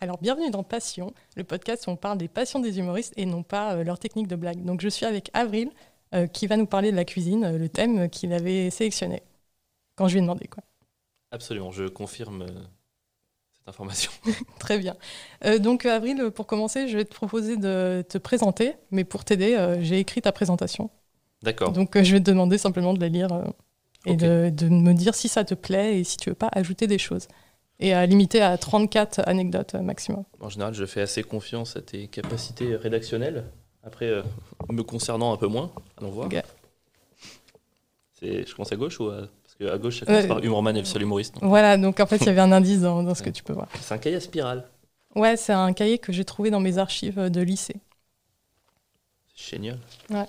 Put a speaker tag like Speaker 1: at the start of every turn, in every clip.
Speaker 1: Alors, bienvenue dans Passion, le podcast où on parle des passions des humoristes et non pas euh, leur technique de blague. Donc, je suis avec Avril, euh, qui va nous parler de la cuisine, euh, le thème qu'il avait sélectionné, quand je lui ai demandé, quoi.
Speaker 2: Absolument, je confirme euh, cette information.
Speaker 1: Très bien. Euh, donc, Avril, pour commencer, je vais te proposer de te présenter, mais pour t'aider, euh, j'ai écrit ta présentation.
Speaker 2: D'accord.
Speaker 1: Donc, euh, je vais te demander simplement de la lire euh, et
Speaker 2: Ok.
Speaker 1: de, de me dire si ça te plaît et si tu veux pas ajouter des choses. Et à limiter à 34 anecdotes euh, maximum.
Speaker 2: En général, je fais assez confiance à tes capacités rédactionnelles. Après, euh, me concernant un peu moins, allons voir.
Speaker 1: Ok.
Speaker 2: C'est, je commence à gauche ou à... Parce qu'à gauche, ça commence
Speaker 1: Euh,
Speaker 2: par Humorman et le seul humoriste. non
Speaker 1: Voilà, donc en fait, il y avait un indice dans, dans ce que tu peux voir.
Speaker 2: C'est un cahier à spirale.
Speaker 1: Ouais, c'est un cahier que j'ai trouvé dans mes archives euh, de lycée.
Speaker 2: C'est génial.
Speaker 1: Ouais.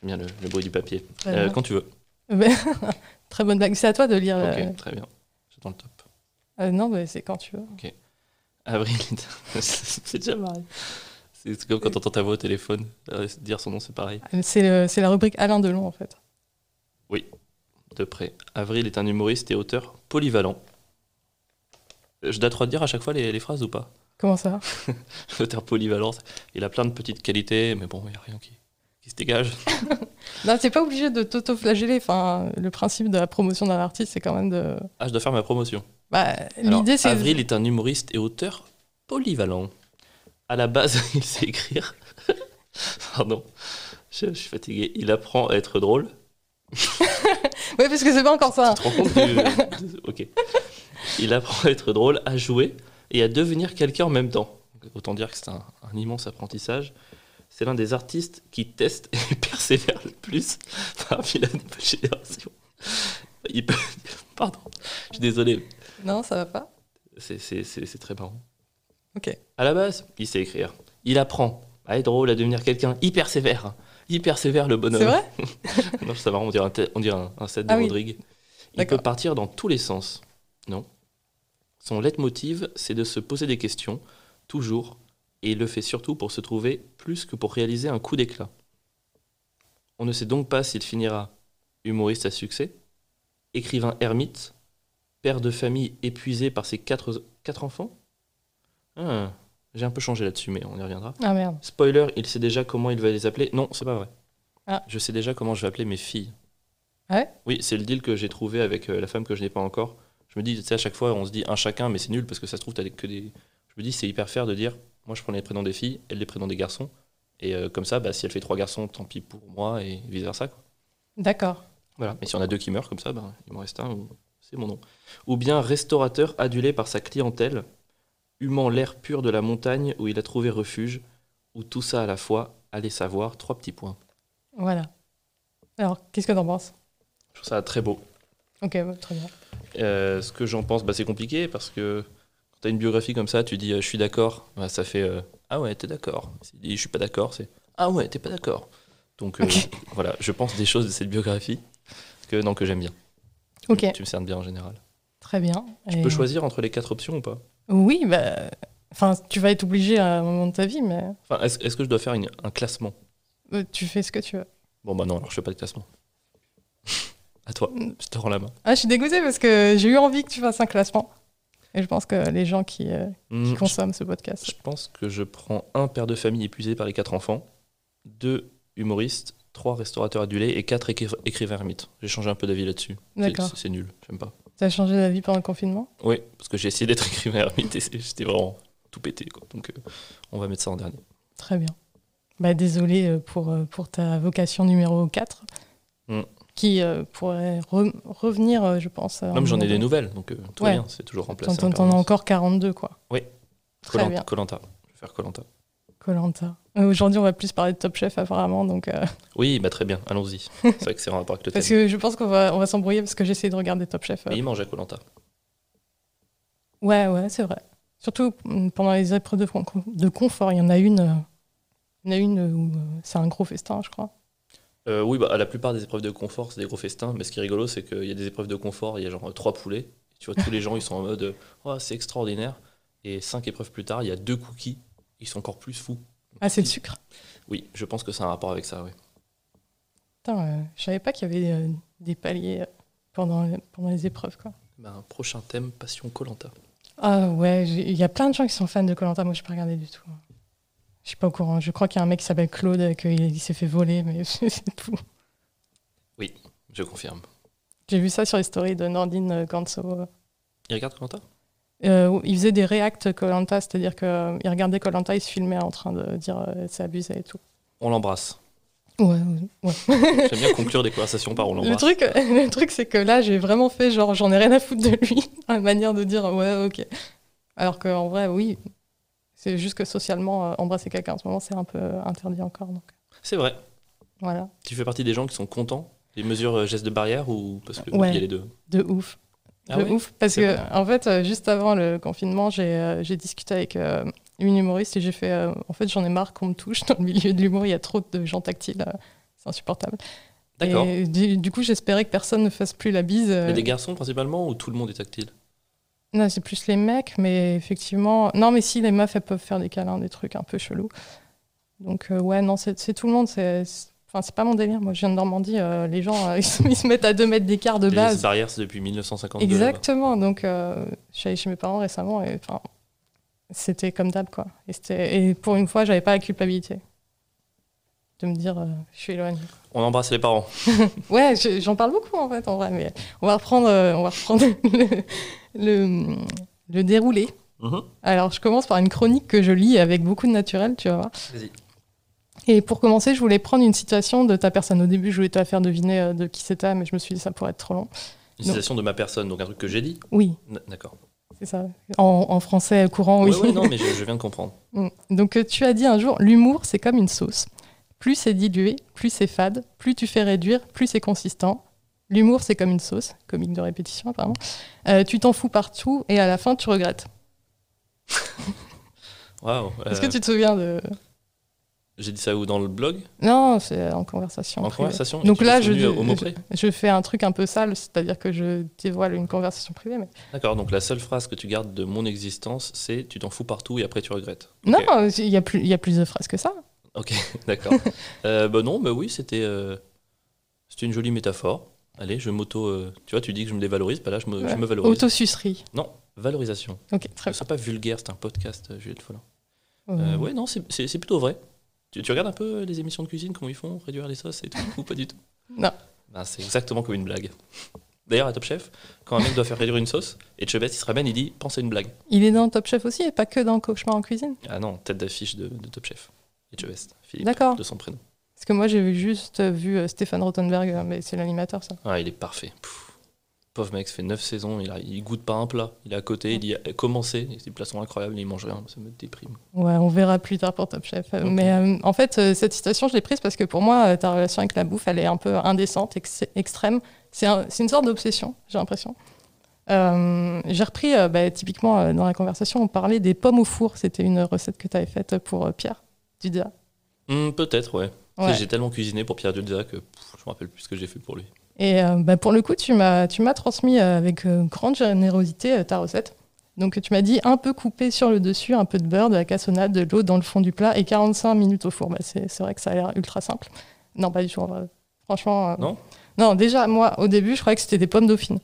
Speaker 2: J'aime bien le, le bruit du papier.
Speaker 1: Très
Speaker 2: Euh,
Speaker 1: bien.
Speaker 2: quand tu veux.
Speaker 1: Très bonne blague. C'est à toi de lire. euh,
Speaker 2: Ok, très bien. J'attends le top.
Speaker 1: euh, non, mais c'est quand tu veux.
Speaker 2: Avril, c'est déjà marrant. C'est comme quand t'entends ta voix au téléphone. Euh, Dire son nom, c'est pareil.
Speaker 1: C'est euh, c'est la rubrique Alain Delon, en fait.
Speaker 2: de près. Avril est un humoriste et auteur polyvalent. Je dois te dire à chaque fois les, les phrases ou pas
Speaker 1: Comment ça
Speaker 2: Auteur polyvalent, il a plein de petites qualités, mais bon, il n'y a rien qui, qui se dégage.
Speaker 1: Non, t'es pas obligé de t'auto-flageller. Enfin, le principe de la promotion d'un artiste, c'est quand même de.
Speaker 2: Ah, je dois faire ma promotion.
Speaker 1: Bah,
Speaker 2: Alors,
Speaker 1: L'idée, c'est.
Speaker 2: Avril est un humoriste et auteur polyvalent. À la base, il sait écrire. Pardon, je, je suis fatigué. Il apprend à être drôle.
Speaker 1: Oui, parce que c'est pas encore ça.
Speaker 2: Tu te rends compte du- du- Ok. Il apprend à être drôle, à jouer et à devenir quelqu'un en même temps. Autant dire que c'est un, un immense apprentissage. C'est l'un des artistes qui teste et persévère le plus parmi la nouvelle génération. Il peut... Pardon, je suis désolé,
Speaker 1: Non, ça va pas.
Speaker 2: c'est- c'est c'est- c'est très marrant.
Speaker 1: Ok.
Speaker 2: À la base, il sait écrire. Il apprend à être drôle, à devenir quelqu'un. Il persévère. Il persévère le bonhomme.
Speaker 1: C'est vrai
Speaker 2: Non, ça va, on dirait un, te- on dirait un- un set de
Speaker 1: Ah oui.
Speaker 2: Rodrigue. Il
Speaker 1: D'accord.
Speaker 2: peut partir dans tous les sens. Non. Son leitmotiv, c'est de se poser des questions, toujours, et il le fait surtout pour se trouver plus que pour réaliser un coup d'éclat. On ne sait donc pas s'il finira humoriste à succès, écrivain ermite, père de famille épuisé par ses quatre, quatre enfants. Ah, J'ai un peu changé là-dessus, mais on y reviendra.
Speaker 1: Ah merde.
Speaker 2: Spoiler, il sait déjà comment il va les appeler. Non, c'est pas vrai.
Speaker 1: Ah.
Speaker 2: Je sais déjà comment je vais appeler mes filles.
Speaker 1: Ah ouais
Speaker 2: Oui, c'est le deal que j'ai trouvé avec euh, la femme que je n'ai pas encore. Je me dis, tu sais, à chaque fois, on se dit un chacun, mais c'est nul parce que ça se trouve, t'as des- que des. Je me dis, c'est hyper fair de dire, moi, je prends les prénoms des filles, elle les prénoms des garçons. Et euh, comme ça, bah, si elle fait trois garçons, tant pis pour moi et vice versa. quoi.
Speaker 1: D'accord.
Speaker 2: Voilà. Et si on a deux qui meurent comme ça, ben, il m'en reste un, ou- c'est mon nom. Ou bien restaurateur adulé par sa clientèle, humant l'air pur de la montagne où il a trouvé refuge, ou tout ça à la fois, allez savoir, trois petits points.
Speaker 1: Voilà. Alors, qu'est-ce que t'en penses
Speaker 2: Je trouve ça très beau.
Speaker 1: Ok, bah, très bien.
Speaker 2: Euh, ce que j'en pense, bah, c'est compliqué parce que quand t'as une biographie comme ça, tu dis euh, je suis d'accord, bah, ça fait euh, ah ouais, t'es d'accord. Si tu dis je suis pas d'accord, c'est ah ouais, t'es pas d'accord. Donc euh, voilà, je pense des choses de cette biographie que, non, que j'aime bien.
Speaker 1: Ok,
Speaker 2: Tu me cernes bien en général.
Speaker 1: très bien.
Speaker 2: Tu peux choisir entre les quatre options ou pas
Speaker 1: Oui, bah. Enfin, tu vas être obligé à un moment de ta vie, mais
Speaker 2: Enfin, est-ce est-ce que je dois faire une- un classement
Speaker 1: euh, tu fais ce que tu veux.
Speaker 2: Bon, bah non, alors je fais pas de classement. à toi, je te rends la main.
Speaker 1: Ah, je suis dégoûtée parce que j'ai eu envie que tu fasses un classement. Et je pense que les gens qui, euh, qui
Speaker 2: Hmm, je,
Speaker 1: consomment ce podcast.
Speaker 2: je pense que je prends un père de famille épuisé par les quatre enfants, deux humoristes, trois restaurateurs adulés et quatre écri- écrivains ermites. J'ai changé un peu d'avis là-dessus. C'est-
Speaker 1: D'accord.
Speaker 2: C'est c'est nul, j'aime pas.
Speaker 1: T'as changé d'avis pendant le confinement
Speaker 2: Oui, parce que j'ai essayé d'être écrivain ermite et c'est- j'étais vraiment tout pété. Quoi. Donc euh, on va mettre ça en dernier.
Speaker 1: Très bien. Bah, désolé euh, pour, euh, pour ta vocation numéro 4,
Speaker 2: Mm.
Speaker 1: qui euh, pourrait re- revenir, euh, je pense.
Speaker 2: Non, mais j'en ai des nouvelles, donc euh, tout va
Speaker 1: Ouais.
Speaker 2: bien, c'est toujours remplacé.
Speaker 1: T'en t'en- t'en as encore 42, quoi. très bien.
Speaker 2: hein, Colanta. Je vais faire Colanta.
Speaker 1: Colanta. Euh, Aujourd'hui, on va plus parler de Top Chef, apparemment. Donc, euh,
Speaker 2: Oui, bah très bien, allons-y. C'est vrai que c'est en rapport avec le
Speaker 1: parce
Speaker 2: thème.
Speaker 1: que je pense qu'on va, on va s'embrouiller parce que j'ai essayé de regarder Top Chef. euh.
Speaker 2: Mais Bah, il mange à Colanta.
Speaker 1: Ouais, ouais, c'est vrai. Surtout mm, pendant les épreuves de, con- de confort, il y en a une. euh, Il y en a une euh, où euh, c'est un gros festin, je crois.
Speaker 2: Euh, oui, bah, à la plupart des épreuves de confort, c'est des gros festins. Mais ce qui est rigolo, c'est qu'il y a des épreuves de confort, il y a genre euh, trois poulets. Tu vois, tous les gens, ils sont en mode euh, oh, c'est extraordinaire. Et cinq épreuves plus tard, il y a deux cookies. Ils sont encore plus fous.
Speaker 1: Ah, c'est le sucre.
Speaker 2: Oui, je pense que c'est un rapport avec ça, oui.
Speaker 1: Putain, euh, je savais pas qu'il y avait euh, des paliers euh, pendant, pendant les épreuves, quoi.
Speaker 2: Ben, prochain thème, passion Colanta.
Speaker 1: Ah ouais, j'ai- il y a plein de gens qui sont fans de Colanta. Moi, je suis pas regardé du tout. hein. Je suis pas au courant. Je crois qu'il y a un mec qui s'appelle Claude, euh, qu'il il s'est fait voler, mais c'est tout.
Speaker 2: Je confirme.
Speaker 1: J'ai vu ça sur les stories de Nordine euh, Ganso.
Speaker 2: Il regarde Colanta
Speaker 1: Euh, où il faisait des réacts Colanta, c'est-à-dire qu'il regardait Colanta, il se filmait en train de dire euh, c'est abusé et tout.
Speaker 2: On l'embrasse.
Speaker 1: Ouais, ouais.
Speaker 2: J'aime bien conclure des conversations par on
Speaker 1: Le
Speaker 2: l'embrasse.
Speaker 1: truc, le truc, c'est que là, j'ai vraiment fait genre, j'en ai rien à foutre de lui, à manière de dire ouais, ok. Alors qu'en vrai, oui, c'est juste que socialement, euh, embrasser quelqu'un en ce moment, c'est un peu euh, interdit encore. Donc
Speaker 2: C'est vrai.
Speaker 1: voilà,
Speaker 2: Tu fais partie des gens qui sont contents des mesures euh, gestes de barrière ou parce que
Speaker 1: Ouais.
Speaker 2: il y a les deux
Speaker 1: de ouf.
Speaker 2: Ah
Speaker 1: de
Speaker 2: ouais
Speaker 1: ouf. Parce
Speaker 2: C'est
Speaker 1: que, en fait, euh, juste avant le confinement, j'ai euh, j'ai discuté avec euh, une humoriste et j'ai fait euh, en fait, j'en ai marre qu'on me touche dans le milieu de l'humour, il y a trop de gens tactiles, euh, c'est insupportable.
Speaker 2: D'accord.
Speaker 1: Et euh, du, du coup, j'espérais que personne ne fasse plus la bise. euh,
Speaker 2: Mais des garçons principalement ou tout le monde est tactile
Speaker 1: Non, c'est plus les mecs, mais effectivement. Non, mais si, les meufs, elles peuvent faire des câlins, des trucs un peu chelous. Donc, euh, ouais, non, c'est c'est tout le monde. C'est c'est- enfin, c'est pas mon délire. Moi, je viens de Normandie, euh, les gens, euh, ils, se, ils se mettent à 2 mètres d'écart de
Speaker 2: Les
Speaker 1: base.
Speaker 2: gestes de barrière, c'est depuis 1952.
Speaker 1: Exactement. Donc, euh, je suis allée chez mes parents récemment et enfin, c'était comme d'hab, quoi. Et, c'était- et pour une fois, j'avais pas la culpabilité de me dire, euh, je suis éloignée.
Speaker 2: là-bas. On embrasse les parents.
Speaker 1: Ouais, je- j'en parle beaucoup en fait, en vrai, mais on va reprendre, euh, on va reprendre le- le- le déroulé.
Speaker 2: Mhm.
Speaker 1: Alors, je commence par une chronique que je lis avec beaucoup de naturel, tu vas voir. Et pour commencer, je voulais prendre une citation de ta personne. Au début, je voulais te la faire deviner euh, de qui c'était, mais je me suis dit ça pourrait être trop long.
Speaker 2: Une
Speaker 1: Non.
Speaker 2: citation de ma personne, donc un truc que j'ai dit.
Speaker 1: Oui,
Speaker 2: N- D'accord.
Speaker 1: c'est ça. En, en français courant, oui.
Speaker 2: Ouais, ouais, non, mais je, je viens de comprendre.
Speaker 1: Mm. Donc, euh, tu as dit un jour, l'humour, c'est comme une sauce. Plus c'est dilué, plus c'est fade, plus tu fais réduire, plus c'est consistant. L'humour, c'est comme une sauce, comique de répétition apparemment. Euh, tu t'en fous partout et à la fin, tu regrettes.
Speaker 2: Waouh.
Speaker 1: Est-ce
Speaker 2: euh,
Speaker 1: que tu te souviens de...
Speaker 2: J'ai dit ça où dans le blog
Speaker 1: Non, c'est en conversation.
Speaker 2: En
Speaker 1: privée.
Speaker 2: conversation et
Speaker 1: Donc
Speaker 2: tu
Speaker 1: là,
Speaker 2: t'es
Speaker 1: je,
Speaker 2: souvenu,
Speaker 1: je-
Speaker 2: euh, au mot près
Speaker 1: je fais un truc un peu sale, c'est-à-dire que je dévoile une conversation privée. Mais...
Speaker 2: D'accord, donc la seule phrase que tu gardes de mon existence, c'est tu t'en fous partout et après tu regrettes.
Speaker 1: Non,
Speaker 2: Ok.
Speaker 1: il y, a plus- il y a plus de phrases que ça.
Speaker 2: Ok, d'accord. euh, bah non, bah oui, c'était euh, c'était une jolie métaphore. Allez, je m'auto. euh, tu vois, tu dis que je me dévalorise, bah là, je me, je
Speaker 1: Ouais.
Speaker 2: me valorise.
Speaker 1: Autosucerie.
Speaker 2: Non, valorisation.
Speaker 1: Ok, très bien.
Speaker 2: Ne sois pas vulgaire, c'est un podcast, euh, Juliette Follin.
Speaker 1: Euh,
Speaker 2: Euh, ouais, non, c'est- c'est c'est plutôt vrai. Tu, tu regardes un peu euh, les émissions de cuisine, comment ils font, réduire les sauces et tout, ou pas du tout
Speaker 1: Non.
Speaker 2: Ben, c'est exactement comme une blague. D'ailleurs, à Top Chef, quand un mec doit faire réduire une sauce, et Chebest, il se ramène, il dit Pense à une blague.
Speaker 1: Il est dans Top Chef aussi et pas que dans Cauchemar en cuisine.
Speaker 2: Ah non, tête d'affiche de, de Top Chef. Et Chebest, Philippe,
Speaker 1: D'accord.
Speaker 2: de son prénom.
Speaker 1: Parce que moi, j'ai juste vu euh, Stéphane Rottenberg, mais c'est l'animateur, ça.
Speaker 2: Ah, il est parfait. Pouf. Pauvre mec, ça fait 9 saisons, il, a- il goûte pas un plat. Il est à côté, il dit eh, commencez. Des plats sont incroyables, il mange rien, ça me déprime.
Speaker 1: Ouais, on verra plus tard pour Top Chef. Euh,
Speaker 2: Ok.
Speaker 1: Mais euh, en fait, euh, cette citation, je l'ai prise parce que pour moi, euh, ta relation avec la bouffe, elle est un peu indécente, ex- extrême. C'est un- c'est une sorte d'obsession, j'ai l'impression. Euh, j'ai repris, euh, bah, typiquement, euh, dans la conversation, on parlait des pommes au four. C'était une recette que tu avais faite pour euh, Pierre Duda.
Speaker 2: Hmm, Peut-être, ouais. Tu sais,
Speaker 1: Ouais.
Speaker 2: J'ai tellement cuisiné pour Pierre Dudza que pff, je me rappelle plus ce que j'ai fait pour lui.
Speaker 1: Et euh, bah, pour le coup, tu m'as tu m'as transmis euh, avec euh, grande générosité euh, ta recette. Donc tu m'as dit un peu coupé sur le dessus, un peu de beurre, de la cassonade, de l'eau dans le fond du plat et 45 minutes au four. Bah, c'est c'est vrai que ça a l'air ultra simple. Non, pas du tout. en vrai. Franchement. euh,
Speaker 2: Non
Speaker 1: Non, déjà, moi, au début, je croyais que c'était des pommes dauphines.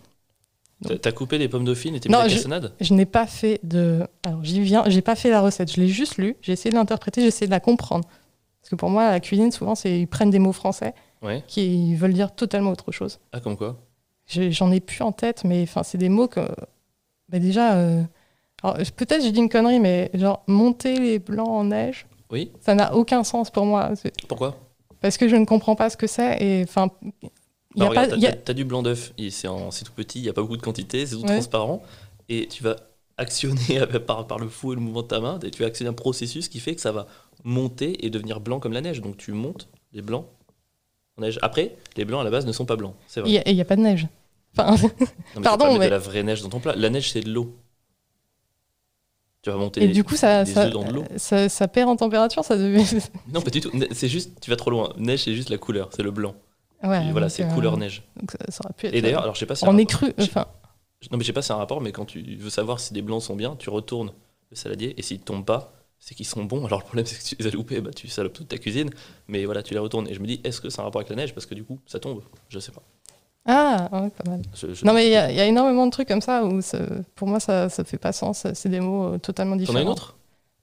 Speaker 1: Non.
Speaker 2: T'as- T'as coupé des pommes dauphines et t'es mis
Speaker 1: Non,
Speaker 2: la
Speaker 1: je-
Speaker 2: cassonade
Speaker 1: Je n'ai pas fait de. Alors j'y viens, j'ai pas fait la recette. Je l'ai juste lu, j'ai essayé de l'interpréter, j'ai essayé de la comprendre. Parce que pour moi, la cuisine, souvent, c'est ils prennent des mots français
Speaker 2: Ouais.
Speaker 1: qui veulent dire totalement autre chose.
Speaker 2: Ah, comme quoi
Speaker 1: Je- J'en ai plus en tête, mais enfin, c'est des mots que. bah, déjà, euh, alors, je- peut-être j'ai dit une connerie, mais genre monter les blancs en neige,
Speaker 2: Oui
Speaker 1: ça n'a aucun sens pour moi. C'est-
Speaker 2: Pourquoi
Speaker 1: Parce que je ne comprends pas ce que c'est. Et enfin, il y
Speaker 2: Bah,
Speaker 1: a pas.
Speaker 2: regarde, t'as-
Speaker 1: il y a-
Speaker 2: t'as- T'as du blanc d'œuf, Il- c'est en- c'est tout petit, il n'y a pas beaucoup de quantité, c'est tout
Speaker 1: Ouais.
Speaker 2: transparent. Et tu vas actionner avec- par, par le fou et le mouvement de ta main, et tu vas actionner un processus qui fait que ça va monter et devenir blanc comme la neige. Donc tu montes les blancs en neige. Après, les blancs à la base ne sont pas blancs, c'est vrai.
Speaker 1: il y a- et il n'y a pas de neige. Enfin,
Speaker 2: Non, mais
Speaker 1: Pardon,
Speaker 2: tu vas pas mettre
Speaker 1: mais-
Speaker 2: de la vraie neige dans ton plat. La neige, c'est de l'eau. Tu vas monter
Speaker 1: et
Speaker 2: les-
Speaker 1: du coup, ça,
Speaker 2: des
Speaker 1: ça,
Speaker 2: œufs dans de l'eau.
Speaker 1: ça, ça perd en température, ça devait.
Speaker 2: Non, pas du tout. Ne- C'est juste, tu vas trop loin. Neige, c'est juste la couleur, c'est le blanc.
Speaker 1: Ouais,
Speaker 2: Et voilà,
Speaker 1: donc,
Speaker 2: c'est
Speaker 1: euh,
Speaker 2: couleur neige.
Speaker 1: donc ça, ça aurait pu être.
Speaker 2: Et d'ailleurs, alors je sais pas si
Speaker 1: on est cru. Enfin,
Speaker 2: Non, mais je sais pas, c'est un rapport, mais quand tu veux savoir si des blancs sont bien, tu retournes le saladier et s'ils tombent pas, c'est qu'ils sont bons. Alors le problème, c'est que tu les as loupés, bah, tu salopes toute ta cuisine, mais voilà, tu les retournes. Et je me dis, est-ce que c'est un rapport avec la neige Parce que du coup, ça tombe, je sais pas.
Speaker 1: Ah, ouais, pas mal.
Speaker 2: Je- je-
Speaker 1: Non, mais il y, a il y a énormément de trucs comme ça où ça- pour moi, ça ne fait pas sens. C'est des mots euh, totalement
Speaker 2: T'en
Speaker 1: différents.
Speaker 2: as une autre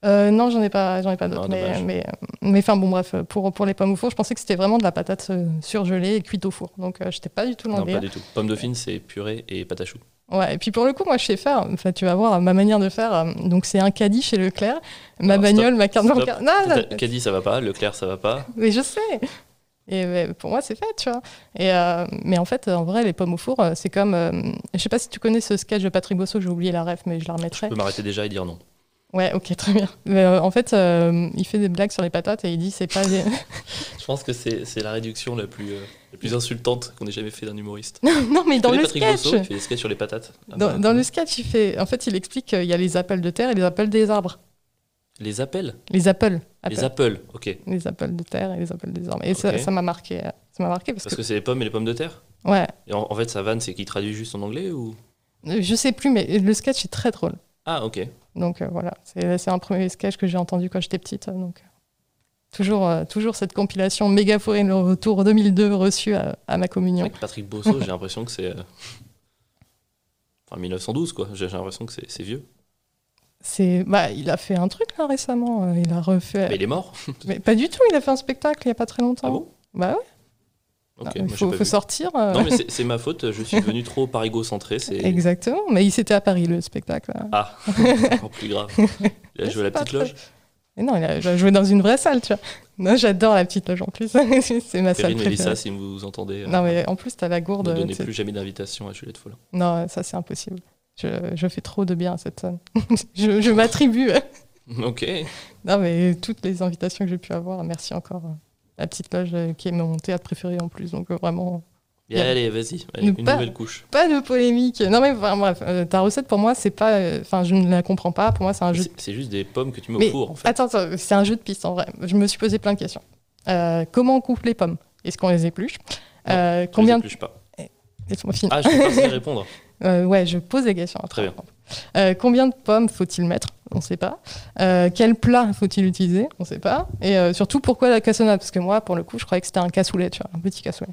Speaker 1: Euh, non, j'en ai pas, j'en ai pas d'autres.
Speaker 2: Ah,
Speaker 1: mais,
Speaker 2: dommage.
Speaker 1: mais, mais enfin, bon, bref, pour, pour les pommes au four, je pensais que c'était vraiment de la patate euh, surgelée et cuite au four. Donc, euh, j'étais pas du tout dans
Speaker 2: Non,
Speaker 1: le délire.
Speaker 2: pas du tout. Pomme dauphine, c'est purée et pâte à choux.
Speaker 1: Ouais, et puis pour le coup, moi, je sais faire. Enfin, tu vas voir ma manière de faire. euh, Donc, c'est un caddie chez Leclerc, ma
Speaker 2: Non,
Speaker 1: bagnole, ma carte
Speaker 2: Stop.
Speaker 1: bancaire. Non, non,
Speaker 2: T'as- Caddy, ça va pas. Leclerc, ça va pas.
Speaker 1: mais je sais. Et euh, pour moi, c'est fait, tu vois. Et, euh, mais en fait, en vrai, les pommes au four, euh, c'est comme. euh, je sais pas si tu connais ce sketch de Patrick Bosso, j'ai oublié la ref, mais je la
Speaker 2: Je
Speaker 1: remettrai.
Speaker 2: peux m'arrêter déjà et dire non.
Speaker 1: Ouais, ok, très bien. Mais, euh, en fait, euh, il fait des blagues sur les patates et il dit c'est pas. des-
Speaker 2: Je pense que c'est c'est la réduction la plus, euh, la plus insultante qu'on ait jamais fait d'un humoriste.
Speaker 1: non, mais dans
Speaker 2: Tu connais
Speaker 1: le
Speaker 2: Patrick
Speaker 1: sketch.
Speaker 2: Bosso, il fait des sketchs sur les patates. Ah
Speaker 1: Dans,
Speaker 2: bah,
Speaker 1: dans le sketch, il fait, en fait, il explique qu'il y a les appels de terre et les appels des arbres.
Speaker 2: Les appels
Speaker 1: Les appels.
Speaker 2: Les appels, ok.
Speaker 1: Les appels de terre et les appels des arbres. Et ça
Speaker 2: Ok.
Speaker 1: ça m'a marqué. euh, Ça m'a marqué parce,
Speaker 2: Parce que c'est les pommes et les pommes de terre
Speaker 1: que. Ouais.
Speaker 2: Et en, en fait, sa vanne, c'est qu'il traduit juste en anglais ou
Speaker 1: Euh, Je sais plus, mais le sketch est très drôle.
Speaker 2: Ah, ok.
Speaker 1: Donc euh, voilà, c'est c'est un premier sketch que j'ai entendu quand j'étais petite. euh, Donc euh, toujours, euh, toujours cette compilation Mégaphone le retour 2002 reçue à, à ma
Speaker 2: C'est
Speaker 1: communion.
Speaker 2: vrai que Patrick Bosso, j'ai l'impression que c'est. euh, Enfin, 1912, quoi. J'ai j'ai l'impression que c'est c'est vieux.
Speaker 1: C'est bah il a fait un truc là récemment. euh, Il a refait.
Speaker 2: Mais
Speaker 1: Mais,
Speaker 2: il est mort.
Speaker 1: pas du tout. Il a fait un spectacle il y a pas très longtemps.
Speaker 2: Ah bon
Speaker 1: bah ouais.
Speaker 2: Ok,
Speaker 1: il
Speaker 2: moi, j'ai
Speaker 1: faut,
Speaker 2: pas
Speaker 1: faut
Speaker 2: vu.
Speaker 1: sortir. euh,
Speaker 2: Non, mais c'est- c'est ma faute. Je suis devenu trop parigo-centré. c'est-
Speaker 1: Exactement, mais il s'était à Paris le spectacle. hein.
Speaker 2: Ah, c'est encore plus grave. Il a
Speaker 1: C'est
Speaker 2: joué à la
Speaker 1: pas
Speaker 2: petite loge.
Speaker 1: Mais non, il a il a joué dans une vraie salle, tu vois. Non, j'adore la petite loge en plus. c'est ma salle
Speaker 2: Perrine Mélissa,
Speaker 1: préférée.
Speaker 2: si vous vous entendez. euh,
Speaker 1: Non, mais en plus, t'as la
Speaker 2: Ne
Speaker 1: gourde.
Speaker 2: donnez
Speaker 1: tu sais.
Speaker 2: plus jamais d'invitation à Juliette Follin.
Speaker 1: Non, ça, c'est impossible. Je, je fais trop de bien à cette salle. je je m'attribue.
Speaker 2: Ok.
Speaker 1: non, mais toutes les invitations que j'ai pu avoir, merci encore. La petite loge euh, qui est mon théâtre préféré en plus, donc euh, vraiment
Speaker 2: Bien, Allez, vas-y. Allez,
Speaker 1: Ne
Speaker 2: une
Speaker 1: pas-
Speaker 2: nouvelle couche.
Speaker 1: pas de polémique. Non, mais enfin, bref, euh, ta recette pour moi, c'est pas. euh, Enfin, je ne la comprends pas. Pour moi, c'est un jeu de
Speaker 2: C'est c'est juste des pommes que tu mets
Speaker 1: Ah, Mais
Speaker 2: au four, en fait.
Speaker 1: Attends, attends, c'est un jeu de piste en vrai. Je me suis posé plein de questions. Euh, comment on coupe les pommes Est-ce qu'on les épluche
Speaker 2: Non,
Speaker 1: Euh,
Speaker 2: Je
Speaker 1: Combien
Speaker 2: les
Speaker 1: de...
Speaker 2: épluche pas.
Speaker 1: Laisse-moi finir.
Speaker 2: Ah, je peux pas assez répondre.
Speaker 1: Euh, ouais, je pose des questions. hein,
Speaker 2: Très bien.
Speaker 1: Euh, combien de pommes faut-il mettre On ne sait pas. Euh, quel plat faut-il utiliser On ne sait pas. Et euh, surtout, pourquoi la cassonade Parce que moi, pour le coup, je croyais que c'était un cassoulet, tu vois, un petit cassoulet.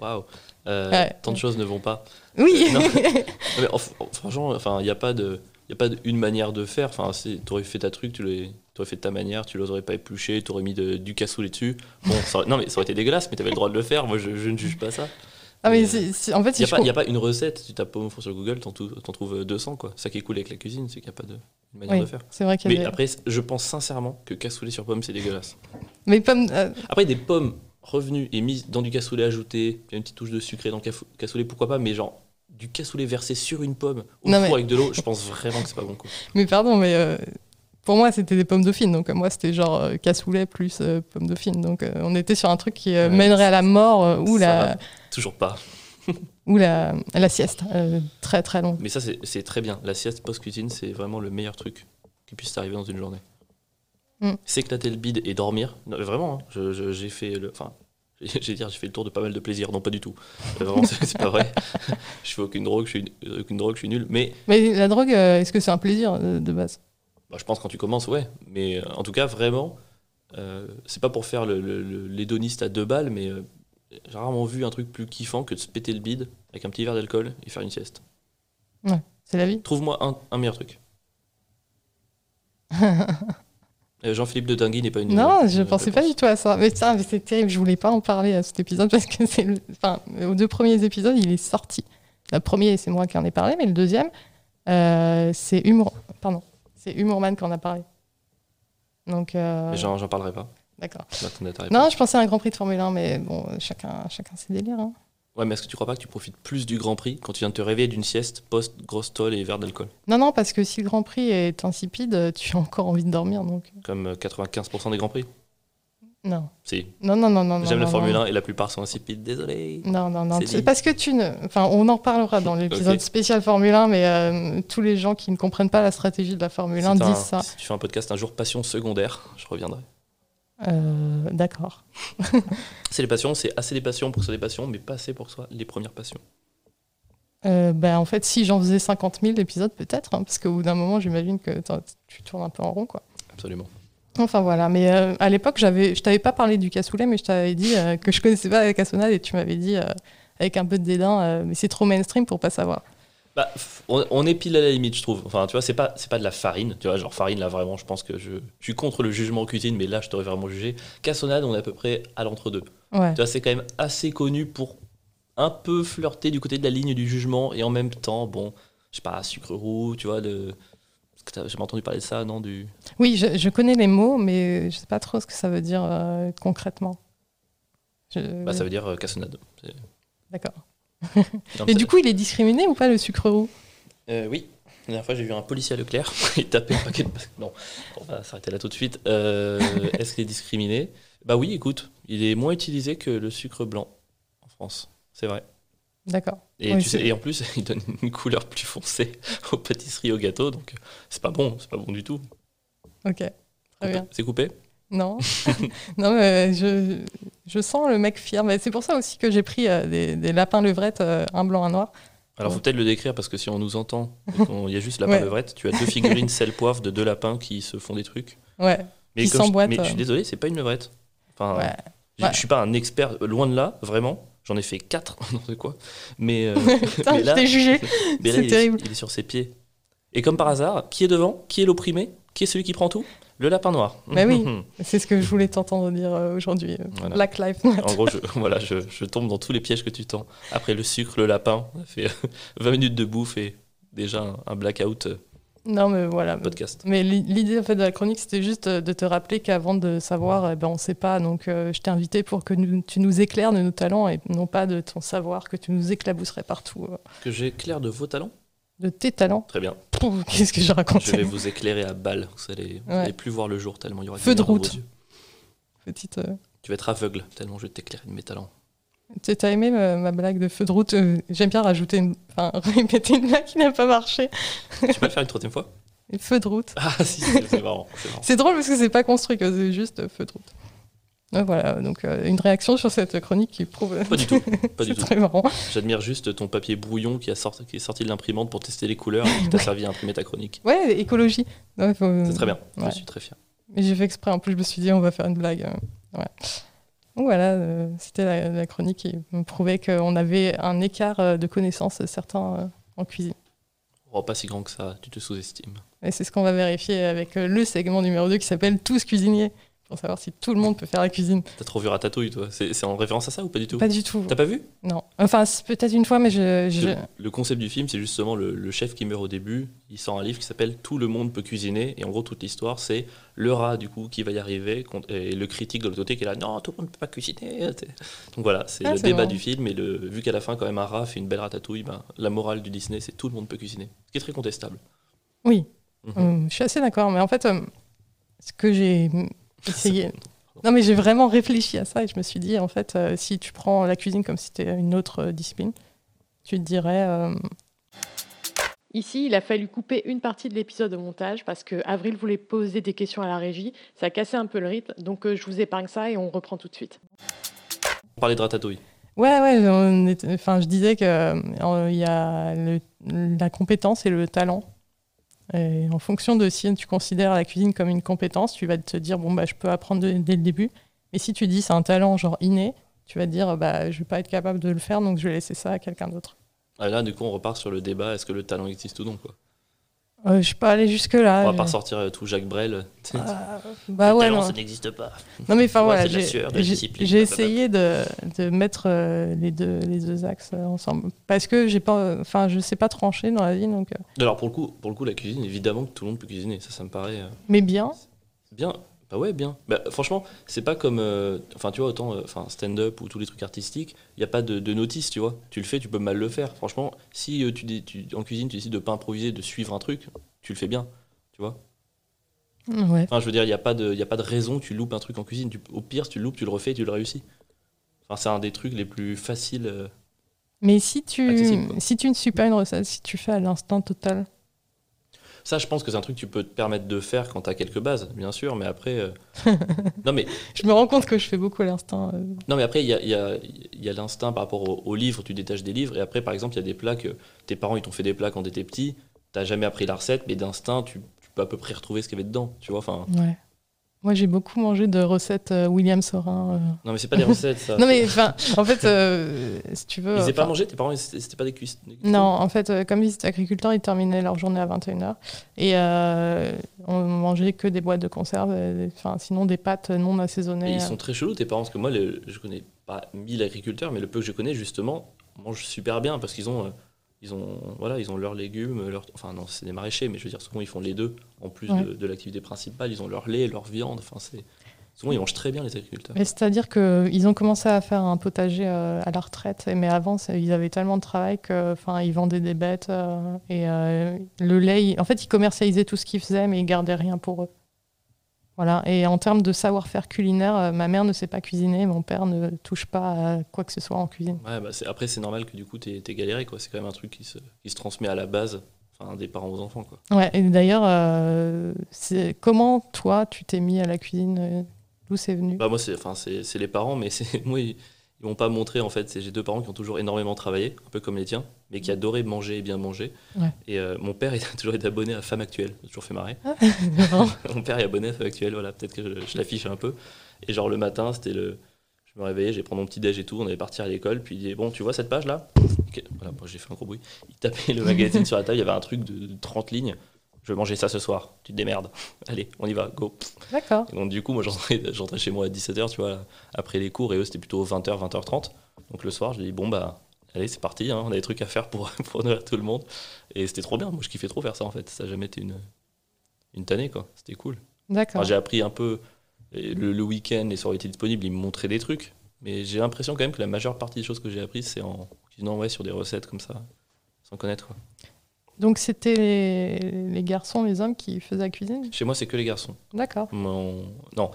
Speaker 2: Waouh. Euh,
Speaker 1: Ouais.
Speaker 2: Tant de choses ne vont pas.
Speaker 1: Oui
Speaker 2: Euh, non. Mais en- en- franchement, enfin, il n'y a pas de, il a pas de- une manière de faire. Enfin, si t'aurais fait ta truc, tu l'aurais- t'aurais fait de ta manière, tu les aurais pas épluchés, t'aurais mis de- du cassoulet dessus. Bon, ça aurait- non, mais ça aurait été dégueulasse, mais t'avais le droit de le faire. Moi, je, je ne juge pas ça.
Speaker 1: Ah, mais
Speaker 2: Mais,
Speaker 1: c'est- c'est- en fait,
Speaker 2: Il n'y
Speaker 1: si
Speaker 2: a,
Speaker 1: je
Speaker 2: pas-
Speaker 1: com-
Speaker 2: y a pas une recette, tu tapes pomme au four sur Google, t'en tou- t'en trouves 200 quoi. C'est Ça qui est cool avec la cuisine, c'est qu'il n'y a pas de une manière
Speaker 1: Oui,
Speaker 2: de faire.
Speaker 1: c'est vrai qu'il y
Speaker 2: Mais
Speaker 1: avait-
Speaker 2: après, je pense sincèrement que cassoulet sur pomme, c'est dégueulasse.
Speaker 1: Mais pommes, euh,
Speaker 2: Après, des pommes revenues et mises dans du cassoulet ajouté, il y a une petite touche de sucré dans le cafou- cassoulet, pourquoi pas, mais genre du cassoulet versé sur une pomme au
Speaker 1: Non,
Speaker 2: four
Speaker 1: mais-
Speaker 2: avec de l'eau, je pense vraiment que c'est pas bon. Quoi.
Speaker 1: Mais pardon, mais euh, pour moi, c'était des pommes dauphines. Donc, euh, moi, c'était genre euh, cassoulet plus euh, pommes dauphines. Donc, euh, on était sur un truc qui euh,
Speaker 2: Ouais,
Speaker 1: mènerait à la mort euh, ou,
Speaker 2: ça
Speaker 1: la,
Speaker 2: va. Toujours pas.
Speaker 1: ou la, la sieste euh, très très longue.
Speaker 2: Mais ça, c'est c'est très bien. La sieste post-cuisine, c'est vraiment le meilleur truc qui puisse t'arriver dans une journée.
Speaker 1: Mm.
Speaker 2: S'éclater le bide et dormir, non, mais vraiment, hein, je- je- j'ai fait le. Enfin, j'ai dire, j'ai fait le tour de pas mal de plaisirs. Non, pas du tout. Euh, Vraiment, c'est c'est pas vrai. je fais aucune drogue, je suis, euh, aucune drogue, je suis nul. Mais
Speaker 1: Mais la drogue, euh, est-ce que c'est un plaisir euh, de base
Speaker 2: bah, je pense quand tu commences, ouais. Mais euh, en tout cas, vraiment, euh, c'est pas pour faire le- le- le- l'hédoniste à deux balles, mais euh, j'ai rarement vu un truc plus kiffant que de se péter le bide avec un petit verre d'alcool et faire une sieste.
Speaker 1: C'est la vie
Speaker 2: Trouve-moi un, un meilleur truc. Euh, Jean-Philippe de Dinguy n'est pas une.
Speaker 1: Non, je
Speaker 2: une
Speaker 1: pensais pas
Speaker 2: réponse.
Speaker 1: du tout à ça. Mais ça, mais c'est terrible. Je voulais pas en parler à cet épisode parce que c'est le. Enfin, aux deux premiers épisodes, il est sorti. Le premier, c'est moi qui en ai parlé, mais le deuxième, euh, c'est Humour. Pardon. C'est Humourman qui en a parlé. Donc. euh,
Speaker 2: Mais J'en j'en parlerai pas.
Speaker 1: D'accord.
Speaker 2: J'attendais ta réponse.
Speaker 1: Non, je pensais à un Grand Prix de Formule 1, mais bon, chacun, chacun ses délires. hein.
Speaker 2: Ouais, mais est-ce que tu crois pas que tu profites plus du Grand Prix quand tu viens de te réveiller d'une sieste post-grosse tolle et verre d'alcool
Speaker 1: Non, non, parce que si le Grand Prix est insipide, tu as encore envie de dormir, donc euh,
Speaker 2: Comme euh, 95% des Grands Prix
Speaker 1: non.
Speaker 2: Si.
Speaker 1: Non, non, non, non.
Speaker 2: J'aime
Speaker 1: non,
Speaker 2: la
Speaker 1: non,
Speaker 2: Formule 1 et la plupart sont insipides, désolé.
Speaker 1: Non, non, non.
Speaker 2: C'est
Speaker 1: tu-
Speaker 2: dit.
Speaker 1: Parce que tu ne. Enfin, on en parlera dans l'épisode
Speaker 2: Ok.
Speaker 1: spécial Formule 1, mais euh, tous les gens qui ne comprennent pas la stratégie de la Formule 1
Speaker 2: Si t'as un-
Speaker 1: disent ça.
Speaker 2: Si tu fais un podcast un jour passion secondaire, je reviendrai.
Speaker 1: Euh, D'accord.
Speaker 2: C'est les passions, c'est assez des passions pour que ce soit des passions, mais pas assez pour que ce soit les premières passions.
Speaker 1: Euh, ben, en fait, si j'en faisais 50 000 épisodes, peut-être, hein, parce qu'au bout d'un moment, j'imagine que t'en- tu tournes un peu en rond, quoi.
Speaker 2: Absolument.
Speaker 1: Enfin voilà, mais euh, à l'époque, j'avais, je t'avais pas parlé du cassoulet, mais je t'avais dit euh, que je connaissais pas la cassonade et tu m'avais dit euh, avec un peu de dédain, euh, mais c'est trop mainstream pour pas savoir.
Speaker 2: Bah, f- on, on est pile à la limite, je trouve. Enfin, tu vois, c'est pas, c'est pas de la farine. Tu vois, genre farine, là, vraiment, je pense que je, je suis contre le jugement cuisine, mais là, je t'aurais vraiment jugé. Cassonade, on est à peu près à l'entre-deux.
Speaker 1: Ouais.
Speaker 2: Tu vois, c'est quand même assez connu pour un peu flirter du côté de la ligne du jugement et en même temps, bon, je sais pas, sucre roux, tu vois, le. est-ce que t'as- J'ai pas entendu parler de ça, non du...
Speaker 1: Oui, je, je connais les mots, mais je sais pas trop ce que ça veut dire euh, concrètement. Je-
Speaker 2: Bah, ça veut dire euh, cassonade. C'est-
Speaker 1: D'accord.
Speaker 2: Non,
Speaker 1: Mais
Speaker 2: c'est-
Speaker 1: du coup, il est discriminé ou pas le sucre roux
Speaker 2: Euh, oui, la dernière fois j'ai vu un policier à Leclerc, il tapait un paquet de... Non, on va s'arrêter là tout de suite. Euh, Est-ce qu'il est discriminé Bah oui, écoute, il est moins utilisé que le sucre blanc en France, c'est vrai.
Speaker 1: D'accord.
Speaker 2: Et,
Speaker 1: Oui,
Speaker 2: tu
Speaker 1: c'est-
Speaker 2: sais, et en plus, il donne une couleur plus foncée aux pâtisseries, aux gâteaux, donc euh, c'est pas bon, c'est pas bon du tout.
Speaker 1: Ok. Très bien.
Speaker 2: C'est coupé
Speaker 1: Non, non, mais euh, je, je sens le mec fier. Mais c'est pour ça aussi que j'ai pris euh, des, des lapins levrettes, euh, un blanc, un noir.
Speaker 2: Alors, faut
Speaker 1: Ouais.
Speaker 2: peut-être le décrire parce que si on nous entend, et qu'on- il y a juste lapin
Speaker 1: Ouais.
Speaker 2: levrette, tu as deux figurines sel poivre de deux lapins qui se font des trucs.
Speaker 1: Ouais,
Speaker 2: Mais,
Speaker 1: Qui
Speaker 2: comme je,
Speaker 1: s'emboîtent,
Speaker 2: mais je suis
Speaker 1: euh.
Speaker 2: désolé, c'est pas une levrette. Enfin,
Speaker 1: ouais.
Speaker 2: Je
Speaker 1: Ouais.
Speaker 2: je suis pas un expert, euh, loin de là, vraiment. J'en ai fait 4, n'importe quoi. Mais, euh,
Speaker 1: Putain,
Speaker 2: mais
Speaker 1: je t'ai jugé.
Speaker 2: mais là,
Speaker 1: c'est
Speaker 2: il est-
Speaker 1: terrible.
Speaker 2: il est sur ses pieds. Et comme par hasard, qui est devant Qui est l'opprimé Qui est celui qui prend tout Le lapin noir.
Speaker 1: Bah oui. C'est ce que je voulais t'entendre dire euh, aujourd'hui. euh,
Speaker 2: Voilà.
Speaker 1: Black Lives
Speaker 2: En
Speaker 1: Matter.
Speaker 2: gros, je, voilà, je, je tombe dans tous les pièges que tu tends. Après le sucre, le lapin, on a fait euh, 20 minutes de bouffe et déjà un, un blackout euh,
Speaker 1: Non, mais voilà.
Speaker 2: podcast.
Speaker 1: Mais li- l'idée en fait, de la chronique, c'était juste euh, de te rappeler qu'avant de savoir, eh ben, on ne sait pas. Donc, euh, je t'ai invité pour que nous- tu nous éclaires de nos talents et non pas de ton savoir, que tu nous éclabousserais partout. euh,
Speaker 2: Que j'éclaire de vos talents
Speaker 1: de tes talents.
Speaker 2: Très bien.
Speaker 1: Pouf, Qu'est-ce que je raconte
Speaker 2: Je vais vous éclairer à balles. Vous allez, vous
Speaker 1: Ouais.
Speaker 2: allez plus voir le jour tellement il y aura
Speaker 1: Feu de
Speaker 2: lumière dans vos
Speaker 1: route.
Speaker 2: yeux.
Speaker 1: Petite. euh,
Speaker 2: Tu vas être aveugle tellement je vais t'éclairer de mes talents.
Speaker 1: Tu as aimé euh, ma, ma blague de feu de route euh, J'aime bien rajouter une... enfin, répéter une blague qui n'a pas marché.
Speaker 2: tu peux le faire une troisième fois
Speaker 1: Feu de route.
Speaker 2: Ah si, c'est c'est marrant. c'est marrant.
Speaker 1: C'est drôle parce que c'est pas construit, que c'est juste euh, feu de route. Donc voilà, donc euh, une réaction sur cette chronique qui prouve.
Speaker 2: Pas du tout, pas du
Speaker 1: c'est
Speaker 2: tout.
Speaker 1: très marrant.
Speaker 2: J'admire juste ton papier brouillon qui, a sorti, qui est sorti de l'imprimante pour tester les couleurs et qui t'a servi à imprimer ta chronique.
Speaker 1: Ouais, écologie. Ouais, faut-
Speaker 2: C'est très bien, je
Speaker 1: Mm, Ouais.
Speaker 2: suis très fier.
Speaker 1: Mais j'ai fait exprès, en plus je me suis dit on va faire une blague. euh, ouais. Donc voilà, euh, c'était la, la chronique qui me prouvait qu'on avait un écart euh, de connaissances, euh, certains, euh, en cuisine.
Speaker 2: Oh, pas si grand que ça, tu te sous-estimes.
Speaker 1: Et c'est ce qu'on va vérifier avec euh, le segment numéro 2 qui s'appelle Tous cuisiniers, pour savoir si tout le monde peut faire la cuisine.
Speaker 2: T'as trop vu Ratatouille, toi C'est c'est en référence à ça ou pas du tout
Speaker 1: Pas du tout,
Speaker 2: T'as pas vu
Speaker 1: non. Enfin, c'est peut-être une fois, mais je... je-
Speaker 2: le, le concept du film, c'est justement le, le chef qui meurt au début. Il sort un livre qui s'appelle Tout le monde peut cuisiner. Et en gros, toute l'histoire, c'est le rat, du coup, qui va y arriver. contre- Et le critique de l'autre côté qui est là, non, tout le monde ne peut pas cuisiner. t'es- Donc voilà, c'est
Speaker 1: Ah,
Speaker 2: le
Speaker 1: c'est
Speaker 2: débat
Speaker 1: marrant.
Speaker 2: du film. Et le, vu qu'à la fin, quand même, un rat fait une belle ratatouille, ben, la morale du Disney, c'est tout le monde peut cuisiner. Ce qui est très contestable.
Speaker 1: Oui,
Speaker 2: Mhm.
Speaker 1: Euh, je suis assez d'accord, mais en fait, euh, ce que j'ai essayé... Non, mais j'ai vraiment réfléchi à ça et je me suis dit, en fait, euh, si tu prends la cuisine comme si c'était une autre euh, discipline, tu te dirais... euh,
Speaker 3: Ici, il a fallu couper une partie de l'épisode au montage parce que Avril voulait poser des questions à la régie, ça cassait un peu le rythme, donc euh, je vous épargne ça et on reprend tout de suite.
Speaker 2: On parlait de ratatouille.
Speaker 1: Ouais, ouais, on est- enfin, je disais que euh, il y a le- la compétence et le talent. Et en fonction de si tu considères la cuisine comme une compétence, tu vas te dire bon bah je peux apprendre de- dès le début. Mais si tu dis c'est un talent genre inné, tu vas te dire bah je vais pas être capable de le faire donc je vais laisser ça à quelqu'un d'autre.
Speaker 2: Ah, là, du coup, on repart sur le débat est-ce que le talent existe ou non quoi.
Speaker 1: Euh, je peux aller jusque Ah, là.
Speaker 2: On va pas sortir euh, tout Jacques Brel.
Speaker 1: bah
Speaker 2: le
Speaker 1: ouais,
Speaker 2: talent,
Speaker 1: non.
Speaker 2: ça n'existe pas.
Speaker 1: Non, mais enfin
Speaker 2: Ouais,
Speaker 1: voilà,
Speaker 2: c'est de la
Speaker 1: j'ai-
Speaker 2: sueur, de la
Speaker 1: j'ai
Speaker 2: discipline,
Speaker 1: j'ai
Speaker 2: blablabla.
Speaker 1: essayé de, de mettre euh, les, deux, les deux axes euh, ensemble parce que j'ai pas, euh, enfin je sais pas trancher dans la vie donc. euh,
Speaker 2: Alors, pour le, coup, pour le coup, la cuisine, évidemment que tout le monde peut cuisiner. Ça, ça me paraît. euh,
Speaker 1: mais bien.
Speaker 2: Bien, bah ouais, bien. Bah, franchement, c'est pas comme. euh, Enfin, tu vois, autant euh, enfin stand-up ou tous les trucs artistiques, il n'y a pas de, de notice, tu vois. Tu le fais, tu peux mal le faire. Franchement, si euh, tu, dis- tu- en cuisine, tu décides de pas improviser, de suivre un truc, tu le fais bien, tu vois.
Speaker 1: Ouais.
Speaker 2: Enfin, je veux dire, il n'y a, pas de- y a pas de raison que tu loupes un truc en cuisine. Tu- au pire, si tu le loupes, tu le refais et tu le réussis. Enfin, c'est un des trucs les plus faciles. euh.
Speaker 1: Mais si tu,
Speaker 2: Accessible, quoi.
Speaker 1: si tu ne suis pas une recette, si tu fais à l'instant total,
Speaker 2: Ça, je pense que c'est un truc que tu peux te permettre de faire quand tu as quelques bases, bien sûr, mais après. euh, non, mais
Speaker 1: je me rends compte que je fais beaucoup à l'instant. euh.
Speaker 2: Non, mais après, il y a, il y a- il y a l'instinct par rapport au- aux livres, tu détaches des livres, et après, par exemple, il y a des plats que tes parents, ils t'ont fait des plats quand t'étais petit, t'as jamais appris la recette, mais d'instinct, tu, tu peux à peu près retrouver ce qu'il y avait dedans, tu vois. Enfin,
Speaker 1: Moi, j'ai beaucoup mangé de recettes euh, William Sorin. euh.
Speaker 2: Non, mais c'est pas des recettes, ça.
Speaker 1: Non, mais enfin, en fait, euh, si tu veux.
Speaker 2: Ils n'avaient
Speaker 1: enfin,
Speaker 2: pas mangé, tes parents, c'était c'était pas des cuisses. des cuisses-
Speaker 1: Non, en fait, euh, comme ils étaient agriculteurs, ils terminaient leur journée à 21h. Et euh, on mangeait que des boîtes de conserve, euh, des- enfin, sinon des pâtes non
Speaker 2: Et
Speaker 1: assaisonnées. euh.
Speaker 2: ils sont très chelous, tes parents, parce que moi, le- je connais pas mille agriculteurs, mais le peu que je connais, justement, mangent super bien parce qu'ils ont, euh, ils ont, voilà, ils ont leurs légumes, leur, enfin non, c'est des maraîchers, mais je veux dire, souvent ils font les deux en plus
Speaker 1: Ouais.
Speaker 2: de, de l'activité principale, ils ont leur lait, leur viande, enfin c'est, souvent ils mangent très bien les agriculteurs.
Speaker 1: Mais c'est-à-dire qu'ils ont commencé à faire un potager euh, à la retraite, et- mais avant, c'est- ils avaient tellement de travail qu'ils vendaient des bêtes. euh, et euh, le lait, ils- en fait, ils commercialisaient tout ce qu'ils faisaient, mais ils gardaient rien pour eux. Voilà. Et en termes de savoir-faire culinaire, euh, ma mère ne sait pas cuisiner, mon père ne touche pas à quoi que ce soit en cuisine.
Speaker 2: Ouais, bah, c'est- après c'est normal que du coup t'es, t'es galéré quoi, c'est quand même un truc qui se, qui se transmet à la base, enfin des parents aux enfants quoi.
Speaker 1: Ouais, et d'ailleurs, euh, c'est- comment toi, tu t'es mis à la cuisine euh, D'où c'est venu
Speaker 2: Bah moi c'est, enfin c'est, c'est les parents, mais c'est moi ils, ils m'ont pas montré en fait. C'est- J'ai deux parents qui ont toujours énormément travaillé, un peu comme les tiens, mais qui adoraient manger et bien manger.
Speaker 1: Ouais.
Speaker 2: Et euh, mon père il a toujours été abonné à Femme Actuelle, ça a toujours fait marrer.
Speaker 1: Hein?
Speaker 2: mon père est abonné à Femme Actuelle, voilà, peut-être que je, je l'affiche un peu. Et genre le matin c'était le, je me réveillais, j'ai pris mon petit déj et tout, on allait partir à l'école, puis il disait bon tu vois cette page là, Ok, voilà, moi j'ai fait un gros bruit. Il tapait le magazine sur la table, il y avait un truc de, de 30 lignes. Je vais manger ça ce soir, tu te démerdes. Allez, on y va, go.
Speaker 1: D'accord.
Speaker 2: Et donc, du coup, moi, j'entrais j'entrais chez moi à 17h, tu vois, après les cours, et eux, c'était plutôt 20h, 20h30. Donc, le soir, j'ai dit, bon, bah, allez, c'est parti, hein, on a des trucs à faire pour, pour nourrir tout le monde. Et c'était trop bien, moi, je kiffais trop faire ça, en fait. Ça n'a jamais été une, une tannée, quoi. C'était cool.
Speaker 1: D'accord.
Speaker 2: Enfin, j'ai appris un peu et le, le week-end, les soirées étaient disponibles, ils me montraient des trucs. Mais j'ai l'impression, quand même, que la majeure partie des choses que j'ai apprises, c'est en cuisinant, ouais, sur des recettes comme ça, sans connaître, quoi.
Speaker 1: Donc c'était les, les garçons, les hommes qui faisaient la cuisine
Speaker 2: Chez moi, c'est que les garçons.
Speaker 1: D'accord.
Speaker 2: Mon- Non,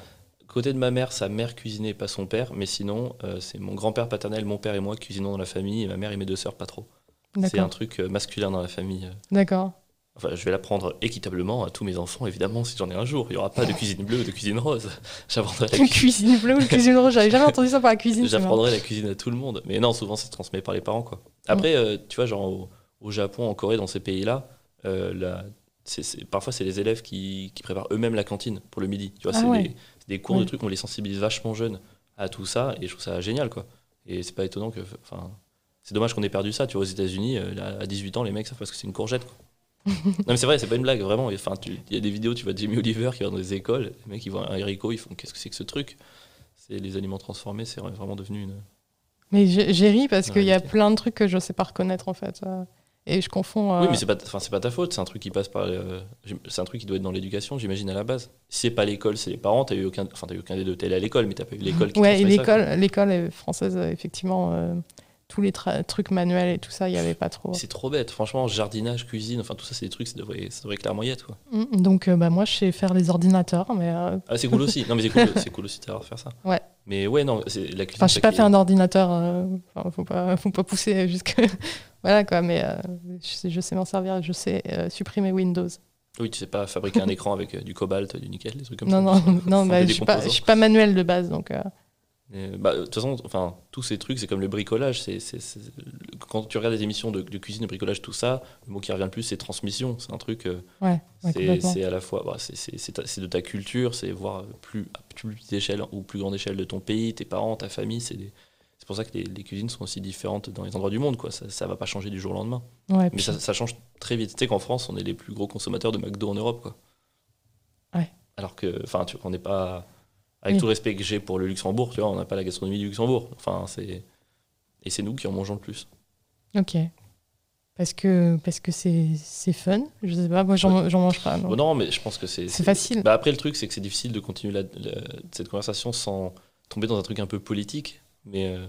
Speaker 2: côté de ma mère, sa mère cuisinait, pas son père, mais sinon, euh, c'est mon grand-père paternel, mon père et moi cuisinons dans la famille, et ma mère et mes deux sœurs, pas trop. C'est un
Speaker 1: D'accord.
Speaker 2: truc euh, masculin dans la famille.
Speaker 1: D'accord.
Speaker 2: Enfin, je vais l'apprendre équitablement à tous mes enfants, évidemment, si j'en ai un jour. Il n'y aura pas de cuisine bleue, de cuisine rose. J'apprendrai la,
Speaker 1: Une
Speaker 2: cuisine-
Speaker 1: cuisine bleue ou une cuisine rouge, j'avais jamais entendu ça pour la cuisine. c'est marrant.
Speaker 2: j'apprendrai la cuisine à tout le monde. Mais non, souvent, ça se transmet par les parents, quoi. Après, euh, tu vois, genre au, au Japon, en Corée, dans ces pays-là, euh, la- c'est- c'est- parfois, c'est les élèves qui, qui préparent eux-mêmes la cantine pour le midi. Tu vois,
Speaker 1: Ah
Speaker 2: c'est
Speaker 1: ouais.
Speaker 2: des- c'est des cours
Speaker 1: Ouais.
Speaker 2: de trucs, on les sensibilise vachement jeunes à tout ça, et je trouve ça génial, quoi. Et c'est pas étonnant que. Enfin, c'est dommage qu'on ait perdu ça, tu vois, aux États-Unis, euh, là, à 18 ans, les mecs savent parce que c'est une courgette, quoi. non, mais c'est vrai, c'est pas une blague, vraiment. Enfin, tu- il y a des vidéos, tu vois, de Jimmy Oliver qui va dans les écoles, les mecs, ils voient un haricot, ils font qu'est-ce que c'est que ce truc C'est les aliments transformés, c'est vraiment devenu une.
Speaker 1: Mais j'ai j'ai ri parce
Speaker 2: Ouais,
Speaker 1: qu'il y a
Speaker 2: nickel.
Speaker 1: plein de trucs que je sais pas reconnaître en fait. euh, Et je confonds. euh,
Speaker 2: Oui, mais c'est pas, enfin, c'est pas ta faute. C'est un truc qui passe par, euh, j'im- c'est un truc qui doit être dans l'éducation, j'imagine à la base. Si c'est pas l'école, c'est les parents. T'as eu aucun, enfin, t'as eu aucun des deux. T'es allé à l'école, mais t'as pas eu l'école. qui
Speaker 1: Ouais, et
Speaker 2: transmet ça, quoi.
Speaker 1: l'école, l'école est française, euh, effectivement, euh, tous les tra- trucs manuels et tout ça, il y avait pas trop.
Speaker 2: Mais C'est trop bête. Franchement, jardinage, cuisine, enfin tout ça, c'est des trucs. Ça devrait, ça devrait clairement y être. Quoi.
Speaker 1: Mm, Donc, euh, bah, moi, je sais faire les ordinateurs, mais euh,
Speaker 2: Ah, c'est cool aussi. Non, mais c'est cool, c'est cool aussi de savoir faire ça.
Speaker 1: Ouais.
Speaker 2: Mais ouais, non, c'est la cuisine.
Speaker 1: Enfin, je sais
Speaker 2: ça
Speaker 1: pas
Speaker 2: qui-
Speaker 1: faire un ordinateur, euh, enfin, faut, pas, faut pas pousser jusque. voilà quoi, mais euh, je sais, je sais m'en servir, je sais euh, supprimer Windows.
Speaker 2: Oui, tu sais pas fabriquer un écran avec euh, du cobalt, du nickel, des trucs comme
Speaker 1: non,
Speaker 2: ça.
Speaker 1: non, non,
Speaker 2: Assembler
Speaker 1: bah,
Speaker 2: des
Speaker 1: je suis pas, je
Speaker 2: composants.
Speaker 1: suis pas manuel de base, donc. euh,
Speaker 2: Et, bah, De toute façon, enfin, tous ces trucs, c'est comme le bricolage. C'est, c'est- c'est- le- quand tu regardes des émissions de, de cuisine, de bricolage, tout ça, le mot qui revient le plus, c'est transmission. C'est un truc, euh,
Speaker 1: ouais, ouais,
Speaker 2: c'est,
Speaker 1: complètement.
Speaker 2: c'est à la fois, bah, c'est, c'est- c'est ta- c'est de ta culture, c'est voir plus, à plus petite échelle ou plus grande échelle de ton pays, tes parents, ta famille. C'est, des- c'est pour ça que les, les cuisines sont aussi différentes dans les endroits du monde. Quoi. Ça, ça va pas changer du jour au lendemain.
Speaker 1: Ouais,
Speaker 2: Mais
Speaker 1: puis-
Speaker 2: ça, ça change très vite. Tu sais qu'en France, on est les plus gros consommateurs de McDo en Europe, quoi.
Speaker 1: Ouais.
Speaker 2: Alors que, enfin, tu on n'est pas. Avec
Speaker 1: Oui.
Speaker 2: tout le respect que j'ai pour le Luxembourg, tu vois, on n'a pas la gastronomie du Luxembourg. Enfin, c'est. Et c'est nous qui en mangeons le plus.
Speaker 1: Ok. Parce que parce que c'est c'est fun, je sais pas, moi j'en j'en mange pas. non.
Speaker 2: Bon, non, mais je pense que c'est.
Speaker 1: C'est facile.
Speaker 2: Bah, après, le truc, c'est que c'est difficile de continuer la- la- cette conversation sans tomber dans un truc un peu politique. Mais euh,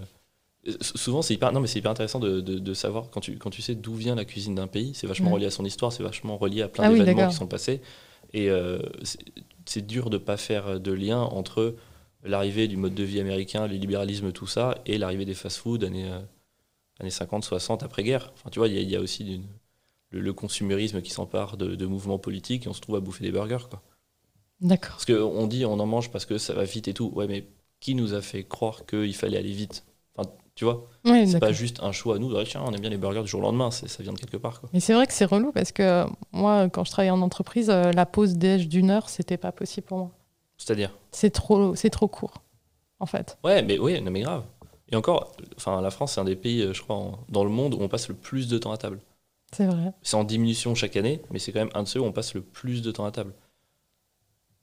Speaker 2: s- souvent, c'est hyper, non, mais c'est hyper intéressant de, de- de savoir, quand tu, quand tu sais d'où vient la cuisine d'un pays, c'est vachement
Speaker 1: Ouais.
Speaker 2: relié à son histoire, c'est vachement relié à plein
Speaker 1: Ah oui,
Speaker 2: d'événements
Speaker 1: d'accord.
Speaker 2: qui sont passés. Et euh, c'est- c'est dur de pas faire de lien entre l'arrivée du mode de vie américain, le libéralisme, tout ça, et l'arrivée des fast-food années, euh, années 50, 60, après-guerre. Enfin, tu vois, il y, a- il y a aussi d'une- le, le consumérisme qui s'empare de, de mouvements politiques et on se trouve à bouffer des burgers. Quoi.
Speaker 1: D'accord.
Speaker 2: Parce qu'on dit on en mange parce que ça va vite et tout. Ouais, mais qui nous a fait croire qu'il fallait aller vite Enfin, Tu vois,
Speaker 1: Ouais,
Speaker 2: c'est
Speaker 1: d'accord.
Speaker 2: pas juste un choix à nous. de dire, tiens, on aime bien les burgers du jour au lendemain, c'est- ça vient de quelque part. Quoi.
Speaker 1: Mais c'est vrai que c'est relou parce que euh, moi, quand je travaillais en entreprise, euh, la pause déj d'une heure, c'était pas possible pour moi.
Speaker 2: C'est-à-dire
Speaker 1: C'est trop, c'est trop court, en fait.
Speaker 2: Ouais, mais oui, non, mais grave. Et encore, enfin, la France, c'est un des pays, euh, je crois, en- dans le monde où on passe le plus de temps à table.
Speaker 1: C'est vrai.
Speaker 2: C'est en diminution chaque année, mais c'est quand même un de ceux où on passe le plus de temps à table.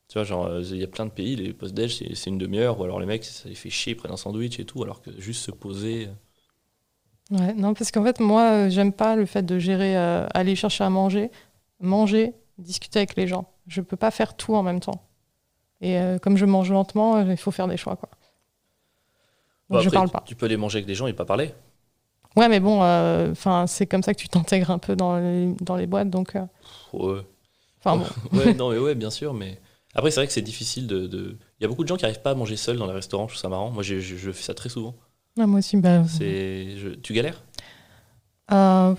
Speaker 2: Tu vois, genre, euh, il y a plein de pays, les post-déj, c'est c'est une demi-heure, ou alors les mecs, ça les fait chier, ils prennent un sandwich et tout, alors que juste se poser. euh,
Speaker 1: Ouais, non, parce qu'en fait, moi, euh, j'aime pas le fait de gérer, euh, aller chercher à manger, manger, discuter avec les gens. Je peux pas faire tout en même temps. Et euh, comme je mange lentement, euh, il faut faire des choix, quoi.
Speaker 2: bah,
Speaker 1: Donc, je
Speaker 2: après,
Speaker 1: parle
Speaker 2: tu-
Speaker 1: pas.
Speaker 2: Tu peux aller manger avec des gens et pas parler.
Speaker 1: Ouais, mais bon, euh, enfin, c'est comme ça que tu t'intègres un peu dans les, dans les boîtes, donc. euh,
Speaker 2: Ouais.
Speaker 1: Enfin bon.
Speaker 2: ouais, non, mais ouais, bien sûr, mais après, c'est vrai que c'est difficile de. de- Il y a beaucoup de gens qui n'arrivent pas à manger seuls dans les restaurants, je trouve ça marrant. Moi, je, je- je fais ça très souvent.
Speaker 1: Ah, moi aussi, bah,
Speaker 2: C'est, je- tu galères
Speaker 1: Euh,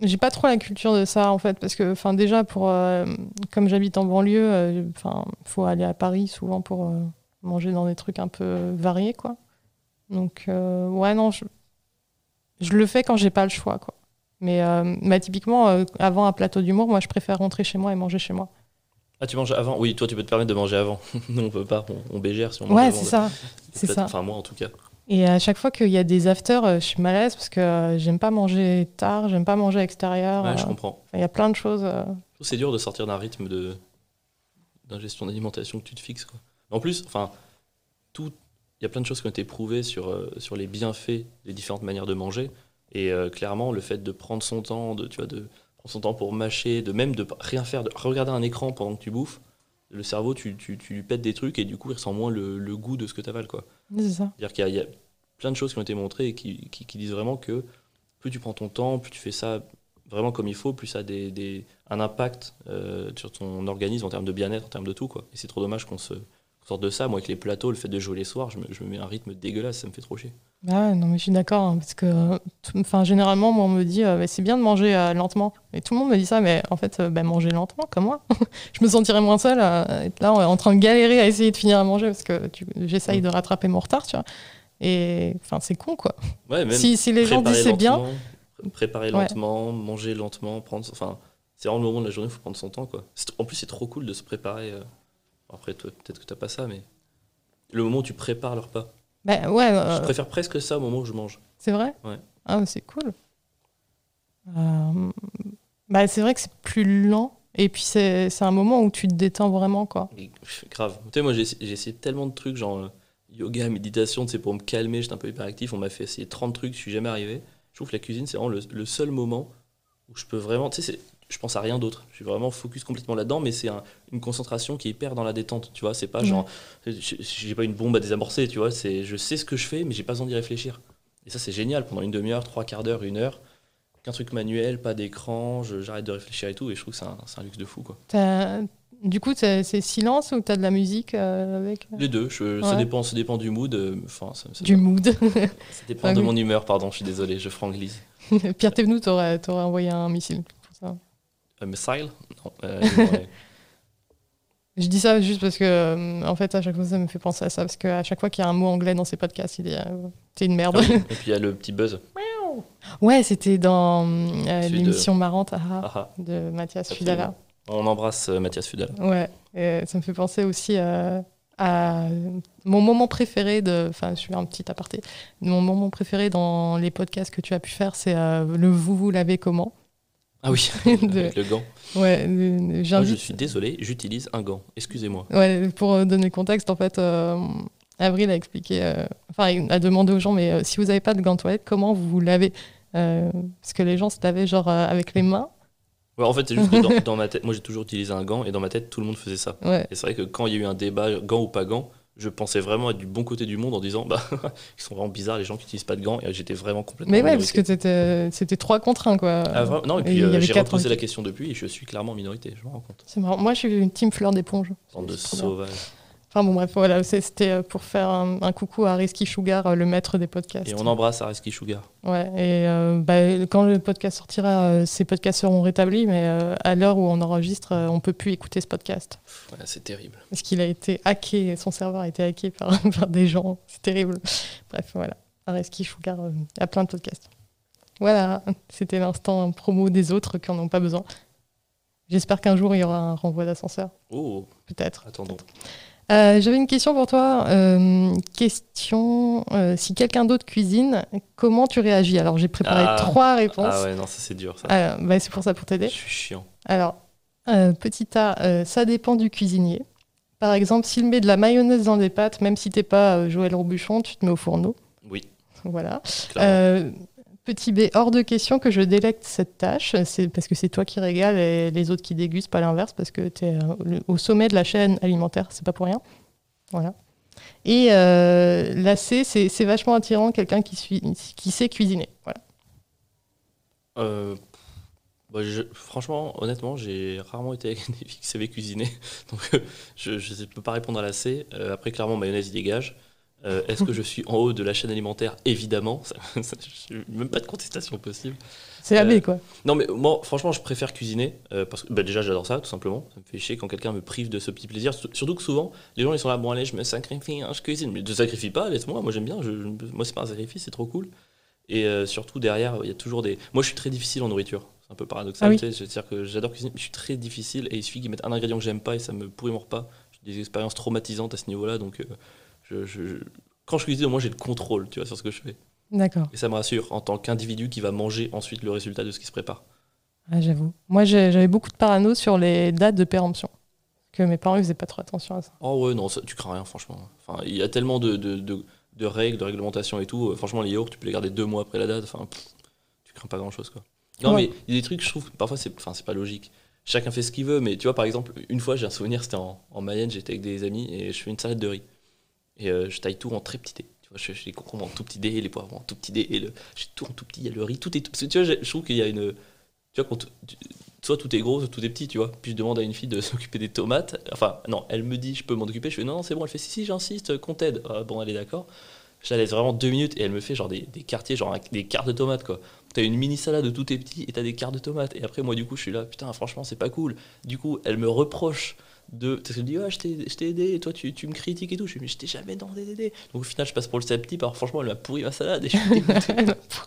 Speaker 1: j'ai pas trop la culture de ça en fait parce que enfin déjà pour euh, comme j'habite en banlieue euh, enfin faut aller à Paris souvent pour euh, manger dans des trucs un peu euh, variés quoi. Donc euh, ouais non je, je le fais quand j'ai pas le choix quoi. Mais euh, bah, typiquement euh, avant un plateau d'humour moi je préfère rentrer chez moi et manger chez moi.
Speaker 2: Ah, tu manges avant Oui, toi, tu peux te permettre de manger avant. Nous, on peut pas, on, on bégère si on mange
Speaker 1: Ouais
Speaker 2: avant.
Speaker 1: c'est ça c'est
Speaker 2: Peut-être-
Speaker 1: ça.
Speaker 2: Enfin, moi, en tout cas.
Speaker 1: Et à chaque fois qu'il y a des afters euh, je suis mal à l'aise parce que euh, j'aime pas manger tard j'aime pas manger à l'extérieur.
Speaker 2: Ouais,
Speaker 1: euh,
Speaker 2: je comprends.
Speaker 1: enfin, Il y a plein de choses. euh,
Speaker 2: C'est dur de sortir d'un rythme de d'ingestion d'alimentation que tu te fixes. quoi. En plus, enfin, tout, il y a plein de choses qui ont été prouvées sur euh, sur les bienfaits des différentes manières de manger. Et euh, clairement, le fait de prendre son temps, de tu vois, de prendre son temps pour mâcher, de même de pas- rien faire, de regarder un écran pendant que tu bouffes, le cerveau, tu, tu, tu lui pètes des trucs et du coup, il ressent moins le, le goût de ce que tu avales, quoi.
Speaker 1: c'est ça.
Speaker 2: C'est-à-dire qu'il y, a- il y a plein de choses qui ont été montrées et qui, qui- qui disent vraiment que plus tu prends ton temps, plus tu fais ça vraiment comme il faut, plus ça a des, des- un impact euh, sur ton organisme en termes de bien-être, en termes de tout. Quoi. Et c'est trop dommage qu'on se qu'on sorte de ça. Moi, avec les plateaux, le fait de jouer les soirs, je me, je me mets un rythme dégueulasse, ça me fait trop chier.
Speaker 1: Bah ouais, non, mais je suis d'accord, hein, parce que euh, tout- enfin, généralement, moi, on me dit, euh, Bah, c'est bien de manger euh, lentement. Et tout le monde me dit ça, mais en fait, euh, bah, manger lentement, comme moi. je me sentirais moins seule à être là en, en train de galérer à essayer de finir à manger, parce que tu-
Speaker 2: Mm.
Speaker 1: j'essaye de rattraper mon retard, tu vois. Et enfin, c'est con, quoi.
Speaker 2: Ouais, même
Speaker 1: Si, si les gens disent c'est bien,
Speaker 2: lentement, pr- Préparer
Speaker 1: Ouais.
Speaker 2: lentement, manger lentement, prendre. Enfin, c'est vraiment le moment de la journée, il faut prendre son temps. Quoi. C'est- En plus, c'est trop cool de se préparer. euh. Après, toi, peut-être que t'as pas ça, mais le moment où tu prépares le repas.
Speaker 1: bah ouais, euh,
Speaker 2: Je préfère presque ça au moment où je mange.
Speaker 1: c'est vrai.
Speaker 2: Ouais.
Speaker 1: Ah, mais c'est cool. Euh, bah, c'est vrai que c'est plus lent, et puis c'est c'est un moment où tu te détends vraiment, quoi.
Speaker 2: Mais, pff, grave. Tu sais, moi, j'ai j'ai essayé tellement de trucs, genre euh, yoga, méditation, tu sais, pour me calmer, j'étais un peu hyperactif. On m'a fait essayer 30 trucs, je suis jamais arrivé. Je trouve que la cuisine, c'est vraiment le, le seul moment où je peux vraiment. Tu sais, c'est- je pense à rien d'autre. Je suis vraiment focus complètement là-dedans, mais c'est un- une concentration qui est hyper dans la détente. Tu vois, c'est pas genre. j'ai- J'ai pas une bombe à désamorcer, tu vois. c'est- Je sais ce que je fais, mais j'ai pas besoin d'y réfléchir. Et ça, c'est génial pendant une demi-heure, trois quarts d'heure, une heure. Qu'un truc manuel, pas d'écran, je- j'arrête de réfléchir et tout. Et je trouve que c'est un, c'est un luxe de fou, quoi.
Speaker 1: T'as- Du coup, t'as- c'est silence ou t'as de la musique euh, avec
Speaker 2: Les deux, je-
Speaker 1: Ouais.
Speaker 2: ça, dépend, ça dépend du mood. euh, Enfin, ça, ça-
Speaker 1: du mood
Speaker 2: ça dépend
Speaker 1: Ah
Speaker 2: de
Speaker 1: oui.
Speaker 2: mon humeur, pardon, je suis désolé, je franglise.
Speaker 1: Pierre Thévenoud t'aurais t'aurais envoyé un missile. pour ça.
Speaker 2: Un missile Non. euh, ouais.
Speaker 1: Je dis ça juste parce que, euh, en fait, à chaque fois, ça me fait penser à ça. Parce qu'à chaque fois qu'il y a un mot anglais dans ces podcasts, il dit euh, T'es une
Speaker 2: Ah
Speaker 1: merde.
Speaker 2: oui, Et puis il y a le petit buzz.
Speaker 1: ouais, c'était dans euh,
Speaker 2: Celui de-
Speaker 1: l'émission marrante ah, ah,
Speaker 2: Ah, ah.
Speaker 1: de Mathias
Speaker 2: Absolument.
Speaker 1: Fudala.
Speaker 2: On embrasse euh, Mathias Fudal.
Speaker 1: Ouais, et ça me fait penser aussi euh, à mon moment préféré de. Enfin, je fais un petit aparté. Mon moment préféré dans les podcasts que tu as pu faire, c'est euh, le Vous vous lavez comment
Speaker 2: Ah oui,
Speaker 1: De-
Speaker 2: avec le gant.
Speaker 1: Ouais, euh,
Speaker 2: Moi, je
Speaker 1: j'invite.
Speaker 2: suis désolé, j'utilise un gant. Excusez-moi.
Speaker 1: Ouais, pour euh, donner le contexte, en fait, euh, Avril a expliqué, euh, enfin, a demandé aux gens, mais euh, si vous n'avez pas de gants de toilette, comment vous vous lavez Euh, Parce que les gens se lavaient genre euh, avec les mains.
Speaker 2: Ouais, en fait, c'est juste que dans, dans ma tête, moi j'ai toujours utilisé un gant et dans ma tête, tout le monde faisait ça.
Speaker 1: Ouais,
Speaker 2: Et c'est vrai que quand il y a eu un débat gant ou pas gant, je pensais vraiment être du bon côté du monde en disant bah ils sont vraiment bizarres les gens qui utilisent pas de gants et j'étais vraiment complètement.
Speaker 1: mais ouais, parce
Speaker 2: minoritaire.
Speaker 1: que t'étais- c'était 3 contre 1, quoi.
Speaker 2: Ah, vraiment non, et
Speaker 1: il
Speaker 2: puis
Speaker 1: y
Speaker 2: euh,
Speaker 1: avait
Speaker 2: j'ai
Speaker 1: quatre
Speaker 2: reposé
Speaker 1: en-
Speaker 2: la question depuis et je suis clairement en minorité, je me rends compte.
Speaker 1: C'est marrant. Moi, je suis une team fleur d'éponge.
Speaker 2: Bande de
Speaker 1: C'est trop bien.
Speaker 2: sauvages.
Speaker 1: Enfin, bon, bref, voilà, c'est- c'était euh, pour faire un, un coucou à Risky Sugar, euh, le maître des podcasts.
Speaker 2: Et on embrasse Areski Sugar.
Speaker 1: Ouais, et euh, bah, quand le podcast sortira, euh, ces podcasts seront rétablis, mais euh, à l'heure où on enregistre, euh, on peut plus écouter ce podcast.
Speaker 2: Ouais, c'est terrible.
Speaker 1: Parce qu'il a été hacké, son serveur a été hacké par, par des gens. C'est terrible. Bref, voilà. Areski Sugar euh, a plein de podcasts. Voilà, c'était l'instant promo des autres qui n'en ont pas besoin. J'espère qu'un jour, il y aura un renvoi d'ascenseur,
Speaker 2: Oh,
Speaker 1: peut-être.
Speaker 2: attendons.
Speaker 1: Euh, J'avais une question pour toi. Euh, question euh, si quelqu'un d'autre cuisine, comment tu réagis Alors, j'ai préparé
Speaker 2: Ah.
Speaker 1: trois réponses.
Speaker 2: Ah ouais, non, ça c'est dur ça.
Speaker 1: Euh, bah, C'est pour ça, pour
Speaker 2: Je
Speaker 1: t'aider.
Speaker 2: suis chiant.
Speaker 1: Alors, euh, petit A, euh, ça dépend du cuisinier. Par exemple, s'il met de la mayonnaise dans des pâtes, même si t'es pas euh, Joël Robuchon, tu te mets au fourneau.
Speaker 2: Oui,
Speaker 1: Voilà.
Speaker 2: clairement.
Speaker 1: Euh, petit B, hors de question que je délecte cette tâche. C'est parce que c'est toi qui régales et les autres qui dégustent, pas l'inverse, parce que tu es au sommet de la chaîne alimentaire, c'est pas pour rien. Voilà. Et euh, la C, c'est c'est vachement attirant, quelqu'un qui, sui- qui sait cuisiner. Voilà.
Speaker 2: Euh, bah, je- franchement, honnêtement, j'ai rarement été avec des filles qui savaient cuisiner. Donc, euh, je ne peux pas répondre à la C. Euh, après, clairement, mayonnaise, il dégage. Euh, Est-ce que je suis en haut de la chaîne alimentaire Évidemment. Ça- ça- j'ai même pas de contestation possible.
Speaker 1: C'est la
Speaker 2: Euh,
Speaker 1: B, quoi.
Speaker 2: Non, mais moi, franchement, je préfère cuisiner. euh, parce que bah, déjà, j'adore ça, tout simplement. Ça me fait chier quand quelqu'un me prive de ce petit plaisir. Sur- Surtout que souvent, les gens, ils sont là, bon, allez, je me sacrifie, hein, je cuisine. Mais ne te sacrifie pas, laisse-moi. Moi, j'aime bien. Je, je- moi, c'est pas un sacrifice, c'est trop cool. Et euh, surtout, derrière, il y a toujours des. Moi, je suis très difficile en nourriture. C'est un peu paradoxal.
Speaker 1: Ah oui.
Speaker 2: tu sais, C'est-à-dire que j'adore cuisiner, mais je suis très difficile. Et il suffit qu'ils mettent un ingrédient que j'aime pas et ça me pourrit mon repas. J'ai des expériences traumatisantes à ce niveau-là. Donc, euh, je- je- je- quand je cuisine, au moins, j'ai le contrôle, tu vois, sur ce que je fais.
Speaker 1: D'accord.
Speaker 2: Et ça me rassure en tant qu'individu qui va manger ensuite le résultat de ce qui se prépare.
Speaker 1: Ah, J'avoue. Moi, j'ai- j'avais beaucoup de parano sur les dates de péremption. Que mes parents ils faisaient pas trop attention à ça.
Speaker 2: Oh ouais, non, ça, tu crains rien, franchement. Enfin, il y a tellement de, de, de- de règles, de réglementations et tout. Euh, Franchement, les yaourts, tu peux les garder deux mois après la date. Enfin, pff, tu crains pas grand-chose, quoi. Non,
Speaker 1: Ouais.
Speaker 2: mais il y a des trucs, je trouve, que parfois, c'est enfin, c'est pas logique. Chacun fait ce qu'il veut, mais tu vois, par exemple, une fois, j'ai un souvenir, c'était en, en Mayenne, j'étais avec des amis et je fais une salade de riz. Et euh, je taille tout en très petit dé. Tu vois, je fais les concombres en tout petit dé, les poivrons en tout petit dé, et le, j'ai tout en tout petit, il y a le riz, tout est tout. Parce que tu vois, j'ai- je trouve qu'il y a une. Tu vois, quand tu- soit tout est gros, soit tout est petit, tu vois. Puis je demande à une fille de s'occuper des tomates. Enfin, non, elle me dit, je peux m'en occuper. Je fais, non, non, c'est bon. Elle fait, si, si, j'insiste, qu'on t'aide. Ah, bon, elle est d'accord. Je la laisse vraiment deux minutes et elle me fait genre des, des quartiers, genre un- des quarts de tomates, quoi. T'as une mini salade de tout est petit et t'as des quarts de tomates. Et après, moi, du coup, je suis là, putain, franchement, c'est pas cool. Du coup, elle me reproche de. Parce qu'elle me dit, ouais, je t'ai je t'ai aidé, et toi, tu, tu me critiques et tout. Je fais, mais je t'ai jamais demandé d'aider. Donc, au final, je passe pour le septi, alors franchement, elle m'a pourri ma salade et je suis dégoûté.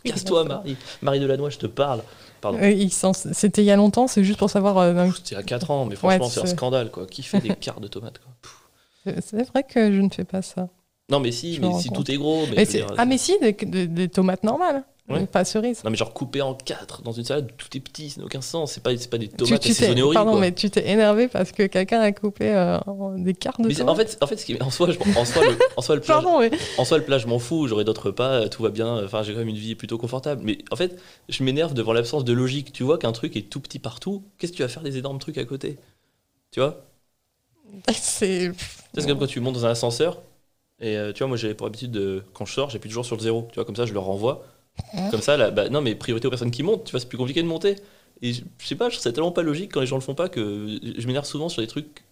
Speaker 2: Casse-toi, Marie. Marie Delannoy, je te parle. Pardon.
Speaker 1: Euh, ils s'en- C'était il y a longtemps, c'est juste pour savoir. euh, même-
Speaker 2: C'était à 4 ans, mais franchement,
Speaker 1: Ouais,
Speaker 2: c'est un
Speaker 1: c'est-
Speaker 2: scandale, quoi. Qui fait des quarts de tomates, quoi. Pff.
Speaker 1: C'est vrai que je ne fais pas ça.
Speaker 2: Non, mais si,
Speaker 1: Je me
Speaker 2: mais
Speaker 1: rends
Speaker 2: si
Speaker 1: compte.
Speaker 2: tout est gros. Mais
Speaker 1: Mais
Speaker 2: je veux
Speaker 1: c'est-
Speaker 2: dire,
Speaker 1: ah, mais si, des, des- des tomates normales,
Speaker 2: Ouais.
Speaker 1: pas cerises.
Speaker 2: Non, mais genre coupé en quatre dans une salade, tout est petit, ça n'a aucun sens. C'est pas, c'est pas des
Speaker 1: Tu,
Speaker 2: tomates
Speaker 1: tu t'es,
Speaker 2: assaisonnées au riz.
Speaker 1: pardon,
Speaker 2: quoi.
Speaker 1: mais tu t'es énervé parce que quelqu'un a coupé euh, en- des quarts de
Speaker 2: Mais c'est- en
Speaker 1: tomates.
Speaker 2: fait, en fait, ce qui est- en soi, je- en soi, le, en soi, le plat,
Speaker 1: Pardon, mais
Speaker 2: en soi, le plat, je m'en fous. J'aurai d'autres repas, tout va bien. Enfin, j'ai quand même une vie plutôt confortable. Mais en fait, je m'énerve devant l'absence de logique. Tu vois qu'un truc est tout petit partout. Qu'est-ce que tu vas faire des énormes trucs à côté Tu vois
Speaker 1: c'est.
Speaker 2: Tu sais, C'est comme quand tu montes dans un ascenseur. Et euh, tu vois, moi j'avais pour habitude, de, quand je sors, j'appuie toujours sur le zéro. Tu vois, comme ça, je le renvoie. Comme ça, là, bah, non, mais priorité aux personnes qui montent. Tu vois, c'est plus compliqué de monter. Et je, je sais pas, je trouve ça tellement pas logique quand les gens le font pas que je m'énerve souvent sur des trucs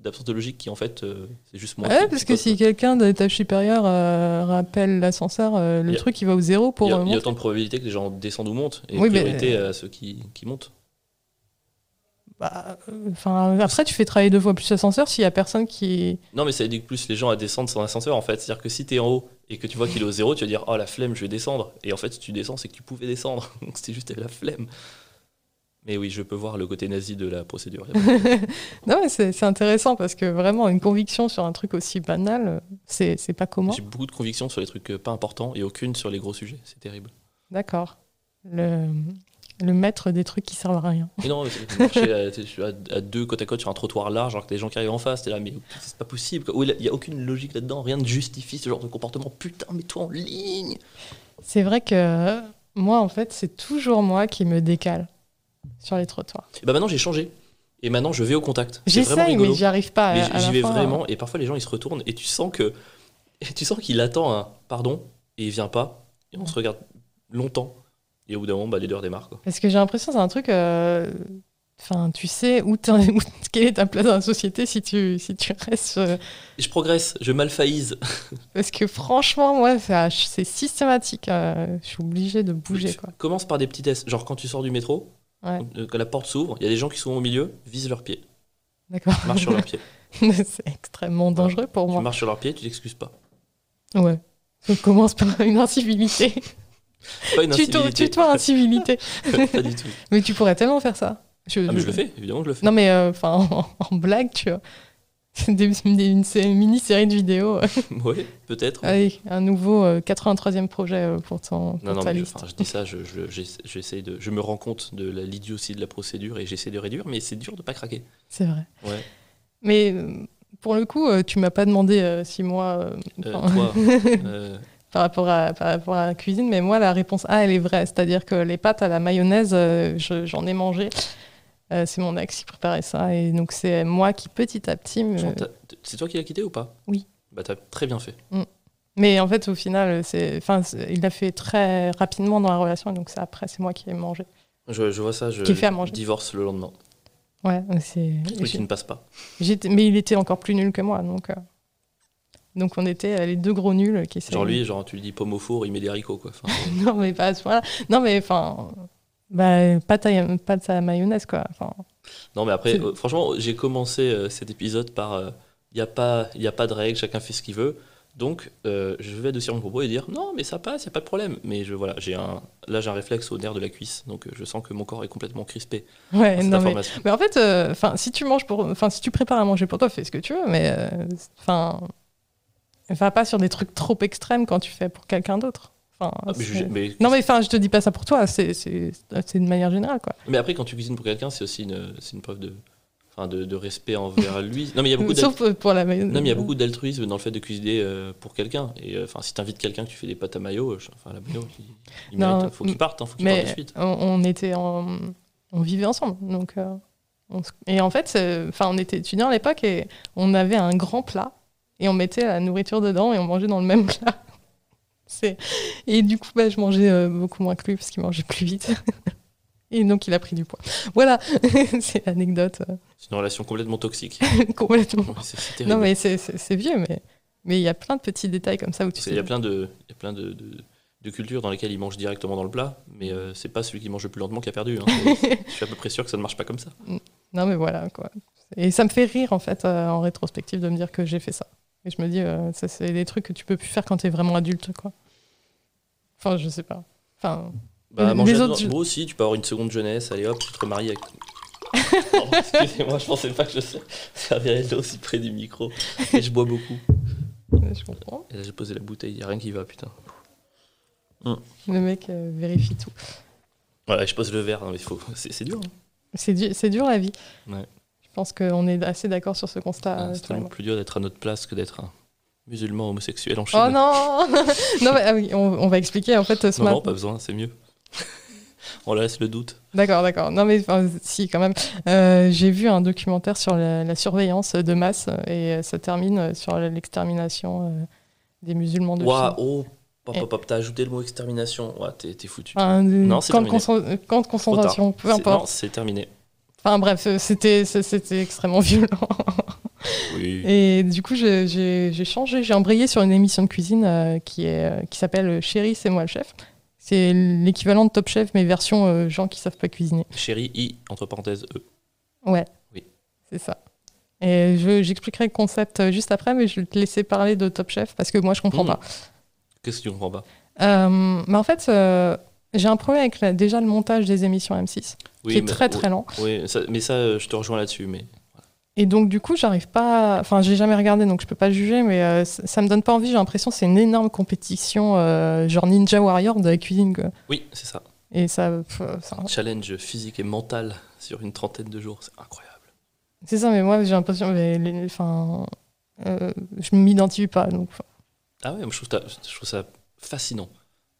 Speaker 2: d'absence de logique qui, en fait, euh, c'est juste moi.
Speaker 1: Ouais,
Speaker 2: qui-
Speaker 1: parce
Speaker 2: qui
Speaker 1: que
Speaker 2: pose,
Speaker 1: si
Speaker 2: quoi.
Speaker 1: quelqu'un d'étage supérieur euh, rappelle l'ascenseur, euh, le
Speaker 2: Il y a-
Speaker 1: truc il va au zéro pour.
Speaker 2: il y, a,
Speaker 1: euh,
Speaker 2: il y a
Speaker 1: monter.
Speaker 2: autant de probabilités que les gens descendent ou montent. Et
Speaker 1: Oui, mais-
Speaker 2: priorité à ceux qui, qui montent.
Speaker 1: Bah, euh, enfin, après, tu fais travailler deux fois plus l'ascenseur s'il y a personne qui.
Speaker 2: Non, mais ça aide plus les gens à descendre sans ascenseur, en fait. C'est-à-dire que si t'es en haut et que tu vois qu'il est au zéro, tu vas dire, oh la flemme, je vais descendre. Et en fait, si tu descends, c'est que tu pouvais descendre. Donc c'était juste la flemme. Mais oui, je peux voir le côté nazi de la procédure.
Speaker 1: Non, mais c'est c'est intéressant parce que vraiment, une conviction sur un truc aussi banal, euh, c'est c'est pas commun.
Speaker 2: J'ai beaucoup de convictions sur les trucs euh, pas importants et aucune sur les gros sujets. C'est terrible.
Speaker 1: D'accord. Le, le maître des trucs qui servent à rien.
Speaker 2: Mais non, c'est- marcher à, t'es- à- à deux côte à côte sur un trottoir large alors que les gens qui arrivent en face, t'es là, mais c'est pas possible. quoi. Où Il n'y a aucune logique là-dedans, rien ne justifie ce genre de comportement. Putain, mais toi en ligne
Speaker 1: C'est vrai que euh, moi, en fait, c'est toujours moi qui me décale sur les trottoirs.
Speaker 2: Et bah maintenant, j'ai changé. Et maintenant, je vais au contact. C'est vraiment
Speaker 1: J'essaye, mais
Speaker 2: rigolo.
Speaker 1: j'y arrive pas. à-
Speaker 2: Mais
Speaker 1: à la
Speaker 2: j'y vais
Speaker 1: fin. hein.
Speaker 2: vraiment, et parfois les gens ils se retournent et tu sens que et tu sens qu'il attend un pardon et il vient pas et on se regarde longtemps et au bout d'un moment bah, les deux redémarrent quoi.
Speaker 1: Parce que j'ai l'impression que c'est un truc. euh, Enfin, tu sais où, t'en- où- quelle est ta place dans la société si tu, si tu restes. euh,
Speaker 2: Et je progresse, je malfaïse.
Speaker 1: Parce que franchement, moi, ça- c'est systématique. euh, je suis obligée de bouger.
Speaker 2: Tu
Speaker 1: Quoi.
Speaker 2: Commence par des petits tests, genre quand tu sors du métro,
Speaker 1: Ouais.
Speaker 2: euh, quand la porte s'ouvre, il y a des gens qui sont au milieu, visent leurs pieds,
Speaker 1: D'accord.
Speaker 2: marche sur leurs pieds.
Speaker 1: c'est extrêmement dangereux pour
Speaker 2: Tu
Speaker 1: moi.
Speaker 2: marches sur leurs pieds, tu t'excuses pas.
Speaker 1: Ouais. On commence par une incivilité.
Speaker 2: Pas une
Speaker 1: Tuto,
Speaker 2: incivilité.
Speaker 1: tuto incivilité.
Speaker 2: pas du tout.
Speaker 1: Mais tu pourrais tellement faire ça.
Speaker 2: Ah mais je le fais, évidemment que je le fais.
Speaker 1: Non, mais euh, enfin, en, en blague, tu vois. Des- des- une, sé- une mini-série de vidéos.
Speaker 2: oui, peut-être.
Speaker 1: Allez, un nouveau euh, 83e projet euh, pour, ton, pour
Speaker 2: Non, non,
Speaker 1: ta
Speaker 2: mais je,
Speaker 1: liste.
Speaker 2: enfin, je dis ça, je, je- j'essa- j'essaye de, je me rends compte de la- l'idiotie de la procédure et j'essaie de réduire, mais c'est dur de pas craquer.
Speaker 1: C'est vrai.
Speaker 2: Ouais.
Speaker 1: Mais euh, pour le coup, euh, tu m'as pas demandé euh, si moi, euh,
Speaker 2: Euh,
Speaker 1: enfin,
Speaker 2: toi, euh,
Speaker 1: par, rapport à, par rapport à la cuisine, mais moi, la réponse A, elle est vraie. C'est-à-dire que les pâtes à la mayonnaise, euh, je- j'en ai mangé. Euh, c'est mon ex qui préparait ça. Et donc, c'est moi qui, petit à petit. me-
Speaker 2: Jean, t'as- t- c'est toi qui l'as quitté ou pas
Speaker 1: Euh. Oui.
Speaker 2: Bah, t'as très bien fait.
Speaker 1: Mais en fait, au final, c'est, enfin, c'est- il l'a fait très rapidement dans la relation. Et donc, c'est après, c'est moi qui ai mangé.
Speaker 2: Je, je vois ça, je
Speaker 1: Qui fait à manger.
Speaker 2: divorce le lendemain.
Speaker 1: Ouais, c'est.
Speaker 2: Truc qui ne passe pas.
Speaker 1: J'étais- mais il était encore plus nul que moi, donc. euh, Donc on était euh, les deux gros nuls qui
Speaker 2: Genre lui, genre tu lui dis pomme au four, il met des haricots quoi. Enfin,
Speaker 1: Non mais pas à ce point-là. Non mais enfin, bah, pas ta pas de sa mayonnaise quoi. Enfin,
Speaker 2: non mais après,
Speaker 1: C'est-
Speaker 2: euh, franchement, j'ai commencé euh, cet épisode par il n'y a, pas- y a pas de règle, chacun fait ce qu'il veut. Donc euh, je vais adoucir mon propos et dire non mais ça passe, il n'y a pas de problème. Mais je, voilà, j'ai un, là j'ai un réflexe au nerf de la cuisse, donc euh, je sens que mon corps est complètement crispé.
Speaker 1: ouais.
Speaker 2: par cette
Speaker 1: Euh, non, mais,
Speaker 2: information.
Speaker 1: mais en fait, euh, enfin si tu manges pour, enfin si tu prépares à manger pour toi, fais ce que tu veux, mais euh, enfin, va pas sur des trucs trop extrêmes quand tu fais pour quelqu'un d'autre. Enfin,
Speaker 2: Ah, mais je-
Speaker 1: c'est-
Speaker 2: mais-
Speaker 1: non mais enfin, je te dis pas ça pour toi, c'est c'est c'est de manière générale quoi.
Speaker 2: mais après quand tu cuisines pour quelqu'un, c'est aussi une, c'est une preuve de, enfin, de, de respect envers lui. Non mais il y a beaucoup de
Speaker 1: Sauf euh, pour la mayonnaise.
Speaker 2: Non, mais il y a beaucoup d'altruisme dans le fait de cuisiner euh, pour quelqu'un. Et euh, enfin, si t'invites quelqu'un que tu fais des pâtes à maillot, euh, je- enfin, la maillot, il, il
Speaker 1: Non,
Speaker 2: mérite, faut qu'il
Speaker 1: mm,
Speaker 2: parte, hein, faut qu'il parte
Speaker 1: Mais
Speaker 2: de suite.
Speaker 1: on, on était en, on vivait ensemble, donc euh, on se- et en fait, c'est- enfin, on était étudiants à l'époque et on avait un grand plat et on mettait la nourriture dedans et on mangeait dans le même plat. C'est et du coup, bah, je mangeais euh, beaucoup moins que lui parce qu'il mangeait plus vite. Et donc il a pris du poids. Voilà, c'est l'anecdote euh,
Speaker 2: C'est une relation complètement toxique.
Speaker 1: complètement.
Speaker 2: Ouais, c'est c'est terrible.
Speaker 1: Non mais c'est- c'est c'est vieux, mais mais il y a plein de petits détails comme ça où tu
Speaker 2: Parce
Speaker 1: sais.
Speaker 2: qu'il y a plein de, il y a plein de, de- de cultures dans lesquelles ils mangent directement dans le plat, mais euh, c'est pas celui qui mange le plus lentement qui a perdu. hein. C'est- je suis à peu près sûr que ça ne marche pas comme ça.
Speaker 1: Non, mais voilà, quoi. Et ça me fait rire, en fait, euh, en rétrospective, de me dire que j'ai fait ça. Et je me dis, euh, ça, c'est des trucs que tu peux plus faire quand t'es vraiment adulte, quoi. Enfin, je sais pas. Enfin,
Speaker 2: Bah,
Speaker 1: Les
Speaker 2: manger à
Speaker 1: autres-
Speaker 2: deux- Moi aussi, tu peux avoir une seconde jeunesse, allez hop, tu te remaries avec. Pardon, Excusez-moi, je pensais pas que je servirais là aussi près du micro. Et je bois beaucoup.
Speaker 1: euh, je comprends.
Speaker 2: Et là, j'ai posé la bouteille, y a rien qui va, putain.
Speaker 1: Le mec euh, vérifie tout.
Speaker 2: Voilà, je pose le verre, hein, mais il faut... c'est c'est
Speaker 1: Ah,
Speaker 2: dur. hein.
Speaker 1: C'est du- c'est dur, la vie.
Speaker 2: Ouais.
Speaker 1: Je pense qu'on est assez d'accord sur ce constat.
Speaker 2: Ah,
Speaker 1: euh,
Speaker 2: c'est
Speaker 1: toi et
Speaker 2: tellement
Speaker 1: moi.
Speaker 2: plus dur d'être à notre place que d'être un musulman homosexuel en Chine.
Speaker 1: Oh non Non, mais ah oui, on, on va expliquer, en fait, ce
Speaker 2: non, non,
Speaker 1: matin.
Speaker 2: pas besoin, c'est mieux. On laisse le doute.
Speaker 1: D'accord, d'accord. Non, mais enfin, si, quand même. Euh, J'ai vu un documentaire sur la, la surveillance de masse et euh, ça termine euh, sur l'extermination euh, des musulmans de Chine.
Speaker 2: Waouh, oh, pop,
Speaker 1: Eh.
Speaker 2: pop, pop, t'as ajouté le mot extermination. Ouah, t'es t'es foutu.
Speaker 1: Enfin,
Speaker 2: Non,
Speaker 1: non,
Speaker 2: c'est
Speaker 1: camp, de
Speaker 2: terminé.
Speaker 1: concent- euh, camp de concentration, Ah, peu
Speaker 2: C'est-
Speaker 1: importe.
Speaker 2: Non, c'est terminé.
Speaker 1: Enfin bref, euh, c'était c'est- c'était extrêmement violent.
Speaker 2: Oui.
Speaker 1: Et du coup, j'ai- j'ai j'ai changé, j'ai embrayé sur une émission de cuisine euh, qui est euh, qui s'appelle Chérie, c'est moi le chef. C'est l'équivalent de Top Chef, mais version euh, gens qui savent pas cuisiner.
Speaker 2: Chérie, I, entre parenthèses, E.
Speaker 1: C'est ça. Et je- j'expliquerai le concept euh, juste après, mais je vais te laisser parler de Top Chef parce que moi, je comprends
Speaker 2: Mm.
Speaker 1: pas.
Speaker 2: Qu'est-ce que tu comprends pas
Speaker 1: Euh, mais en fait, euh, j'ai un problème avec la- déjà le montage des émissions M6, qui est
Speaker 2: mais-
Speaker 1: très très lent.
Speaker 2: Oui, ça- mais ça, euh, je te rejoins là-dessus. Mais
Speaker 1: Et donc, du coup, j'arrive pas. Enfin, j'ai jamais regardé, donc je peux pas juger, mais euh, ça, ça me donne pas envie. J'ai l'impression que c'est une énorme compétition, euh, genre Ninja Warrior de la cuisine, quoi.
Speaker 2: oui, c'est ça.
Speaker 1: Et ça. pff, ça-
Speaker 2: Challenge physique et mental sur une trentaine de jours, c'est incroyable.
Speaker 1: c'est ça, mais moi, j'ai l'impression. mais les- Enfin. euh, je m'identifie pas, donc. enfin,
Speaker 2: Ah ouais, moi, je trouve ça, je trouve ça fascinant.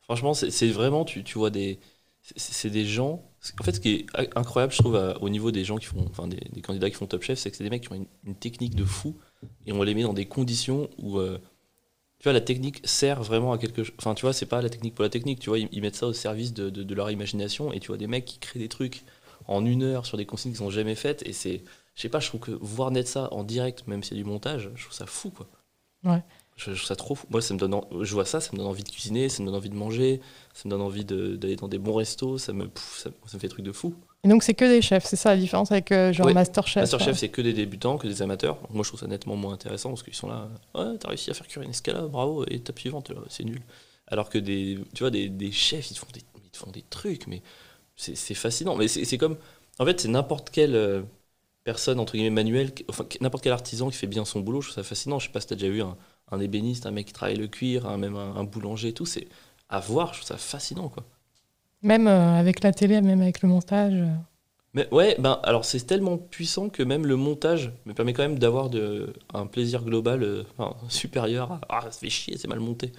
Speaker 2: Franchement, c'est c'est vraiment, tu, tu vois, des, c'est- c'est des gens. En fait, ce qui est a- incroyable, je trouve, à- au niveau des gens qui font, enfin, des, des candidats qui font Top Chef, c'est que c'est des mecs qui ont une, une technique de fou et on les met dans des conditions où, euh, tu vois, la technique sert vraiment à quelque chose. Enfin, tu vois, c'est pas la technique pour la technique, tu vois, ils, ils mettent ça au service de, de- de leur imagination et tu vois des mecs qui créent des trucs en une heure sur des consignes qu'ils n'ont jamais faites et c'est, je sais pas, je trouve que voir naître ça en direct, même s'il y a du montage, je trouve ça fou, quoi.
Speaker 1: Ouais.
Speaker 2: Je, je trouve ça trop fou. Moi, ça me donne en- je vois ça, ça me donne envie de cuisiner, ça me donne envie de manger, ça me donne envie de- d'aller dans des bons restos, ça me, pouf, ça, ça me fait des trucs de fou.
Speaker 1: Et donc, c'est que des chefs, c'est ça la différence avec euh, genre
Speaker 2: Ouais.
Speaker 1: Masterchef.
Speaker 2: Masterchef, c'est que des débutants, que des amateurs. Donc moi, je trouve ça nettement moins intéressant parce qu'ils sont là. Ouais, t'as réussi à faire cuire une escalade, bravo, et étape suivante, euh, c'est nul. Alors que des, tu vois, des, des chefs, ils te font des, ils te font des trucs, mais c'est c'est fascinant. Mais c'est c'est comme. En fait, c'est n'importe quel. euh, personne, entre guillemets, manuelle, qui- enfin, qui- n'importe quel artisan qui fait bien son boulot, je trouve ça fascinant. Je sais pas si t'as déjà vu un, un ébéniste, un mec qui travaille le cuir, un, même un, un boulanger et tout. C'est à voir, je trouve ça fascinant, quoi.
Speaker 1: Même euh, avec la télé, même avec le montage. euh,
Speaker 2: Ah, Mais ouais, ben alors c'est tellement puissant que même le montage me permet quand même d'avoir de- un plaisir global euh, enfin, supérieur. À, ah, ça fait chier, c'est mal monté.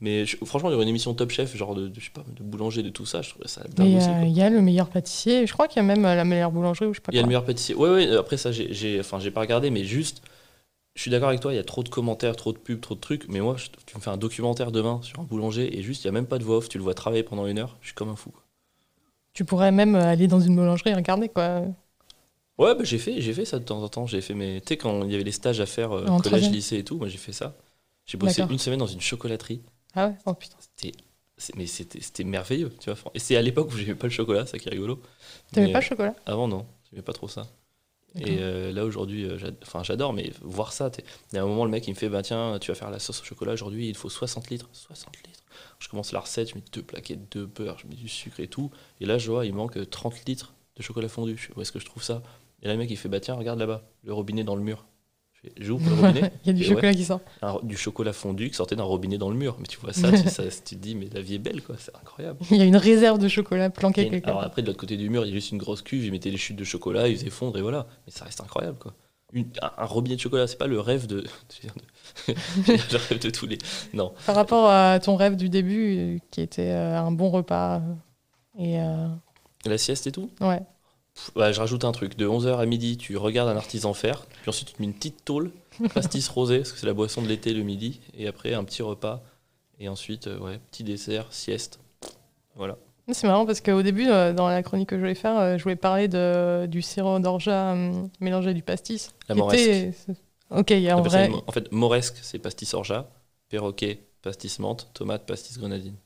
Speaker 2: Mais je- franchement, il y aurait une émission Top Chef, genre de, de- je sais pas, de boulanger, de tout ça, je trouverais ça dingue
Speaker 1: Mais
Speaker 2: aussi,
Speaker 1: euh,
Speaker 2: quoi.
Speaker 1: il y a le meilleur pâtissier. Je crois qu'il y a même euh, la meilleure boulangerie ou je sais pas
Speaker 2: Il y a
Speaker 1: quoi.
Speaker 2: le meilleur pâtissier. Ouais, ouais, après ça, j'ai- j'ai enfin, j'ai pas regardé, mais juste, je suis d'accord avec toi, il y a trop de commentaires, trop de pubs, trop de trucs. Mais moi, je- tu me fais un documentaire demain sur un boulanger et juste, il y a même pas de voix off, tu le vois travailler pendant une heure, je suis comme un fou. quoi.
Speaker 1: Tu pourrais même euh, aller dans une boulangerie et regarder quoi.
Speaker 2: Ouais, bah, j'ai fait, j'ai fait ça de temps en temps. J'ai fait mes, tu sais, quand il y avait les stages à faire euh,
Speaker 1: En
Speaker 2: collège,
Speaker 1: troisième.
Speaker 2: lycée et tout, moi j'ai fait ça. J'ai bossé
Speaker 1: D'accord.
Speaker 2: une semaine dans une chocolaterie.
Speaker 1: Ah ouais, oh putain.
Speaker 2: C'était, c'est- mais c'était, c'était merveilleux, tu vois. fran- Et c'est à l'époque où j'aimais pas le chocolat, ça qui est rigolo.
Speaker 1: T'aimais
Speaker 2: Mais,
Speaker 1: pas le chocolat
Speaker 2: euh, Avant non, j'aimais pas trop ça.
Speaker 1: D'accord.
Speaker 2: Et euh, là aujourd'hui, euh, j'ad- enfin j'adore, mais voir ça, t'es- il y a un moment le mec il me fait, bah tiens, tu vas faire la sauce au chocolat aujourd'hui, il te faut 60 litres, 60 litres. Je commence la recette, je mets deux plaquettes de beurre, je mets du sucre et tout, et là je vois il manque 30 litres de chocolat fondu. Je fais, où est-ce que je trouve ça Et là le mec il fait, bah tiens, regarde là-bas, le robinet dans le mur. Je fais, J'ouvre le robinet,
Speaker 1: Il y a du
Speaker 2: Et ouais.
Speaker 1: chocolat qui sort.
Speaker 2: un ro- du chocolat fondu qui sortait d'un robinet dans le mur. Mais tu vois ça, tu, ça, tu te dis, mais la vie est belle quoi, c'est incroyable.
Speaker 1: Il y a une réserve de chocolat planquée
Speaker 2: Et une-
Speaker 1: quelque
Speaker 2: alors
Speaker 1: part.
Speaker 2: après, de l'autre côté du mur, il y a juste une grosse cuve, ils mettaient les chutes de chocolat, ils faisaient fondre et voilà. Mais ça reste incroyable, quoi. Une- un, un robinet de chocolat, c'est pas le rêve de... je veux dire de- le rêve de tous les... Non.
Speaker 1: Par rapport à ton rêve du début, euh, qui était euh, un bon repas euh, et euh,
Speaker 2: La sieste et tout
Speaker 1: ouais.
Speaker 2: Pff, ouais, Je rajoute un truc. De 11h à midi, tu regardes un artisan faire, puis ensuite tu te mets une petite tôle, pastis rosé, parce que c'est la boisson de l'été le midi, et après un petit repas, et ensuite, euh, ouais, petit dessert, sieste. Voilà.
Speaker 1: C'est marrant parce qu'au début, euh, dans la chronique que je voulais faire, euh, je voulais parler de, du sirop d'orgeat hum, mélangé à du pastis.
Speaker 2: La
Speaker 1: qui était- Ok, il y a en
Speaker 2: On appelle ça
Speaker 1: vrai.
Speaker 2: une- en fait, moresque, c'est pastis orgeat, perroquet, pastis menthe, tomate, pastis grenadine.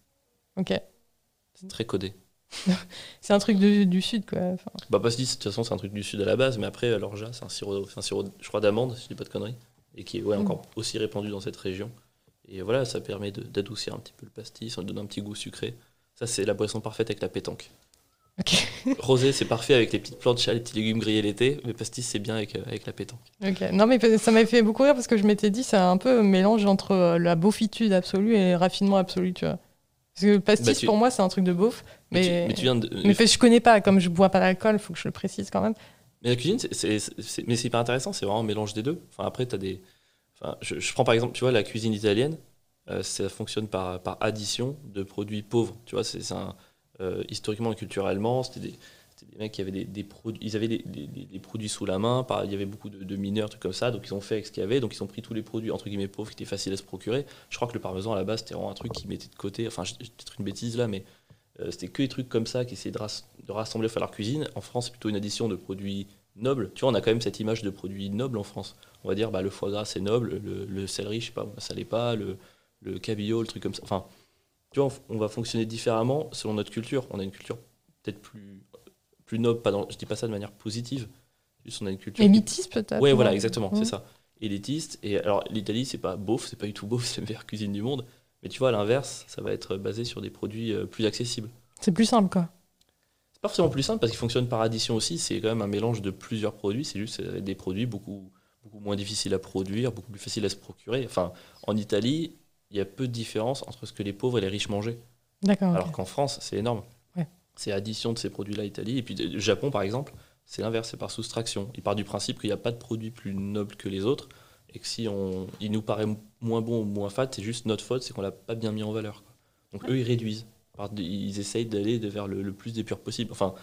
Speaker 1: Ok.
Speaker 2: C'est très codé.
Speaker 1: C'est un truc de- du sud, quoi. Enfin,
Speaker 2: Bah, parce que de toute façon, c'est un truc du sud à la base, mais après, l'orgeat, c'est un sirop, c'est un sirop, je crois, d'amande, si je dis pas de conneries, et qui est
Speaker 1: Mm.
Speaker 2: ouais, encore aussi répandu dans cette région. Et voilà, ça permet de- d'adoucir un petit peu le pastis, on lui donne un petit goût sucré. Ça, c'est la boisson parfaite avec la pétanque.
Speaker 1: Ok.
Speaker 2: Rosé, c'est parfait avec les petites plantes, chats, les petits légumes grillés l'été, mais pastis, c'est bien avec, euh, avec la pétanque.
Speaker 1: Ok. Non, mais pe- ça m'avait fait beaucoup rire parce que je m'étais dit, c'est un peu un mélange entre euh, la beaufitude absolue et le raffinement absolu, tu vois. Parce que le pastis,
Speaker 2: Bah, tu-
Speaker 1: pour moi, c'est un truc de beauf.
Speaker 2: Mais, tu-
Speaker 1: Mais,
Speaker 2: mais tu viens de.
Speaker 1: mais parce que je connais pas, comme je bois pas d'alcool, faut que je le précise quand même.
Speaker 2: Mais la cuisine, c'est- c'est- c'est mais c'est hyper intéressant, c'est vraiment un mélange des deux. Enfin, après, t'as des. Enfin, je, je prends par exemple, tu vois, la cuisine italienne, euh, ça fonctionne par, par addition de produits pauvres. Tu vois, c'est c'est un. euh, historiquement et culturellement, c'était des, c'était des mecs qui avaient des, des produits. Ils avaient des, des- des- des produits sous la main, par- il y avait beaucoup de, de mineurs, trucs comme ça, donc ils ont fait avec ce qu'il y avait, donc ils ont pris tous les produits, entre guillemets, pauvres qui étaient faciles à se procurer. Je crois que le parmesan, à la base, c'était vraiment un truc qu'ils mettaient de côté. Enfin, j'ai j'ai peut-être une bêtise là, mais. euh, C'était que des trucs comme ça qui essayaient de, ras- de rassembler à leur cuisine. En France, c'est plutôt une addition de produits noble. Tu vois, on a quand même cette image de produit noble en France. On va dire, bah, le foie gras, c'est noble, le, le céleri, je sais pas, ça l'est pas, le, le cabillaud, le truc comme ça. Enfin, tu vois, on, on va fonctionner différemment selon notre culture. On a une culture peut-être plus, plus noble, pas dans, je dis pas ça de manière positive, juste on a une culture... qui-
Speaker 1: Élitis, peut-être.
Speaker 2: Ouais,
Speaker 1: non
Speaker 2: voilà, exactement,
Speaker 1: Mhm.
Speaker 2: c'est ça. Élitiste. Et alors, l'Italie, c'est pas beauf, c'est pas du tout beauf, c'est la meilleure cuisine du monde. Mais tu vois, à l'inverse, ça va être basé sur des produits euh, plus accessibles.
Speaker 1: C'est plus simple, quoi.
Speaker 2: C'est pas forcément plus simple parce qu'il fonctionne par addition aussi. C'est quand même un mélange de plusieurs produits. C'est juste euh, des produits beaucoup, beaucoup moins difficiles à produire, beaucoup plus faciles à se procurer. Enfin, en Italie, il y a peu de différence entre ce que les pauvres et les riches mangeaient.
Speaker 1: D'accord. Ah, ok.
Speaker 2: Alors qu'en France, c'est énorme.
Speaker 1: Ouais.
Speaker 2: C'est addition de ces produits-là, Italie. Et puis le Japon, par exemple, c'est l'inverse, c'est par soustraction. Il part du principe qu'il n'y a pas de produit plus noble que les autres et que si on, il nous paraît m- moins bon ou moins fat, c'est juste notre faute, c'est qu'on l'a pas bien mis en valeur. quoi. Donc eux, ils réduisent. Par- Ils essayent d'aller de- vers le, le plus d'épures possible. Enfin,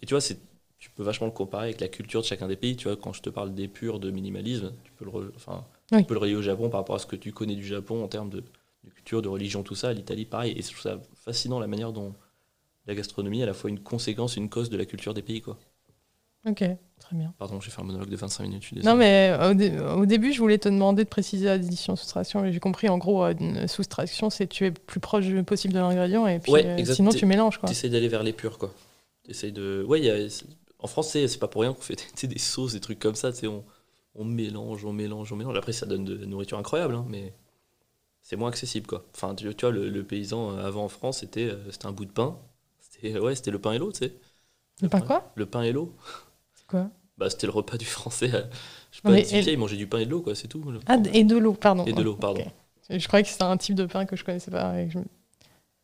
Speaker 2: et tu vois, c'est tu peux vachement le comparer avec la culture de chacun des pays. Tu vois, quand je te parle d'épure, de minimalisme, tu peux le, re- enfin,
Speaker 1: Oui.
Speaker 2: tu peux le relier au Japon par rapport à ce que tu connais du Japon en termes de, de culture, de religion, tout ça. L'Italie, pareil. Et je trouve ça fascinant la manière dont la gastronomie est à la fois une conséquence, une cause de la culture des pays. Quoi.
Speaker 1: Ok, très bien.
Speaker 2: Pardon, j'ai fait un monologue de 25 minutes. Je suis désolé.
Speaker 1: Non, mais euh, au, dé- au début, je voulais te demander de préciser addition, soustraction, mais j'ai compris, en gros, euh, une soustraction, c'est tu es plus proche du possible de l'ingrédient, et puis
Speaker 2: Ouais,
Speaker 1: euh,
Speaker 2: exact.
Speaker 1: sinon
Speaker 2: T'es-
Speaker 1: tu mélanges, quoi.
Speaker 2: T'essayes d'aller vers l'épure, quoi. T'essayes de. Ouais, il y a- c'est- en français, c'est pas pour rien qu'on fait tu sais, des sauces, des trucs comme ça. tu sais, On, on mélange, on mélange, on mélange. Après, ça donne de la nourriture incroyable, hein, mais c'est moins accessible, quoi. Enfin, tu, tu vois, le, le paysan euh, avant en France, c'était euh, c'était un bout de pain. C'était ouais, c'était le pain et l'eau, tu sais.
Speaker 1: Mais par quoi
Speaker 2: Le pain et l'eau.
Speaker 1: C'est quoi
Speaker 2: Bah, c'était le repas du français. euh, Je sais
Speaker 1: Non,
Speaker 2: pas,
Speaker 1: mais
Speaker 2: ils
Speaker 1: elle-
Speaker 2: ils mangeaient du pain et de l'eau, quoi, c'est tout. le-
Speaker 1: Ah, d- et de l'eau, pardon.
Speaker 2: Et de l'eau, pardon.
Speaker 1: Ok. Je croyais que c'était un type de pain que je connaissais pas. et que je me-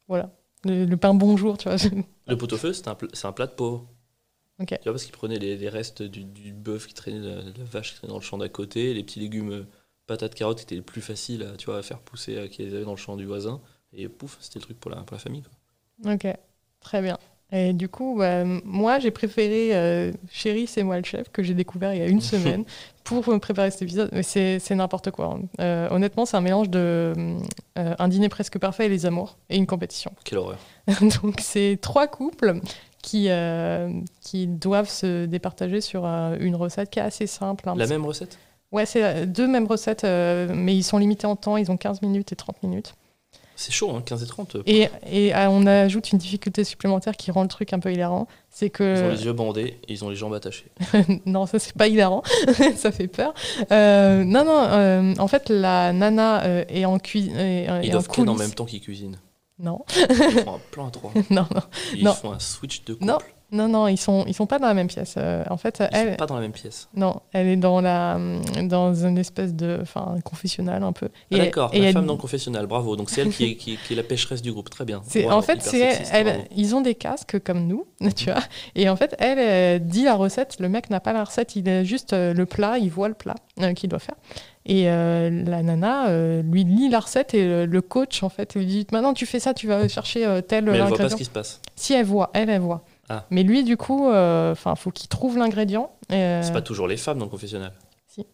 Speaker 1: Voilà. Le, le pain bonjour, tu vois.
Speaker 2: Le pot-au-feu, c'est un, pl- c'est un plat de pauvre.
Speaker 1: Ok.
Speaker 2: Tu vois, parce qu'ils prenaient les, les restes du, du bœuf qui traînait, la, la vache qui traînait dans le champ d'à côté, les petits légumes euh, patates, carottes qui étaient les plus faciles à, tu vois, à faire pousser, euh, qu'ils avaient dans le champ du voisin. Et pouf, c'était le truc pour la, pour la famille. quoi.
Speaker 1: ok, très bien. Et du coup, bah, moi, j'ai préféré euh, Chéri, c'est moi le chef, que j'ai découvert il y a une semaine, pour me préparer cet épisode. Mais c'est c'est n'importe quoi. hein. Euh, honnêtement, c'est un mélange de hum, euh, Un dîner presque parfait et les amours, et une compétition.
Speaker 2: Quelle horreur.
Speaker 1: Donc, c'est trois couples qui, euh, qui doivent se départager sur euh, une recette qui est assez simple. hein,
Speaker 2: La même recette
Speaker 1: Ouais, c'est euh, deux mêmes recettes, euh, mais ils sont limités en temps. Ils ont 15 minutes et 30 minutes.
Speaker 2: C'est chaud, hein, 15 et 30.
Speaker 1: Et, et, euh, on ajoute une difficulté supplémentaire qui rend le truc un peu hilarant. C'est
Speaker 2: Ils
Speaker 1: que.
Speaker 2: ont les yeux bandés et ils ont les jambes attachées.
Speaker 1: non, ça, c'est pas hilarant. ça fait peur. Euh, non, non. euh, en fait, la nana euh, est en cuisine.
Speaker 2: Ils doivent ken en même temps qu'ils cuisinent.
Speaker 1: Non,
Speaker 2: Ils font un plan à trois.
Speaker 1: non, non.
Speaker 2: Ils
Speaker 1: Non.
Speaker 2: font un switch de couple.
Speaker 1: Non. Non, non, ils sont, ils sont pas dans la même pièce. Euh, en fait,
Speaker 2: Ils
Speaker 1: elle.
Speaker 2: sont pas dans la même pièce.
Speaker 1: Non, elle est dans la dans une espèce de enfin confessionnal un peu.
Speaker 2: Ah, D'accord, la
Speaker 1: elle-
Speaker 2: femme dans le confessionnal, bravo. Donc c'est elle qui est, qui, qui est la pêcheresse du groupe, très bien.
Speaker 1: C'est-
Speaker 2: Wow,
Speaker 1: en fait,
Speaker 2: hyper
Speaker 1: c'est
Speaker 2: sexiste, hein. Mm.
Speaker 1: elle-
Speaker 2: bravo.
Speaker 1: ils ont des casques comme nous, tu vois. Et en fait, elle euh, dit la recette. Le mec n'a pas la recette. Il a juste euh, le plat. Il voit le plat euh, qu'il doit faire. Et euh, la nana euh, lui lit la recette et euh, le coach en fait lui dit maintenant tu fais ça, tu vas chercher euh, tel
Speaker 2: Mais elle voit pas
Speaker 1: ingrédient.
Speaker 2: ce qui se passe.
Speaker 1: Si elle voit, elle elle voit.
Speaker 2: Ah.
Speaker 1: Mais lui du coup, euh, enfin faut qu'il trouve l'ingrédient. Euh,
Speaker 2: C'est pas toujours les femmes dans le confessionnal.
Speaker 1: Si.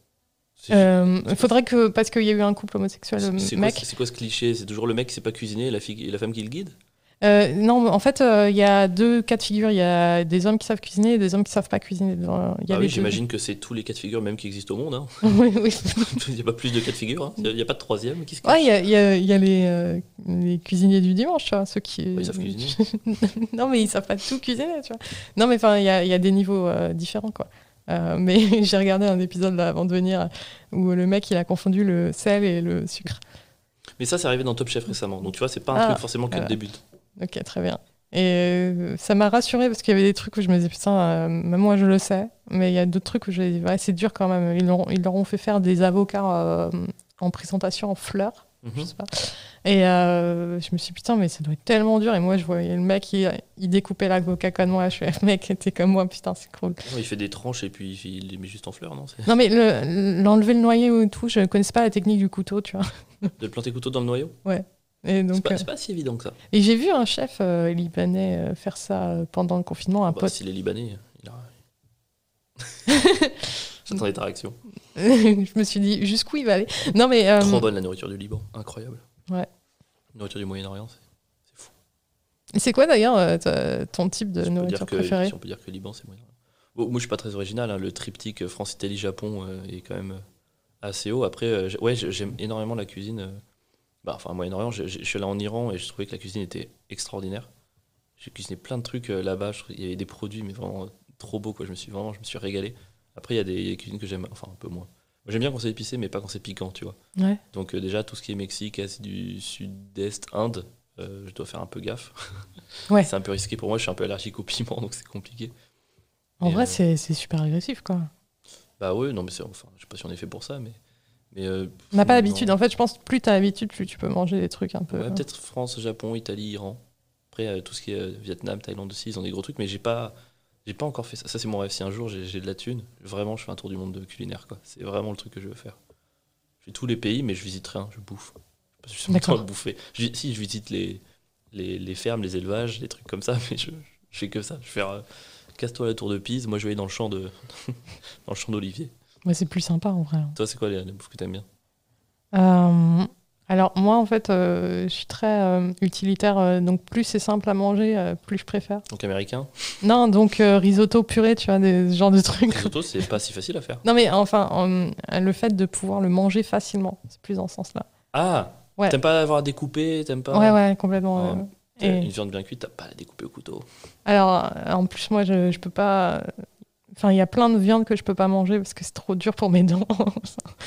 Speaker 2: C'est
Speaker 1: euh, faudrait que parce qu'il y a eu un couple homosexuel
Speaker 2: c'est- c'est
Speaker 1: le
Speaker 2: quoi,
Speaker 1: mec.
Speaker 2: c'est quoi ce cliché C'est toujours le mec qui sait pas cuisiner et la, fille, et la femme qui le guide
Speaker 1: Euh, non, en fait, euh, il y a deux cas de figure. Il y a des hommes qui savent cuisiner et des hommes qui savent pas cuisiner. Dans- il y
Speaker 2: Ah
Speaker 1: a
Speaker 2: oui,
Speaker 1: les deux.
Speaker 2: j'imagine que c'est tous les cas de figure même qui existent au monde. hein.
Speaker 1: oui, oui.
Speaker 2: Il n'y a pas plus de cas de figure. hein. Il n'y a pas de troisième. Qui se
Speaker 1: Ouais,
Speaker 2: cache
Speaker 1: il y a, il y a- il y a les, euh, les cuisiniers du dimanche, tu vois, ceux qui.
Speaker 2: Ils savent cuisiner.
Speaker 1: non, mais ils savent pas tout cuisiner, tu vois. Non, mais enfin, il y a, il y a des niveaux euh, différents, quoi. Euh, mais j'ai regardé un épisode là avant de venir où le mec il a confondu le sel et le sucre.
Speaker 2: Mais ça, c'est arrivé dans Top Chef récemment. Donc tu vois, c'est pas un
Speaker 1: Ah,
Speaker 2: truc forcément que
Speaker 1: voilà.
Speaker 2: débute.
Speaker 1: Ok, très bien. Et euh, ça m'a rassurée parce qu'il y avait des trucs où je me disais, putain, euh, même moi je le sais, mais il y a d'autres trucs où je me disais, ouais, c'est dur quand même. Ils leur, ils leur ont fait faire des avocats euh, en présentation en fleurs, je
Speaker 2: Mhm.
Speaker 1: sais pas. Et euh, je me suis dit, putain, mais ça doit être tellement dur. Et moi, je voyais le mec, il, il découpait l'avocat comme moi. Je fais, mec, t'es comme moi, putain, c'est cool.
Speaker 2: Non, Il fait des tranches et puis il les met juste en fleurs, non C'est-
Speaker 1: Non, mais le- l'enlever le, noyer ou tout, je connaissais pas la technique du couteau, tu vois.
Speaker 2: De planter couteau dans le noyau
Speaker 1: Et
Speaker 2: C'est
Speaker 1: donc,
Speaker 2: pas,
Speaker 1: euh,
Speaker 2: c'est pas si évident que ça.
Speaker 1: et j'ai vu un chef euh, libanais euh, faire ça euh, pendant le confinement, un
Speaker 2: Bah,
Speaker 1: pote.
Speaker 2: S'il est libanais, il a. J'attendais ta réaction.
Speaker 1: je me suis dit jusqu'où il va aller. Non mais euh,
Speaker 2: Trop bonne la nourriture du Liban, incroyable.
Speaker 1: Ouais.
Speaker 2: Nourriture du Moyen-Orient, c'est c'est fou.
Speaker 1: c'est quoi d'ailleurs euh, ta- ton type de
Speaker 2: Si on peut
Speaker 1: nourriture
Speaker 2: dire que-
Speaker 1: préférée
Speaker 2: Si on peut dire que le Liban, c'est Moyen-Orient. Bon, moi, je suis pas très original. hein, Le triptyque euh, France, Italie, Japon euh, est quand même euh, assez haut. Après, euh, j'ai- ouais, j'ai- j'aime énormément la cuisine. euh, bah, enfin, Moyen-Orient, j'ai- j'ai- je suis allé en Iran et je trouvais que la cuisine était extraordinaire. J'ai cuisiné plein de trucs euh, là-bas. je trouvais- Il y avait des produits, mais vraiment euh, trop beaux. Quoi. Je me suis vraiment, je me suis régalé. Après, il y a des, il y a des cuisines que j'aime, enfin un peu moins. Moi, J'aime bien quand c'est épicé, mais pas quand c'est piquant, tu vois.
Speaker 1: Ouais.
Speaker 2: Donc euh, déjà tout ce qui est Mexique, Asie du Sud-Est, Inde, euh, je dois faire un peu gaffe.
Speaker 1: Ouais.
Speaker 2: c'est un peu risqué pour moi, je suis un peu allergique au piment, donc c'est compliqué.
Speaker 1: En
Speaker 2: Et,
Speaker 1: vrai,
Speaker 2: euh,
Speaker 1: c'est c'est super agressif quoi.
Speaker 2: Bah ouais, non mais c'est enfin, je sais pas si on est fait pour ça, mais mais euh,
Speaker 1: On n'a pas
Speaker 2: non.
Speaker 1: l'habitude. En fait, je pense plus t'as l'habitude, plus tu peux manger des trucs un peu. euh,
Speaker 2: Ouais, peut-être France, Japon, Italie, Iran. Après euh, tout ce qui est euh, Vietnam, Thaïlande aussi, ils ont des gros trucs, mais j'ai pas j'ai pas encore fait ça. Ça c'est mon rêve. Si un jour j'ai j'ai de la thune, vraiment je fais un tour du monde de culinaire quoi. C'est vraiment le truc que je veux faire. Je fais tous les pays, mais je visite rien, je bouffe. Parce que je suis
Speaker 1: D'accord.
Speaker 2: content de bouffer. Je- si je visite les, les, les fermes, les élevages, les trucs comme ça, mais je, je fais que ça. Je vais faire euh, casse-toi la tour de Pise. Moi je vais aller dans le champ de dans le champ d'olivier.
Speaker 1: Ouais, c'est plus sympa en vrai. hein.
Speaker 2: Toi c'est quoi les, les bouffes que t'aimes bien
Speaker 1: Euh, alors moi, en fait, euh, je suis très euh, utilitaire. euh, donc plus c'est simple à manger, euh, plus je préfère.
Speaker 2: Donc américain.
Speaker 1: Non, donc euh, risotto purée, tu vois, des, ce genre de trucs.
Speaker 2: Les autos c'est pas si facile à faire.
Speaker 1: Non mais enfin, euh, le fait de pouvoir le manger facilement, c'est plus dans ce sens-là.
Speaker 2: Ah.
Speaker 1: Ouais.
Speaker 2: T'aimes pas avoir à découper, t'aimes pas.
Speaker 1: Ouais, ouais, complètement.
Speaker 2: Ah,
Speaker 1: euh,
Speaker 2: T'as
Speaker 1: et-
Speaker 2: Une viande bien cuite, t'as pas à la découper au couteau.
Speaker 1: Alors, euh, en plus, moi, je, je peux pas. euh, Enfin, il y a plein de viandes que je peux pas manger parce que c'est trop dur pour mes dents.
Speaker 2: Ah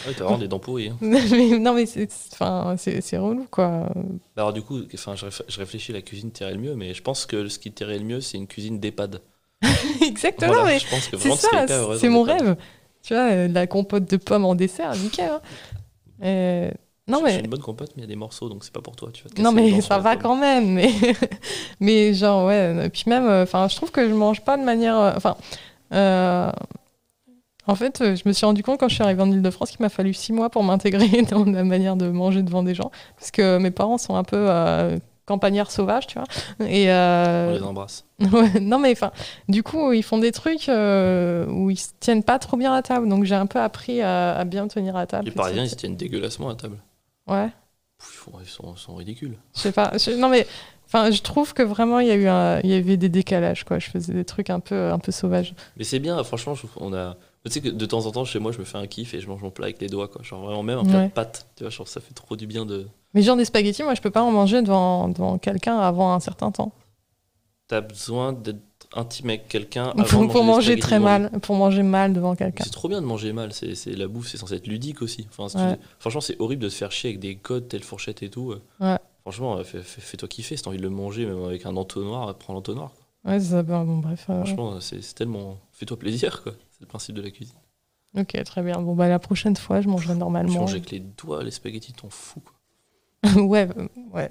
Speaker 2: oui, t'as vraiment des dents pourries. hein.
Speaker 1: Mais- non, mais c'est, c'est- enfin, c'est, c'est relou, quoi.
Speaker 2: Bah alors du coup, enfin, je, réf- je réfléchis à la cuisine t'irait le mieux, mais je pense que ce qui t'irait le mieux, c'est une cuisine d'EHPAD.
Speaker 1: Exactement,
Speaker 2: Voilà,
Speaker 1: mais
Speaker 2: je pense que
Speaker 1: c'est
Speaker 2: vraiment, tu serais
Speaker 1: ça,
Speaker 2: hyper heureuse
Speaker 1: c'est
Speaker 2: en
Speaker 1: mon
Speaker 2: école.
Speaker 1: rêve. Tu vois, euh, de la compote de pommes en dessert, nickel. hein. Euh, non,
Speaker 2: Je suis
Speaker 1: mais
Speaker 2: une bonne compote, mais il y a des morceaux, donc c'est pas pour toi. Tu vas te
Speaker 1: Non,
Speaker 2: casser les dents
Speaker 1: mais
Speaker 2: sur
Speaker 1: ça
Speaker 2: la
Speaker 1: va
Speaker 2: pomme.
Speaker 1: quand même. Mais, mais genre, ouais. euh, Puis même, enfin, je trouve que je mange pas de manière. euh, Enfin, euh, en fait, euh, je me suis rendu compte quand je suis arrivée en Ile-de-France qu'il m'a fallu six mois pour m'intégrer dans la manière de manger devant des gens. Parce que mes parents sont un peu euh, campagnards sauvages, tu vois. Et,
Speaker 2: On
Speaker 1: euh,
Speaker 2: les embrasse.
Speaker 1: Ouais, non mais enfin, du coup ils font des trucs euh, où ils se tiennent pas trop bien à table, donc j'ai un peu appris à, à bien me tenir à table.
Speaker 2: Les Parisiens, ils se tiennent dégueulassement à table.
Speaker 1: Ouais,
Speaker 2: Pff, ils font- Ils sont, ils sont ridicules.
Speaker 1: je sais pas. je- non mais enfin, je trouve que vraiment il y a eu un- il y avait des décalages quoi. Je faisais des trucs un peu un peu sauvages.
Speaker 2: Mais c'est bien, franchement, je- on a. Tu sais que de temps en temps, chez moi, je me fais un kiff et je mange mon plat avec les doigts, quoi. Genre vraiment même un plat
Speaker 1: Ouais.
Speaker 2: de pâtes. Tu vois, genre ça fait trop du bien de.
Speaker 1: Mais genre des spaghettis, moi je peux pas en manger devant devant quelqu'un avant un certain temps.
Speaker 2: T'as besoin d'être intime avec quelqu'un Ah, avant
Speaker 1: Pour,
Speaker 2: de
Speaker 1: pour
Speaker 2: manger, des
Speaker 1: manger
Speaker 2: spaghettis
Speaker 1: très
Speaker 2: devant lui.
Speaker 1: mal, pour manger mal devant
Speaker 2: Mais
Speaker 1: quelqu'un.
Speaker 2: C'est trop bien de manger mal. C'est c'est- la bouffe, c'est censé être ludique aussi. Enfin, si tu-
Speaker 1: Ouais.
Speaker 2: franchement, c'est horrible de se faire chier avec des codes, telle fourchette et tout.
Speaker 1: Ouais.
Speaker 2: Franchement, euh, fais- fais- fais-toi kiffer. Si t'as envie de le manger, même avec un entonnoir, euh, prends l'entonnoir. quoi.
Speaker 1: Ouais, c'est ça, bon, bon, bref. euh,
Speaker 2: Franchement, c'est c'est tellement. Fais-toi plaisir, quoi. C'est le principe de la cuisine.
Speaker 1: ok, très bien. Bon bah la prochaine fois je mangerai
Speaker 2: Tu
Speaker 1: normalement.
Speaker 2: manges avec les doigts, les spaghettis, t'en fous, quoi.
Speaker 1: ouais, euh, ouais,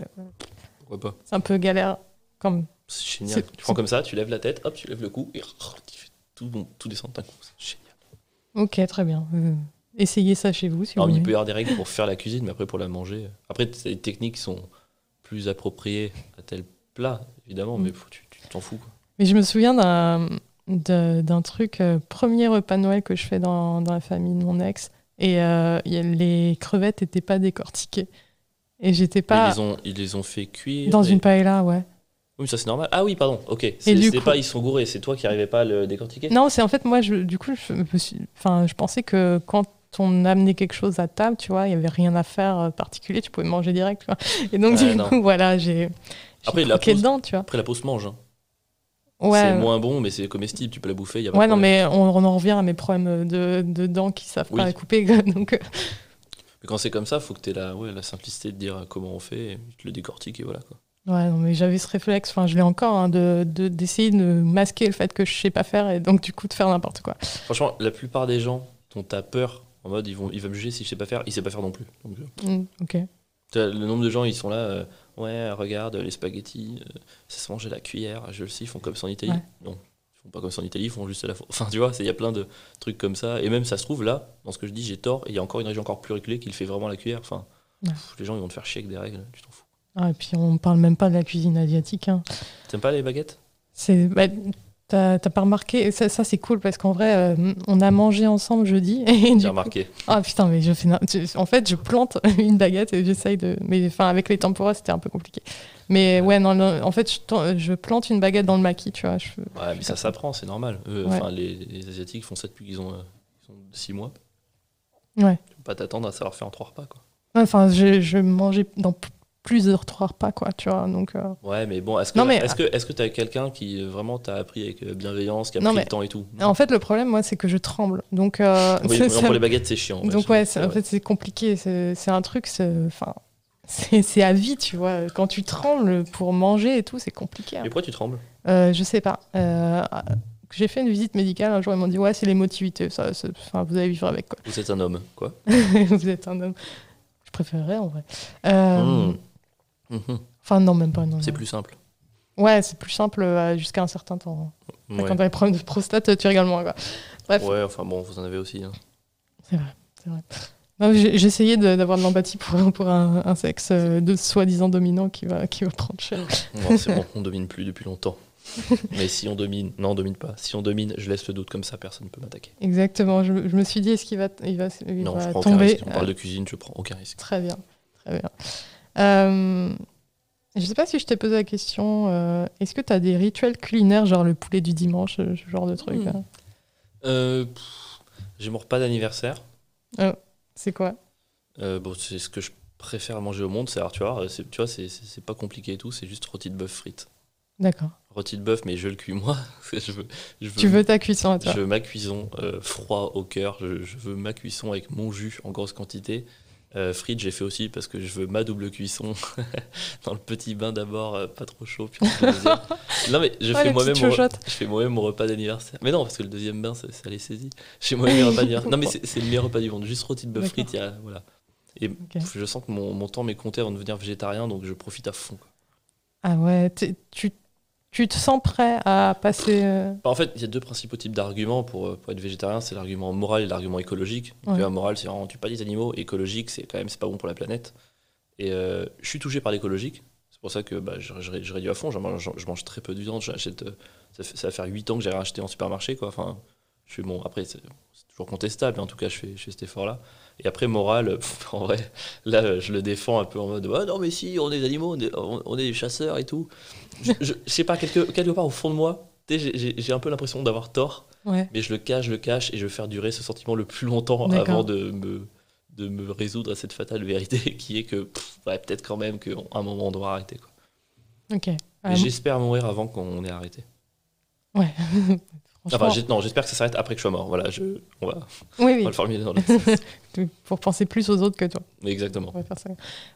Speaker 2: Pourquoi pas
Speaker 1: c'est un peu galère comme
Speaker 2: C'est génial.
Speaker 1: C'est-
Speaker 2: Tu prends comme ça, tu lèves la tête, hop, tu lèves le cou, et tu fais tout, bon, tout descend d'un coup. C'est génial.
Speaker 1: Ok, très bien. Euh, essayez ça chez vous si
Speaker 2: Alors,
Speaker 1: vous
Speaker 2: il
Speaker 1: voulez.
Speaker 2: peut y avoir des règles pour faire la cuisine, mais après, pour la manger. euh. Après, t- les techniques sont plus appropriées à tel plat,
Speaker 1: Mm.
Speaker 2: évidemment, mais faut- tu tu t'en fous, quoi.
Speaker 1: Mais je me souviens d'un de- d'un truc, euh, premier repas de Noël que je fais dans, dans la famille de mon ex, et euh, y a- les crevettes n'étaient pas décortiquées. Et j'étais
Speaker 2: Mais Ils
Speaker 1: pas
Speaker 2: les ont, ils les ont fait cuire.
Speaker 1: dans
Speaker 2: et-
Speaker 1: une paella, ouais.
Speaker 2: Oui, mais ça c'est normal. Ah oui, pardon. Ok. C'est
Speaker 1: du
Speaker 2: c'était
Speaker 1: coup-
Speaker 2: pas, ils sont gourés. C'est toi qui arrivais pas à le décortiquer.
Speaker 1: Non, c'est en fait, moi, je, du coup, je, me suis- enfin, je pensais que quand on amenait quelque chose à table, tu vois, il n'y avait rien à faire euh, particulier, tu pouvais manger direct, tu vois. Et donc,
Speaker 2: Ouais,
Speaker 1: du
Speaker 2: non.
Speaker 1: coup, voilà, j'ai
Speaker 2: Après,
Speaker 1: j'ai
Speaker 2: la
Speaker 1: croqué
Speaker 2: pause-
Speaker 1: dedans, tu vois.
Speaker 2: Après la peau se mange. hein.
Speaker 1: Ouais,
Speaker 2: C'est moins bon, mais c'est comestible. Tu peux la bouffer. Y a pas de
Speaker 1: Ouais, non,
Speaker 2: problème.
Speaker 1: mais on, on en revient à mes problèmes de, de dents qui savent
Speaker 2: Oui.
Speaker 1: pas couper. quoi, Donc, euh,
Speaker 2: Mais quand c'est comme ça, faut que t'aies la, ouais, la simplicité de dire comment on fait. Et tu le décortiques et voilà quoi.
Speaker 1: ouais, non, mais j'avais ce réflexe, enfin, je l'ai encore, hein, de- de- d'essayer de, masquer le fait que je sais pas faire et donc, du coup, de faire n'importe quoi.
Speaker 2: Franchement, la plupart des gens dont t'as peur, en mode ils vont, ils vont me juger si je sais pas faire, ils savent pas faire non plus. Donc, euh,
Speaker 1: Mm, ok.
Speaker 2: t'as le nombre de gens, ils sont là. euh, ouais, regarde les spaghettis, euh, ça se mange à la cuillère. Je le sais, ils font comme ça en Italie.
Speaker 1: Ouais.
Speaker 2: Non, ils font pas comme ça en Italie. Ils font juste à la. fo- Enfin, tu vois, c'est- il y a plein de trucs comme ça. Et même ça se trouve là, dans ce que je dis, j'ai tort. Et il y a encore une région encore plus reculée qui le fait vraiment à la cuillère. Enfin,
Speaker 1: Ouais.
Speaker 2: pff, les gens ils vont te faire chier avec des règles. Tu t'en fous.
Speaker 1: Ah, et puis, on parle même pas de la cuisine asiatique. Hein.
Speaker 2: T'aimes pas les baguettes
Speaker 1: C'est. bah, T'as t'as pas remarqué, et ça, ça, c'est cool parce qu'en vrai, euh, on a mangé ensemble jeudi. Et du
Speaker 2: J'ai remarqué.
Speaker 1: Ah putain, mais je fais. n'im- tu- En fait, je plante une baguette et j'essaye de. Mais enfin, avec les temporas, c'était un peu compliqué. Mais ouais, non, non, en fait, je, ten- je plante une baguette dans le maquis, tu vois. je-
Speaker 2: Ouais, mais ça s'apprend, c'est normal. Eux,
Speaker 1: Ouais.
Speaker 2: enfin, les, les asiatiques font ça depuis qu'ils ont, euh, ils ont six mois.
Speaker 1: Ouais.
Speaker 2: Tu peux pas t'attendre à savoir faire en trois repas quoi.
Speaker 1: Enfin, je, je mangeais dans p- plusieurs trois repas, quoi, tu vois. Donc, euh,
Speaker 2: Ouais, mais bon, est-ce
Speaker 1: Non, mais-
Speaker 2: que est-ce que est-ce que t'as quelqu'un qui euh, vraiment t'a appris avec euh, bienveillance, qui a
Speaker 1: Non,
Speaker 2: pris
Speaker 1: mais-
Speaker 2: le temps et tout
Speaker 1: en fait, le problème, moi, c'est que je tremble. Donc, euh,
Speaker 2: Oui,
Speaker 1: ça-
Speaker 2: non,
Speaker 1: ça-
Speaker 2: pour les baguettes, c'est chiant.
Speaker 1: donc ouais, c'est- en fait, c'est compliqué. C'est c'est un truc, c'est- enfin, c'est c'est à vie, tu vois. Quand tu trembles pour manger et tout, c'est compliqué. hein.
Speaker 2: Et pourquoi tu trembles
Speaker 1: Euh, je sais pas. Euh, j'ai fait une visite médicale un jour, ils m'ont dit ouais c'est l'émotivité, ça, c'est- enfin, vous allez vivre avec quoi.
Speaker 2: Vous êtes un homme, quoi.
Speaker 1: vous êtes un homme. Je préférerais en vrai. Euh,
Speaker 2: Mm. Mhm.
Speaker 1: Enfin non même pas non.
Speaker 2: C'est
Speaker 1: non.
Speaker 2: plus simple.
Speaker 1: Ouais c'est plus simple euh, jusqu'à un certain temps.
Speaker 2: Ouais.
Speaker 1: Quand t'as des problèmes de prostate tu rigoles moins quoi. Bref
Speaker 2: Ouais, enfin bon, vous en avez aussi. hein.
Speaker 1: c'est vrai c'est vrai. Non, j'ai- J'essayais de- d'avoir de, l'empathie pour, pour un, un sexe euh, de soi-disant dominant qui va, qui va prendre cher.
Speaker 2: Bon, c'est bon, on domine plus depuis longtemps. Mais si on domine, non, on domine pas. Si on domine, je laisse le doute comme ça, personne ne peut m'attaquer.
Speaker 1: Exactement, je, je me suis dit est-ce qu'il va, il va, il
Speaker 2: Non,
Speaker 1: va
Speaker 2: je prends aucun
Speaker 1: tomber
Speaker 2: risque. On
Speaker 1: euh,
Speaker 2: parle de cuisine, je prends aucun risque.
Speaker 1: Très bien, très bien. Euh, je sais pas si je t'ai posé la question, euh, est-ce que tu as des rituels culinaires, genre le poulet du dimanche, ce ce genre de truc hein?
Speaker 2: Hmm.
Speaker 1: là
Speaker 2: Euh, pff, J'ai mon repas d'anniversaire.
Speaker 1: C'est quoi
Speaker 2: Euh, bon, c'est ce que je préfère manger au monde. C'est alors, tu vois, Euh, c'est- tu vois, c'est- c'est c'est pas compliqué et tout. C'est juste rôti de bœuf frites.
Speaker 1: D'accord.
Speaker 2: Rôti de bœuf, mais je le cuis moi. je veux, je veux,
Speaker 1: Tu veux ta cuisson à toi
Speaker 2: je veux ma cuisson euh, froid au cœur. Je, je veux ma cuisson avec mon jus en grosse quantité. Euh, frites, j'ai fait aussi parce que je veux ma double cuisson dans le petit bain d'abord, euh, pas trop chaud. Puis ensuite le deuxième. non, mais je
Speaker 1: Ouais,
Speaker 2: fais
Speaker 1: les
Speaker 2: moi-même
Speaker 1: petites
Speaker 2: mon,
Speaker 1: chochottes.
Speaker 2: je fais moi-même mon repas d'anniversaire. Mais non, parce que le deuxième bain, ça, ça les saisit. Je fais moi-même mes repas d'anniversaire. Non, mais c'est c'est le meilleur repas du monde. Juste rôti de bœuf
Speaker 1: D'accord.
Speaker 2: frites, il y a- voilà. Et pff, je sens que mon, mon temps m'est compté avant de devenir végétarien, donc je profite à fond. quoi.
Speaker 1: Ah ouais, t'es- tu, tu te sens prêt à passer. euh,
Speaker 2: Bah, en fait, il y a deux principaux types d'arguments pour, euh, pour être végétarien c'est l'argument moral et l'argument écologique. Donc,
Speaker 1: Ouais.
Speaker 2: euh, moral, c'est vraiment tu pas des animaux. Écologique, c'est quand même c'est pas bon pour la planète. Et euh, je suis touché par l'écologique. C'est pour ça que bah, je, je ré- je réduis à fond. Je mange, je- je mange très peu de viande. J'achète, euh, ça, fait- ça va faire 8 ans que j'ai racheté en supermarché. Quoi. Enfin, je suis bon. Après, c'est c'est toujours contestable. Mais en tout cas, je fais, je fais cet effort-là. Et après, moral, euh, pff, en vrai, là, euh, je le défends un peu en mode ah, non, mais si, on est des animaux, on est, on- on est des chasseurs et tout. Je, je- je sais pas, quelque, quelque part au fond de moi, tu sais, j'ai- j'ai j'ai un peu l'impression d'avoir tort
Speaker 1: Ouais.
Speaker 2: mais je le cache, je le cache et je veux faire durer ce sentiment le plus longtemps
Speaker 1: D'accord.
Speaker 2: avant de me, de me résoudre à cette fatale vérité qui est que pff, ouais, peut-être quand même qu'à un moment on doit arrêter. Quoi.
Speaker 1: Ok. Ah,
Speaker 2: Mais j'espère mourir avant qu'on ait arrêté.
Speaker 1: franchement,
Speaker 2: Enfin, j'ai- non, j'espère que ça s'arrête après que je sois mort. Voilà, je, on, va,
Speaker 1: oui,
Speaker 2: on
Speaker 1: oui,
Speaker 2: va le formuler dans le.
Speaker 1: tu- pour penser plus aux autres que toi.
Speaker 2: Mais Exactement.
Speaker 1: On va faire ça.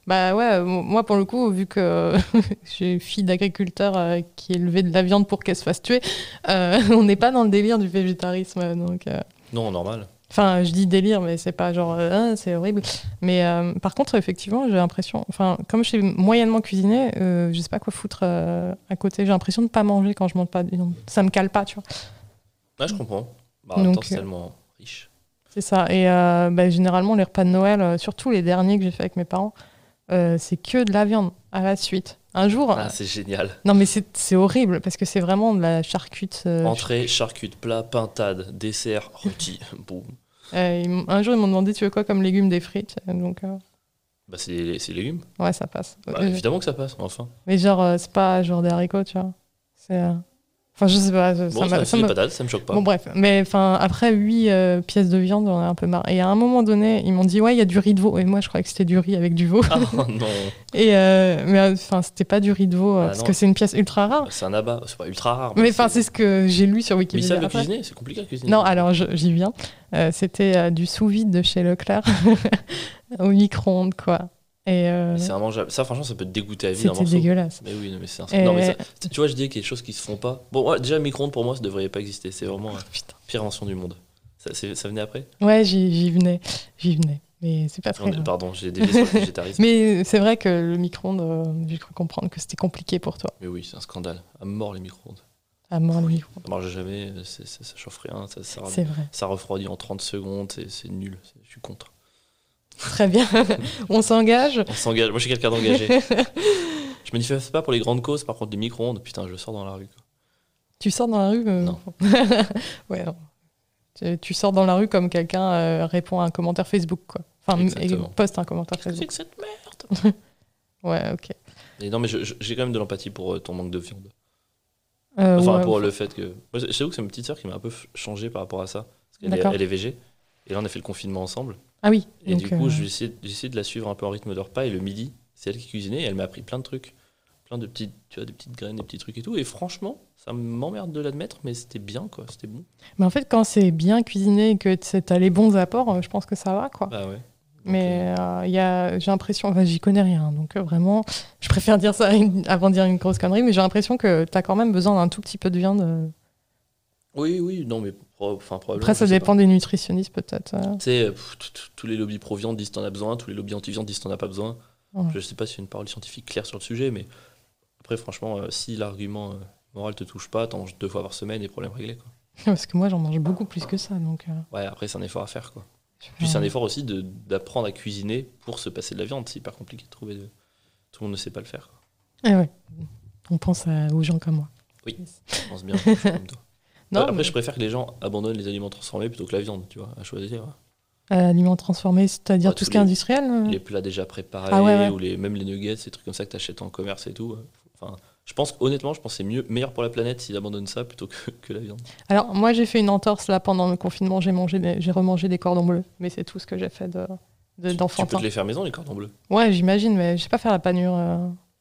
Speaker 1: Bah ouais, euh, moi pour le coup, vu que je suis fille d'agriculteur euh, qui élevait de la viande pour qu'elle se fasse tuer, euh, on n'est pas dans le délire du végétarisme. Donc, euh,
Speaker 2: Non, normal.
Speaker 1: Enfin, je dis délire, mais c'est pas genre euh, Ah, c'est horrible. Mais euh, par contre, effectivement, j'ai l'impression, enfin, comme je sais moyennement cuisiner, euh, je sais pas quoi foutre euh, à côté. J'ai l'impression de pas manger quand je mange pas de viande. Ça me cale pas, tu vois.
Speaker 2: Ah, je comprends. Bah, en même
Speaker 1: Donc,
Speaker 2: temps, c'est
Speaker 1: euh,
Speaker 2: tellement riche.
Speaker 1: C'est ça. Et euh, bah, généralement, les repas de Noël, euh, surtout les derniers que j'ai fait avec mes parents, euh, c'est que de la viande à la suite. Un jour, euh,
Speaker 2: Ah, c'est génial.
Speaker 1: non mais c'est c'est horrible parce que c'est vraiment de la charcute. euh,
Speaker 2: Entrée, charcute, plat, pintade, dessert, rôti. Boum.
Speaker 1: euh, ils m'ont- un jour, ils m'ont demandé tu veux quoi comme légumes des frites. Donc euh,
Speaker 2: Bah, c'est les, c'est les légumes.
Speaker 1: ouais, ça passe.
Speaker 2: Bah,
Speaker 1: Euh,
Speaker 2: évidemment que ça passe, enfin.
Speaker 1: Mais genre, euh, c'est pas genre des haricots, tu vois. C'est. euh, Enfin, je sais pas. ça-
Speaker 2: Bon,
Speaker 1: ça
Speaker 2: ça,
Speaker 1: m'a-
Speaker 2: c'est
Speaker 1: ça
Speaker 2: des
Speaker 1: m'a-
Speaker 2: patates, ça me choque pas.
Speaker 1: Bon, bref. Mais enfin, après 8 pièces de viande, on a un peu marre. Et à un moment donné, ils m'ont dit, ouais, il y a du riz de veau. Et moi, je croyais que c'était du riz avec du veau.
Speaker 2: Ah non,
Speaker 1: Et euh, mais euh, enfin, c'était pas du riz de veau, euh,
Speaker 2: Ah,
Speaker 1: parce
Speaker 2: non.
Speaker 1: que c'est une pièce ultra rare.
Speaker 2: c'est un abat. C'est pas ultra rare.
Speaker 1: Mais enfin, c'est ce que j'ai lu sur
Speaker 2: Mais ils
Speaker 1: Wikipédia.
Speaker 2: savent le
Speaker 1: après.
Speaker 2: cuisiner, c'est compliqué à cuisiner.
Speaker 1: Non, ah, alors je- j'y viens. Euh, c'était euh, du sous-vide de chez Leclerc au micro-ondes, quoi. Et euh,
Speaker 2: Mais C'est immangeable. Ça, franchement, ça peut te dégoûter à vie d'un
Speaker 1: c'était
Speaker 2: morceau.
Speaker 1: dégueulasse.
Speaker 2: Mais oui, non, mais c'est un
Speaker 1: Et-
Speaker 2: non, mais ça- Tu vois, je dis qu'il y a des choses qui se font pas. Bon, ouais, déjà, le micro-ondes, pour moi, ça devrait pas exister. C'est vraiment la
Speaker 1: Putain.
Speaker 2: pire invention du monde. Ça, c'est- ça venait après
Speaker 1: Ouais, j'y j'y venais. J'y venais. Mais c'est pas très
Speaker 2: On est-
Speaker 1: grave.
Speaker 2: Pardon, j'ai dévié sur le végétarisme.
Speaker 1: Mais c'est vrai que le micro-ondes, euh, j'ai cru comprendre que c'était compliqué pour toi.
Speaker 2: Mais oui, c'est un scandale. À mort, les micro-ondes.
Speaker 1: À mort le micro-ondes,
Speaker 2: Ça marche jamais, c'est- c'est- ça chauffe rien, ça, ça,
Speaker 1: c'est vrai.
Speaker 2: ça refroidit en 30 secondes, c'est- c'est nul. c'est- Je suis contre.
Speaker 1: Très bien, on s'engage.
Speaker 2: On s'engage. Moi, je suis quelqu'un d'engagé. je manifeste pas pour les grandes causes, par contre, les micro-ondes, putain, je sors dans la rue. quoi.
Speaker 1: Tu sors dans la rue euh,
Speaker 2: Non.
Speaker 1: ouais, non. Tu, tu sors dans la rue comme quelqu'un euh, répond à un commentaire Facebook, quoi. Enfin, m- et
Speaker 2: Exactement.
Speaker 1: poste un commentaire
Speaker 2: Qu'est-ce que c'est
Speaker 1: Facebook.
Speaker 2: que cette merde
Speaker 1: Ouais, ok.
Speaker 2: Et non, mais je- je- j'ai quand même de l'empathie pour euh, ton manque de viande.
Speaker 1: Euh,
Speaker 2: Enfin,
Speaker 1: ouais,
Speaker 2: pour le fait que. Moi, je- je t'avoue que c'est ma petite sœur qui m'a un peu f- changé par rapport à ça. Parce qu'elle est,
Speaker 1: D'accord.
Speaker 2: elle est VG. Et là, on a fait le confinement ensemble.
Speaker 1: Ah oui.
Speaker 2: Et
Speaker 1: donc,
Speaker 2: du coup,
Speaker 1: euh,
Speaker 2: j'ai essayé j'ai essayé de la suivre un peu en rythme de repas. Et le midi, c'est elle qui cuisinait. Et elle m'a appris plein de trucs. Plein de petites, tu vois, des petites graines, des petits trucs et tout. Et franchement, ça m'emmerde de l'admettre, mais c'était bien, quoi. C'était bon.
Speaker 1: Mais en fait, quand c'est bien cuisiné et que t- t'as les bons apports, euh, je pense que ça va, quoi.
Speaker 2: Bah ouais. Donc,
Speaker 1: Mais euh, il y a, j'ai l'impression, enfin, j'y connais rien, donc euh, vraiment, je préfère dire ça une- avant de dire une grosse connerie, mais j'ai l'impression que tu as quand même besoin d'un tout petit peu de viande. euh.
Speaker 2: euh, Oui, oui, non, mais. pro- Enfin, probablement.
Speaker 1: Après,
Speaker 2: je
Speaker 1: ça
Speaker 2: sais pas.
Speaker 1: dépend des nutritionnistes, peut-être. euh.
Speaker 2: Tu sais, euh, pff, t- t- tous les lobbies pro-viande disent t'en as besoin, tous les lobbies anti-viande disent t'en as pas besoin.
Speaker 1: Ouais.
Speaker 2: Je sais pas si y a une parole scientifique claire sur le sujet, mais après, franchement, euh, si l'argument euh, moral te touche pas, t'en manges deux fois par semaine et problème réglé. Quoi.
Speaker 1: Parce que moi, j'en mange beaucoup plus que ça, donc. euh,
Speaker 2: Ouais, après, c'est un effort à faire. Quoi.
Speaker 1: je-
Speaker 2: Puis c'est un effort aussi de- d'apprendre à cuisiner pour se passer de la viande. C'est hyper compliqué de trouver. de- Tout le monde ne sait pas le faire. quoi.
Speaker 1: Eh ouais. On pense à- aux gens comme moi.
Speaker 2: Oui.
Speaker 1: Yes.
Speaker 2: Je pense bien. je suis comme toi.
Speaker 1: Non,
Speaker 2: Bah, après,
Speaker 1: mais,
Speaker 2: je préfère que les gens abandonnent les aliments transformés plutôt que la viande, tu vois, à choisir. hein.
Speaker 1: euh, aliments transformés, c'est-à-dire
Speaker 2: Ouais,
Speaker 1: tout ce
Speaker 2: Bah, tous
Speaker 1: qui est
Speaker 2: les-
Speaker 1: industriel. euh.
Speaker 2: les plats déjà préparés
Speaker 1: Ah ouais, ouais.
Speaker 2: ou les, même les nuggets, ces trucs comme ça que tu achètes en commerce et tout. Enfin, je pense honnêtement, je pense que c'est mieux, meilleur pour la planète s'ils abandonnent ça plutôt que, que la viande.
Speaker 1: Alors, moi, j'ai fait une entorse là pendant le confinement. J'ai mangé, des- j'ai remangé des cordons bleus, mais c'est tout ce que j'ai fait de de-
Speaker 2: Tu peux
Speaker 1: d'enfantin.
Speaker 2: te les faire maison les cordons bleus,
Speaker 1: ouais, j'imagine, mais je sais pas faire la panure. euh.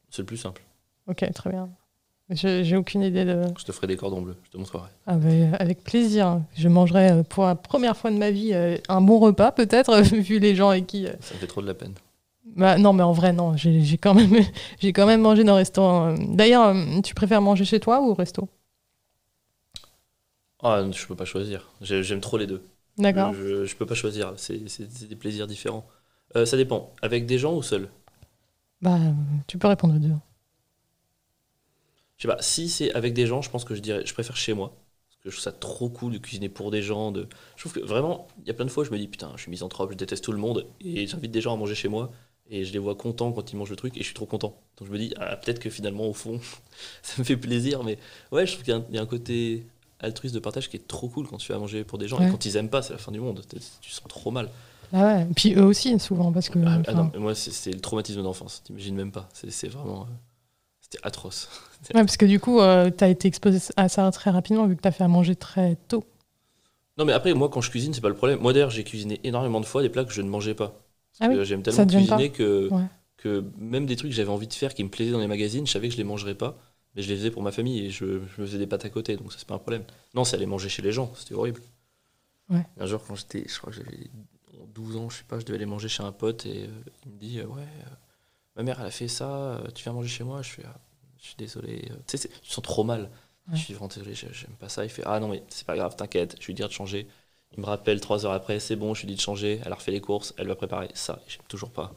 Speaker 2: c'est le plus simple.
Speaker 1: Ok, très bien. Je- J'ai aucune idée de.
Speaker 2: Je te ferai des cordons bleus, je te montrerai.
Speaker 1: Ah ben, avec plaisir. Je mangerai euh, pour la première fois de ma vie euh, un bon repas, peut-être, vu les gens avec qui. euh,
Speaker 2: Ça me fait trop de la peine.
Speaker 1: Bah, non, mais en vrai, non. J'ai j'ai quand, même- j'ai quand même mangé dans le restaurant. D'ailleurs, euh, tu préfères manger chez toi ou au resto
Speaker 2: Ah, je peux pas choisir. J'ai- J'aime trop les deux.
Speaker 1: D'accord.
Speaker 2: Je, je peux pas choisir. C'est c'est- c'est des plaisirs différents. Euh, ça dépend. Avec des gens ou seul
Speaker 1: Bah, euh, tu peux répondre aux deux.
Speaker 2: Je sais pas. Si c'est avec des gens, je pense que je dirais. Je préfère chez moi. Parce que je trouve ça trop cool de cuisiner pour des gens. De... Je trouve que vraiment, il y a plein de fois, je me dis putain, je suis misanthrope, je déteste tout le monde. Et j'invite des gens à manger chez moi. Et je les vois contents quand ils mangent le truc. Et je suis trop content. Donc je me dis, ah, peut-être que finalement, au fond, ça me fait plaisir. Mais ouais, je trouve qu'il y a un- il y, a un côté altruiste de partage qui est trop cool quand tu vas manger pour des gens.
Speaker 1: Ouais.
Speaker 2: Et quand ils aiment pas, c'est la fin du monde. T'es- Tu sens trop mal.
Speaker 1: Ah ouais. Puis eux aussi, souvent, parce que.
Speaker 2: Ah, ah
Speaker 1: enfin,
Speaker 2: non, mais moi, c'est- c'est le traumatisme d'enfance. T'imagines même pas. C'est c'est vraiment. euh, C'était atroce.
Speaker 1: ouais, parce que du coup, euh, t'as été exposé à ça très rapidement, vu que t'as fait à manger très tôt.
Speaker 2: Non, mais après, moi, quand je cuisine, c'est pas le problème. Moi, d'ailleurs, j'ai cuisiné énormément de fois des plats que je ne mangeais pas.
Speaker 1: Ah oui,
Speaker 2: que J'aime
Speaker 1: ça
Speaker 2: tellement
Speaker 1: te gêne
Speaker 2: cuisiner que,
Speaker 1: Ouais.
Speaker 2: que même des trucs que j'avais envie de faire qui me plaisaient dans les magazines, je savais que je les mangerais pas. Mais je les faisais pour ma famille et je, je me faisais des pâtes à côté, donc ça, c'est pas un problème. Non, c'est aller manger chez les gens, c'était horrible.
Speaker 1: Ouais.
Speaker 2: Un jour, quand j'étais, je crois que j'avais 12 ans, je sais pas, je devais aller manger chez un pote et euh, il me dit euh, Ouais, euh, ma mère, elle a fait ça, euh, tu viens manger chez moi Je fais Ah, Je suis désolé. euh, Tu sais, c'est- tu te sens trop mal.
Speaker 1: Ouais.
Speaker 2: Je suis vraiment désolé, j'ai- j'aime pas ça. Il fait Ah non, mais c'est pas grave, t'inquiète, je lui dis de changer. Il me rappelle trois heures après, c'est bon, je lui dis de changer. Elle a refait les courses, elle va préparer ça. J'aime toujours pas.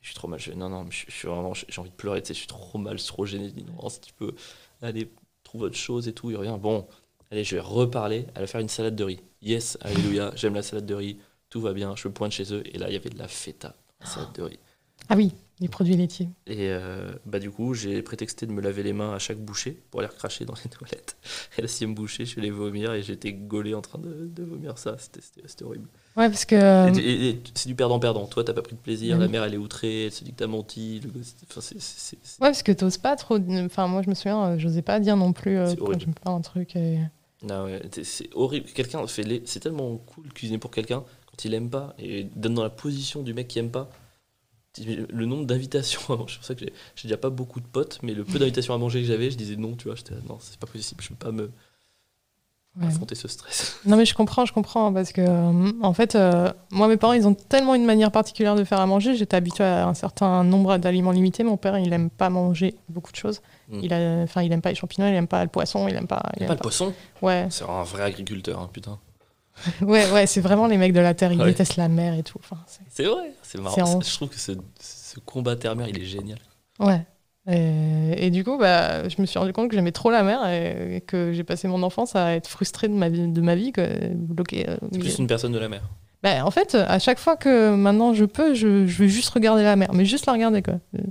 Speaker 2: Je suis trop mal. Je fais, non, non, mais je, je suis vraiment, j'ai envie de pleurer. Tu sais, je suis trop mal, je suis trop gêné. Je dis, non, si tu peux, allez, trouve autre chose et tout. Il revient. Bon, allez, je vais reparler. Elle va faire une salade de riz. Yes, alléluia, j'aime la salade de riz. Tout va bien. Je me pointe chez eux et là, il y avait de la feta, la salade de riz.
Speaker 1: Ah oui, les produits laitiers.
Speaker 2: Et euh, bah du coup, j'ai prétexté de me laver les mains à chaque bouchée pour aller recracher dans les toilettes. Et la sixième bouchée, je suis allé vomir et j'étais gaulé en train de, de vomir ça. C'était- C'était c'était horrible.
Speaker 1: Ouais, parce que. euh,
Speaker 2: Et- et- et c'est du perdant-perdant. Toi, t'as pas pris de plaisir,
Speaker 1: Oui.
Speaker 2: la mère, elle est outrée, elle se dit que t'as menti. le gosse- enfin, c'est- c'est- c'est-
Speaker 1: Ouais, parce que t'oses pas trop. Enfin, moi, je me souviens, euh, j'osais pas dire non plus euh,
Speaker 2: C'est
Speaker 1: quand
Speaker 2: horrible.
Speaker 1: je me plains un truc. et-
Speaker 2: Non, ouais, c'est- c'est horrible. Quelqu'un fait les- C'est tellement cool de cuisiner pour quelqu'un quand il aime pas et donne dans la position du mec qui aime pas. Le nombre d'invitations à manger, c'est pour ça que j'ai- j'ai déjà pas beaucoup de potes, mais le peu d'invitations à manger que j'avais, je disais non, tu vois, j'étais là, non, c'est pas possible, je peux pas me
Speaker 1: Ouais.
Speaker 2: affronter ce stress.
Speaker 1: Non, mais je comprends, je comprends. Parce que, euh, en fait, euh, moi, mes parents, ils ont tellement une manière particulière de faire à manger. J'étais habituée à un certain nombre d'aliments limités. Mon père, il aime pas manger beaucoup de choses.
Speaker 2: Mm.
Speaker 1: Il a- Enfin, il aime pas les champignons, il aime pas le poisson, il aime pas. il
Speaker 2: Pas
Speaker 1: aime
Speaker 2: le poisson,
Speaker 1: pas- Ouais,
Speaker 2: c'est un vrai agriculteur, hein, putain.
Speaker 1: ouais, ouais, c'est vraiment les mecs de la terre. Ils
Speaker 2: Ouais.
Speaker 1: détestent la mer et tout. Enfin, c'est-
Speaker 2: C'est vrai, c'est
Speaker 1: C'est
Speaker 2: marrant.
Speaker 1: en-
Speaker 2: Je trouve que ce, ce combat terre-mer, il est génial.
Speaker 1: Ouais. Et, et du coup, bah, je me suis rendu compte que j'aimais trop la mer et, et que j'ai passé mon enfance à être frustrée de ma vie, de ma vie que, bloquée. euh, au
Speaker 2: C'est
Speaker 1: milieu.
Speaker 2: plus une personne de la mer.
Speaker 1: Bah, en fait, à chaque fois que maintenant je peux, je, je vais juste regarder la mer, mais juste la regarder, quoi. Euh,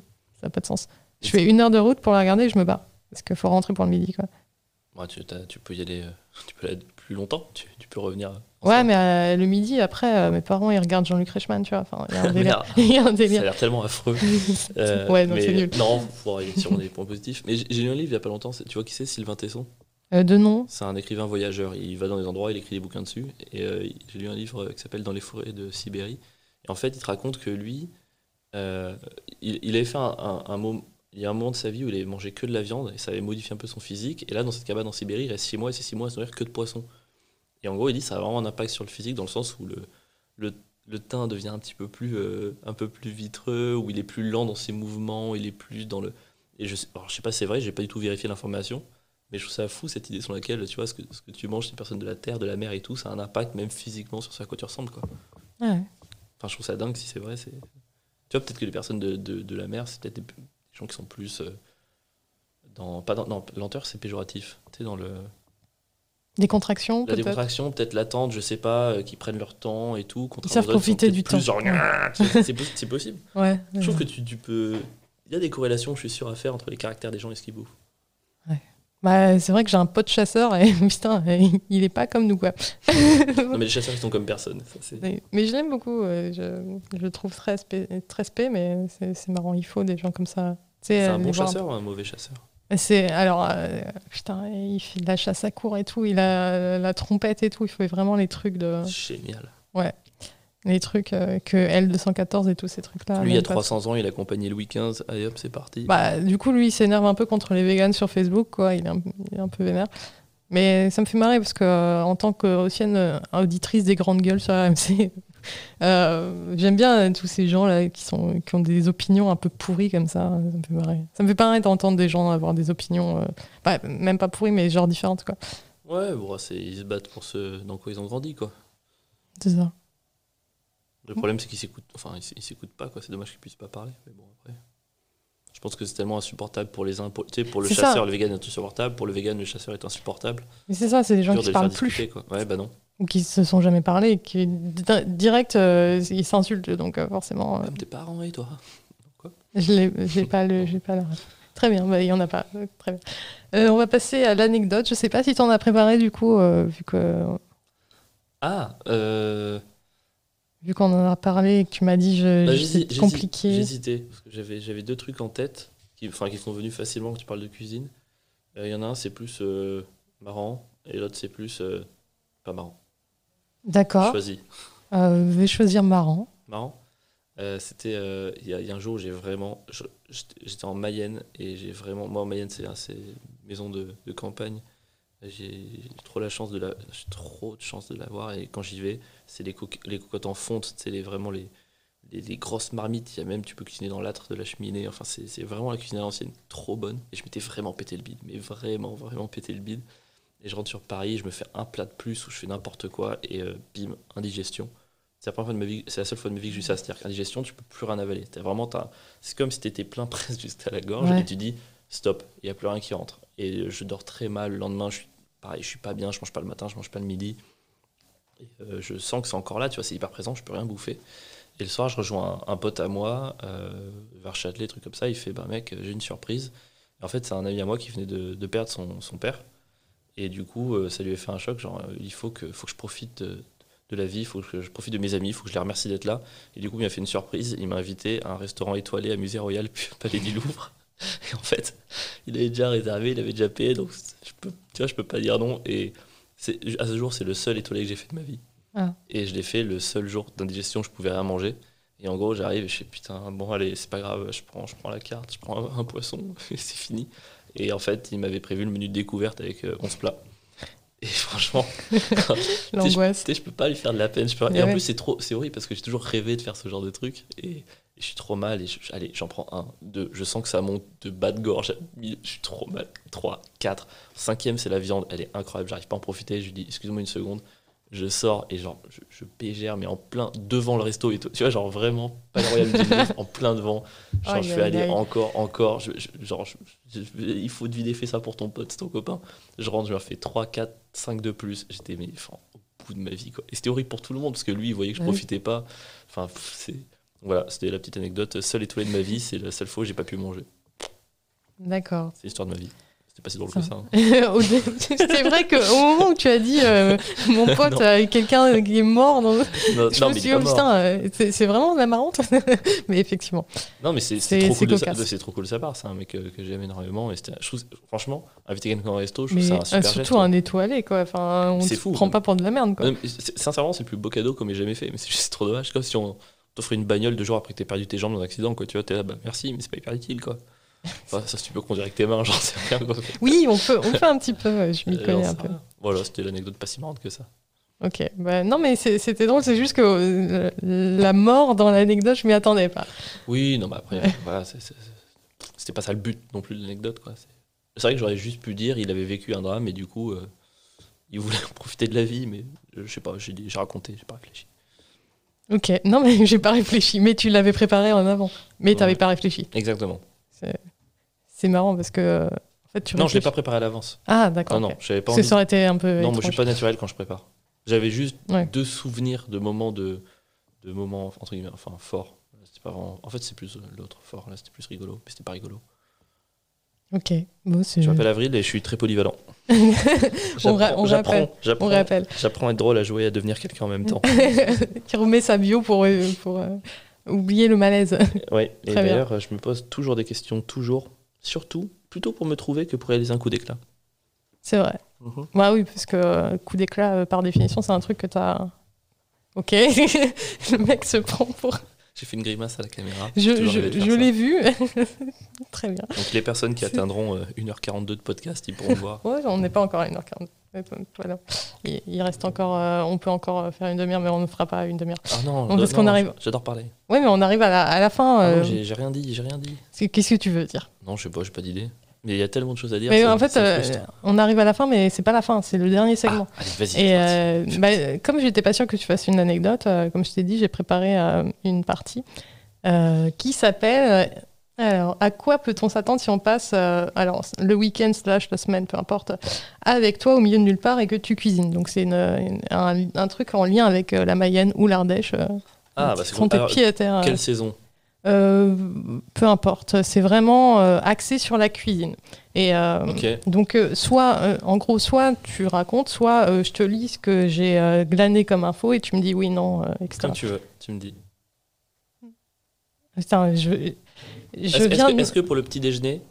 Speaker 1: Ça n'a pas de sens. Je fais une heure de route pour la regarder et je me barre. Parce qu'il faut rentrer pour le midi, quoi.
Speaker 2: Ouais, tu, t'as- tu peux y aller, euh, tu peux aller plus longtemps, tu, tu peux revenir. euh,
Speaker 1: Ouais, mais euh, le midi, après, euh, mes parents, ils regardent Jean-Luc Reichmann, tu vois. Enfin, il y a un délire. Il y a un
Speaker 2: Ça a
Speaker 1: délire.
Speaker 2: l'air tellement affreux. Euh,
Speaker 1: Ouais, donc
Speaker 2: mais-
Speaker 1: c'est nul.
Speaker 2: Non, faut arrêter de tirer des points positifs. Mais j'ai- j'ai lu un livre il y a pas longtemps, c'est- tu vois qui c'est, Sylvain Tesson
Speaker 1: Euh, de nom.
Speaker 2: C'est un écrivain voyageur. Il va dans des endroits, il écrit des bouquins dessus. Et euh, il- j'ai lu un livre euh, qui s'appelle Dans les forêts de Sibérie. Et en fait, il te raconte que lui, euh, il, il avait fait un, un- un moment. Il y a un moment de sa vie où il avait mangé que de la viande et ça avait modifié un peu son physique. Et là, dans cette cabane en Sibérie, il reste 6 mois et ces 6 mois à se nourrir que de poissons. Et en gros, il dit que ça a vraiment un impact sur le physique dans le sens où le, le, le teint devient un petit peu plus, euh, un peu plus vitreux, où il est plus lent dans ses mouvements, il est plus dans le. Et je sais, alors, je sais pas, c'est vrai, j'ai pas du tout vérifié l'information, mais je trouve ça fou cette idée sur laquelle, tu vois, ce que, ce que tu manges, c'est une personne de la terre, de la mer et tout, ça a un impact même physiquement sur ce à quoi tu ressembles, quoi.
Speaker 1: Ouais.
Speaker 2: Enfin, je trouve ça dingue si c'est vrai. C'est... Tu vois, peut-être que les personnes de, de- de la mer, c'est peut-être des, des gens qui sont plus. euh, dans, pas dans, non, lenteur, c'est péjoratif. Tu sais, dans le,
Speaker 1: Des contractions,
Speaker 2: la
Speaker 1: peut-être.
Speaker 2: décontraction, peut-être l'attente, je sais pas, euh, qui prennent leur temps et tout. contrairement
Speaker 1: Ils savent
Speaker 2: aux autres qui sont
Speaker 1: profiter
Speaker 2: peut-être
Speaker 1: du
Speaker 2: plus
Speaker 1: temps.
Speaker 2: genre, Gnaah c'est, c'est possi- c'est possible.
Speaker 1: Ouais.
Speaker 2: Je trouve que tu, tu peux. Il y a des corrélations, je suis sûr, à faire entre les caractères des gens et ce qu'ils bouffent.
Speaker 1: Bah, c'est vrai que j'ai un pote chasseur et putain, il est pas comme nous, quoi.
Speaker 2: Non, mais les chasseurs, ils sont comme personne. ça, c'est-
Speaker 1: Mais mais je l'aime beaucoup, euh, je, je le trouve très spé, très spé mais c'est c'est marrant, il faut des gens comme ça. Tu sais,
Speaker 2: C'est un
Speaker 1: aller
Speaker 2: bon
Speaker 1: voir
Speaker 2: chasseur ou un mauvais chasseur
Speaker 1: peu. C'est alors euh, putain, il fait de la chasse à court et tout, il a la trompette et tout, il fait vraiment les trucs de
Speaker 2: Génial.
Speaker 1: les trucs euh, que L214 et tous ces trucs-là.
Speaker 2: Lui, il y
Speaker 1: Ah, même
Speaker 2: a
Speaker 1: pas-
Speaker 2: 300 ans, il accompagnait Louis XV. Allez hop, c'est parti.
Speaker 1: Bah, du coup, lui, il s'énerve un peu contre les véganes sur Facebook, quoi. Il est, un, il est un peu vénère. Mais ça me fait marrer parce que, euh, en tant qu'ancienne euh, auditrice des grandes gueules sur RMC, euh, j'aime bien euh, tous ces gens-là qui, sont, qui ont des opinions un peu pourries comme ça. Ça me fait marrer. Ça me fait pas marrer d'entendre des gens avoir des opinions, euh, bah, même pas pourries, mais genre différentes, quoi.
Speaker 2: Ouais, bon, c'est- ils se battent pour ce dans quoi ils ont grandi, quoi.
Speaker 1: C'est ça. Mm.
Speaker 2: Le problème, c'est qu'ils s'écoutent. Enfin, ils s- ils s'écoutent pas, quoi. C'est dommage qu'ils puissent pas parler. Mais bon, après. Je pense que c'est tellement insupportable pour les uns. Pour, tu sais, pour le
Speaker 1: C'est ça.
Speaker 2: chasseur, le vegan est insupportable. Pour le vegan, le chasseur est insupportable.
Speaker 1: Mais c'est ça, c'est des gens
Speaker 2: Dur
Speaker 1: qui
Speaker 2: de
Speaker 1: se
Speaker 2: les faire
Speaker 1: parlent plus.
Speaker 2: discuter, quoi. Ouais, bah non.
Speaker 1: ou qui se sont jamais parlé, et qui di- direct euh, ils s'insultent donc euh, forcément euh,
Speaker 2: Même tes parents et toi.
Speaker 1: je l'ai j'ai pas le j'ai pas la ref. Très bien, bah, il y en a pas. Euh, Très bien. Euh, on va passer à l'anecdote. Je sais pas si tu en as préparé du coup euh, vu que
Speaker 2: Ah, euh.
Speaker 1: vu qu'on en a parlé et que tu m'as dit je,
Speaker 2: Bah,
Speaker 1: je-
Speaker 2: j'hési-
Speaker 1: c'est
Speaker 2: j'hési-
Speaker 1: compliqué.
Speaker 2: J'hésitais, parce que j'avais, j'avais deux trucs en tête, qui, enfin, qui sont venus facilement quand tu parles de cuisine. Euh, Il y en a un, c'est plus euh, marrant, et l'autre, c'est plus euh, pas marrant.
Speaker 1: D'accord.
Speaker 2: Choisis.
Speaker 1: Euh, je vais choisir marrant.
Speaker 2: Marrant. Euh, c'était euh, il y, a- il y a un jour où j'ai vraiment je- j'étais j'étais en Mayenne et j'ai vraiment moi en Mayenne c'est c'est une maison de, de campagne j'ai trop la chance de la j'ai trop de chance de l'avoir et quand j'y vais c'est les, coque- les cocottes en fonte c'est les, vraiment les, les, les grosses marmites il y a même tu peux cuisiner dans l'âtre de la cheminée enfin c'est c'est vraiment la cuisine à l'ancienne trop bonne et je m'étais vraiment pété le bide mais vraiment vraiment pété le bide et je rentre sur Paris je me fais un plat de plus où je fais n'importe quoi et euh, bim indigestion c'est la, première fois de ma vie, c'est la seule fois de ma vie que j'ai eu ça. C'est-à-dire qu'indigestion, tu peux plus rien avaler. T'as vraiment, t'as- c'est comme si tu étais plein presque jusqu'à la gorge
Speaker 1: Ouais.
Speaker 2: et tu dis stop, il n'y a plus rien qui rentre. Et je dors très mal. Le lendemain, je suis pareil, je suis pas bien, je mange pas le matin, je mange pas le midi. Et, euh, je sens que c'est encore là, tu vois, c'est hyper présent, je peux rien bouffer. Et le soir, je rejoins un, un pote à moi, euh, vers Châtelet, truc comme ça. Il fait bah mec, j'ai une surprise. En fait, c'est un ami à moi qui venait de, de perdre son, son père. Et du coup, euh, ça lui a fait un choc. Genre, euh, il faut que, faut que je profite de, de la vie, il faut que je profite de mes amis, il faut que je les remercie d'être là. Et du coup, il m'a fait une surprise. Il m'a invité à un restaurant étoilé à Musée Royal, puis au Palais du Louvre. Et en fait, il avait déjà réservé, il avait déjà payé. Donc, je peux, tu vois, je peux pas dire non. Et c'est- à ce jour, c'est le seul étoilé que j'ai fait de ma vie.
Speaker 1: Ah.
Speaker 2: Et je l'ai fait le seul jour d'indigestion, où je pouvais rien manger. Et en gros, j'arrive et je fais putain, bon, allez, c'est pas grave, je prends, je prends la carte, je prends un, un poisson, et c'est fini. Et en fait, il m'avait prévu le menu de découverte avec euh, 11 plats. Et franchement, tu sais, je-
Speaker 1: L'angoisse.
Speaker 2: tu sais, je peux pas lui faire de la peine. je peux-
Speaker 1: Mais
Speaker 2: Et en
Speaker 1: ouais.
Speaker 2: plus, c'est trop, c'est horrible parce que j'ai toujours rêvé de faire ce genre de truc. Et je suis trop mal. Et je- allez, j'en prends un, deux. Je sens que ça monte de bas de gorge. Je suis trop mal. Trois, quatre. Cinquième, c'est la viande. Elle est incroyable. J'arrive pas à en profiter. Je lui dis, excuse-moi une seconde. Je sors et genre, je, je pégère, mais en plein devant le resto et tout. Tu vois, genre vraiment, pas le Royal du Louvre, en plein devant. Genre,
Speaker 1: Aïe,
Speaker 2: je fais
Speaker 1: aïe,
Speaker 2: aller
Speaker 1: aïe.
Speaker 2: encore, encore. Je- je- genre, je- je- je- il faut deviner, fais ça pour ton pote, c'est ton copain. Je rentre, je me fais 3, 4, 5 de plus. J'étais mais, enfin, au bout de ma vie. Quoi. Et c'était horrible pour tout le monde parce que lui, il voyait que je
Speaker 1: Ouais.
Speaker 2: profitais pas. Enfin, pff, c'est... Voilà, c'était la petite anecdote. Seul étoilé de ma vie, c'est la seule fois où j'ai pas pu manger.
Speaker 1: D'accord.
Speaker 2: C'est l'histoire de ma vie. C'était pas si drôle
Speaker 1: Ça
Speaker 2: que ça. hein.
Speaker 1: Au dé- c'est vrai qu'au moment où tu as dit euh, mon pote,
Speaker 2: Non.
Speaker 1: euh, quelqu'un qui est mort, dans...
Speaker 2: Non,
Speaker 1: je me
Speaker 2: non, mais
Speaker 1: suis
Speaker 2: il
Speaker 1: dit,
Speaker 2: est
Speaker 1: oh,
Speaker 2: pas mort.
Speaker 1: putain, euh, c'est c'est vraiment la marrante. mais effectivement.
Speaker 2: Non, mais c'est c'est
Speaker 1: C'est-
Speaker 2: trop,
Speaker 1: c'est
Speaker 2: cool de sa-
Speaker 1: cocasse.
Speaker 2: de- c'est trop cool de sa part. C'est un mec euh, que j'aime énormément. Et c'était- je trouve- franchement, inviter quelqu'un en resto, je trouve
Speaker 1: Mais
Speaker 2: ça un
Speaker 1: euh,
Speaker 2: super geste,
Speaker 1: surtout
Speaker 2: quoi.
Speaker 1: un étoilé, quoi. Enfin, on
Speaker 2: C'est
Speaker 1: te
Speaker 2: fou,
Speaker 1: prend
Speaker 2: même.
Speaker 1: pas pour de la merde, quoi.
Speaker 2: Non, mais c'est- sincèrement, c'est le plus beau cadeau qu'on m'ait jamais fait. Mais c'est juste trop dommage. C'est Comme si on t'offrait une bagnole deux jours après que t'aies perdu tes jambes dans un accident. Quoi. Tu vois, t'es là, bah, merci, mais c'est pas hyper utile. Quoi. Enfin, ça, si tu peux conduire avec tes mains, j'en sais rien. Quoi.
Speaker 1: Oui, on peut, on peut un petit peu. ouais, Je m'y
Speaker 2: Euh,
Speaker 1: connais
Speaker 2: j'en
Speaker 1: un
Speaker 2: sais
Speaker 1: peu.
Speaker 2: rien. Voilà, c'était l'anecdote pas si marrante que ça.
Speaker 1: Ok. Bah, non, mais c'est- c'était drôle. C'est juste que euh, la mort dans l'anecdote, je m'y attendais pas.
Speaker 2: Oui, non, mais après, voilà, c'est- c'est- c'est- c'était pas ça le but non plus de l'anecdote. quoi. C'est c'est vrai que j'aurais juste pu dire il avait vécu un drame et du coup, euh, il voulait profiter de la vie, mais euh, je sais pas, j'ai dit- j'ai raconté, j'ai pas réfléchi.
Speaker 1: Ok. Non, mais j'ai pas réfléchi. Mais tu l'avais préparé en avant. Mais t'avais
Speaker 2: Ouais.
Speaker 1: pas réfléchi.
Speaker 2: Exactement.
Speaker 1: C'est marrant parce que euh, en fait, tu.
Speaker 2: Non, je l'ai
Speaker 1: réfléchis.
Speaker 2: pas préparé à l'avance.
Speaker 1: Ah, d'accord.
Speaker 2: Non,
Speaker 1: ok.
Speaker 2: non, j'avais pas
Speaker 1: Parce que
Speaker 2: envie.
Speaker 1: ça aurait été un peu.
Speaker 2: Non, moi je
Speaker 1: étrange.
Speaker 2: suis pas naturel quand je prépare. J'avais juste
Speaker 1: Ouais.
Speaker 2: deux souvenirs de moments de, de moments entre guillemets, enfin forts. C'était pas vraiment- En fait, c'est plus euh, l'autre fort. Là, c'était plus rigolo, mais c'était pas rigolo.
Speaker 1: Ok. Bon, c'est.
Speaker 2: Je m'appelle Avril et je suis très polyvalent.
Speaker 1: Mhm. On ra-
Speaker 2: J'apprends,
Speaker 1: on rappelle.
Speaker 2: j'apprends,
Speaker 1: On
Speaker 2: j'apprends,
Speaker 1: rappelle.
Speaker 2: j'apprends à être drôle, à jouer, à devenir quelqu'un en même temps.
Speaker 1: Qui remet sa bio pour euh, pour euh, oublier le malaise.
Speaker 2: ouais. Et
Speaker 1: Très bien.
Speaker 2: d'ailleurs, euh, je me pose toujours des questions, toujours, surtout, plutôt pour me trouver que pour réaliser un coup d'éclat.
Speaker 1: Mhm. c'est vrai. Bah oui, parce que euh, coup d'éclat, euh, par définition, c'est un truc que tu as Ok, le mec se prend pour.
Speaker 2: J'ai fait une grimace à la caméra.
Speaker 1: Je,
Speaker 2: toujours
Speaker 1: je-
Speaker 2: rêvé de faire
Speaker 1: je
Speaker 2: ça.
Speaker 1: l'ai vu. Très bien.
Speaker 2: Donc les personnes qui atteindront euh, 1h42 de podcast, ils pourront voir.
Speaker 1: Ouais, on n'est pas encore à 1h40. Ouais, voilà. Il, il reste encore. euh, on peut encore faire une demi-heure, mais on ne fera pas une demi-heure.
Speaker 2: Ah non,
Speaker 1: Bon, parce
Speaker 2: non,
Speaker 1: qu'on arrive-
Speaker 2: J'adore parler.
Speaker 1: Oui, mais on arrive à la, à la fin.
Speaker 2: Ah non,
Speaker 1: euh,
Speaker 2: j'ai j'ai rien dit, j'ai rien dit.
Speaker 1: c'est- Qu'est-ce que tu veux dire
Speaker 2: Non, je sais pas, j'ai pas d'idée. Mais il y a tellement de choses à dire.
Speaker 1: Mais
Speaker 2: c'est-
Speaker 1: en fait,
Speaker 2: c'est
Speaker 1: euh,
Speaker 2: frustrant.
Speaker 1: on arrive à la fin, mais c'est pas la fin, c'est le dernier segment.
Speaker 2: Ah, allez, vas-y.
Speaker 1: Et euh,
Speaker 2: c'est parti.
Speaker 1: bah, euh, comme j'étais pas sûre que tu fasses une anecdote, euh, comme je t'ai dit, j'ai préparé euh, une partie euh, qui s'appelle. euh, alors, à quoi peut-on s'attendre si on passe euh, alors le week-end slash la semaine, peu importe, avec toi au milieu de nulle part et que tu cuisines. Donc c'est une- une- un, un truc en lien avec euh, la Mayenne ou l'Ardèche. euh,
Speaker 2: Ah,
Speaker 1: qui
Speaker 2: bah, c'est
Speaker 1: font
Speaker 2: cool.
Speaker 1: tes
Speaker 2: Alors,
Speaker 1: pieds à terre. euh,
Speaker 2: Quelle saison
Speaker 1: euh, peu importe, c'est vraiment euh, axé sur la cuisine. Et euh,
Speaker 2: Ok.
Speaker 1: donc, euh, soit, euh, en gros, soit tu racontes, soit euh, je te lis ce que j'ai euh, glané comme info et tu me dis oui, non, euh, etc.
Speaker 2: Comme tu veux, tu me dis.
Speaker 1: Putain, je, je
Speaker 2: Est-ce est-ce
Speaker 1: viens
Speaker 2: que,
Speaker 1: de-
Speaker 2: est-ce que pour le petit déjeuner,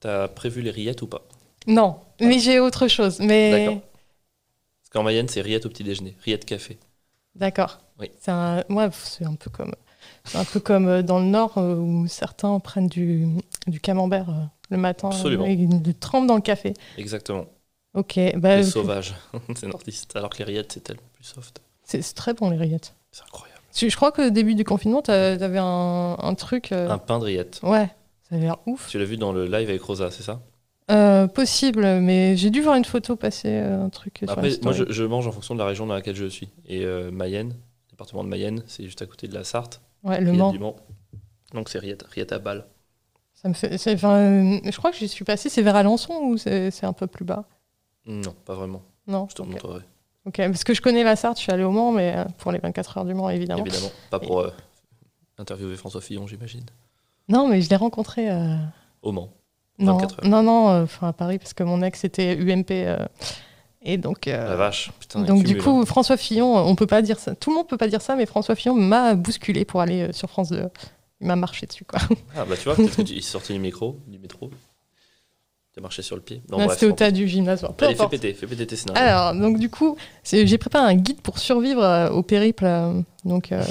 Speaker 2: t'as prévu les rillettes ou pas
Speaker 1: Non, mais j'ai autre chose. Mais
Speaker 2: D'accord. Parce qu'en Mayenne, c'est rillettes au petit déjeuner, rillettes café.
Speaker 1: d'accord.
Speaker 2: Oui.
Speaker 1: C'est un, ouais, pff, c'est un peu comme, c'est un peu comme euh, dans le Nord euh, où certains prennent du, du camembert euh, le matin
Speaker 2: Absolument.
Speaker 1: et ils le trempent dans le café.
Speaker 2: Exactement.
Speaker 1: Ok, bah,
Speaker 2: les sauvages, c'est nordiste. Alors que les rillettes, c'est tellement plus soft.
Speaker 1: c'est c'est très bon les rillettes.
Speaker 2: C'est incroyable.
Speaker 1: Tu- Je crois qu'au début du confinement, t'a- t'avais un, un truc. euh,
Speaker 2: Un pain de rillettes.
Speaker 1: Ouais, ça avait l'air ouf.
Speaker 2: Tu l'as vu dans le live avec Rosa, c'est ça
Speaker 1: Euh, possible, mais j'ai dû voir une photo passer euh, un truc. sur
Speaker 2: Après,
Speaker 1: Insta.
Speaker 2: moi, je, je mange en fonction de la région dans laquelle je suis. Et euh, Mayenne, département de Mayenne, c'est juste à côté de la Sarthe.
Speaker 1: Ouais, le
Speaker 2: Rillettes
Speaker 1: Mans.
Speaker 2: du Mans. Donc c'est rillettes, rillettes à balles.
Speaker 1: Ça me fait. c'est- enfin, euh, je crois que je suis passée. C'est vers Alençon ou c'est c'est un peu plus bas
Speaker 2: Non, pas vraiment.
Speaker 1: Non.
Speaker 2: Je te
Speaker 1: ok.
Speaker 2: montrerai,
Speaker 1: Ok, parce que je connais la Sarthe. Je suis allée au Mans, mais euh, pour les 24 heures du Mans, évidemment.
Speaker 2: évidemment. Pas pour euh, interviewer François Fillon, j'imagine.
Speaker 1: Non, mais je l'ai rencontré. euh,
Speaker 2: Au Mans.
Speaker 1: Non,
Speaker 2: 24 heures.
Speaker 1: non, non. euh, Enfin, à Paris, parce que mon ex était UMP. euh, Et donc. euh,
Speaker 2: La Ah, vache, putain. il
Speaker 1: Donc du
Speaker 2: cumule, hein.
Speaker 1: coup, François Fillon, on peut pas dire ça. Tout le monde peut pas dire ça, mais François Fillon m'a bousculé pour aller euh, sur France 2. Il m'a marché dessus, quoi.
Speaker 2: Ah bah tu vois, peut-être que tu- il sortait du micro, du métro. T'as marché sur le pied. Non,
Speaker 1: Là,
Speaker 2: bref,
Speaker 1: C'était au
Speaker 2: on-
Speaker 1: tas du gymnase. bon, peu
Speaker 2: Allez, fais
Speaker 1: importe. Ah,
Speaker 2: péter, fais péter tes scénarios.
Speaker 1: Alors, donc du coup, c'est- j'ai préparé un guide pour survivre euh, au périple. euh, donc, euh,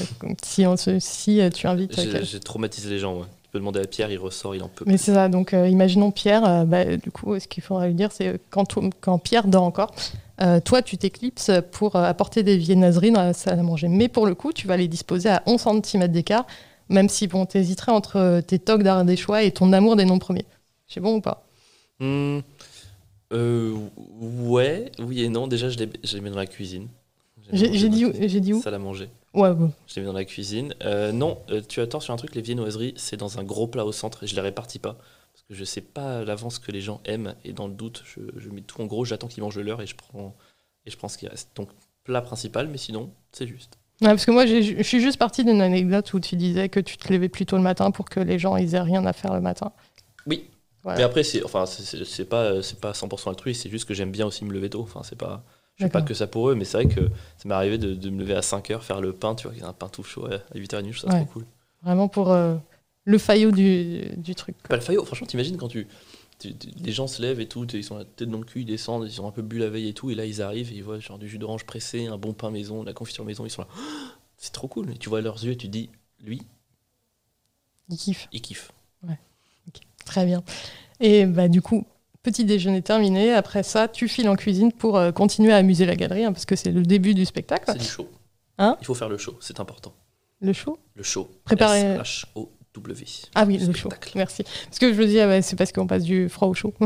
Speaker 1: si, on se- si euh, tu invites... euh,
Speaker 2: J'ai
Speaker 1: quel-
Speaker 2: j'ai traumatisé les gens, ouais. Tu peux demander à Pierre, il ressort, il en peut
Speaker 1: Mais
Speaker 2: plus.
Speaker 1: c'est ça, donc euh, imaginons Pierre, euh, bah, du coup, ce qu'il faudrait lui dire, c'est euh, quand, to- quand Pierre dort encore, euh, toi, tu t'éclipses pour euh, apporter des viennoiseries dans la salle à manger. Mais pour le coup, tu vas les disposer à 11 cm d'écart, même si bon, t'hésiterais entre euh, tes tocs d'Ardéchois et ton amour des noms premiers. C'est bon ou pas
Speaker 2: Hmm, euh, ouais, oui et non. Déjà, je les, je les mets dans la cuisine. Je les mets
Speaker 1: J'ai
Speaker 2: dans la
Speaker 1: j'ai dit,
Speaker 2: cuisine.
Speaker 1: où- j'ai dit où
Speaker 2: Salle à manger.
Speaker 1: Ouais, bon.
Speaker 2: Je les mets dans la cuisine. Euh, non, euh, tu as tort sur un truc, les viennoiseries, c'est dans un gros plat au centre et je les répartis pas. Parce que je sais pas à l'avance ce que les gens aiment et dans le doute, je, je mets tout en gros, j'attends qu'ils mangent le leur et je prends, et je prends ce qui reste. Donc, plat principal, mais sinon, c'est juste.
Speaker 1: Ouais, parce que moi, j'ai- je suis juste partie d'une anecdote où tu disais que tu te levais plus tôt le matin pour que les gens ils aient rien à faire le matin.
Speaker 2: Oui.
Speaker 1: Voilà.
Speaker 2: Mais après, c'est enfin, c'est- c'est c'est pas, euh, c'est pas 100% altruiste, c'est juste que j'aime bien aussi me lever tôt. Enfin, c'est pas. Je fais pas
Speaker 1: D'accord.
Speaker 2: que ça pour eux, mais c'est vrai que ça m'est arrivé de, de me lever à 5h, faire le pain, tu vois, un pain tout chaud à 8h30, je trouve ça
Speaker 1: Ouais.
Speaker 2: trop cool.
Speaker 1: Vraiment pour euh, le faillot du, du truc.
Speaker 2: Pas le faillot, franchement, t'imagines quand tu, tu- tu- Les gens se lèvent et tout, tu- ils sont la tête dans le cul, ils descendent, ils ont un peu bu la veille et tout, et là ils arrivent et ils voient genre du jus d'orange pressé, un bon pain maison, de la confiture maison, ils sont là. Ah, C'est trop cool, et tu vois leurs yeux et tu te dis, lui,
Speaker 1: Il kiffe.
Speaker 2: il kiffe.
Speaker 1: Très bien. Et bah, du coup, petit déjeuner terminé. Après ça, tu files en cuisine pour euh, continuer à amuser la galerie, hein, parce que c'est le début du spectacle,
Speaker 2: C'est du show.
Speaker 1: Hein
Speaker 2: il faut faire le show, c'est important.
Speaker 1: le show.
Speaker 2: Le show.
Speaker 1: Préparer-
Speaker 2: S-H-O-W.
Speaker 1: Ah oui, le show.
Speaker 2: Spectacle.
Speaker 1: Merci. Parce que je me dis, ah bah, c'est parce qu'on passe du froid au chaud.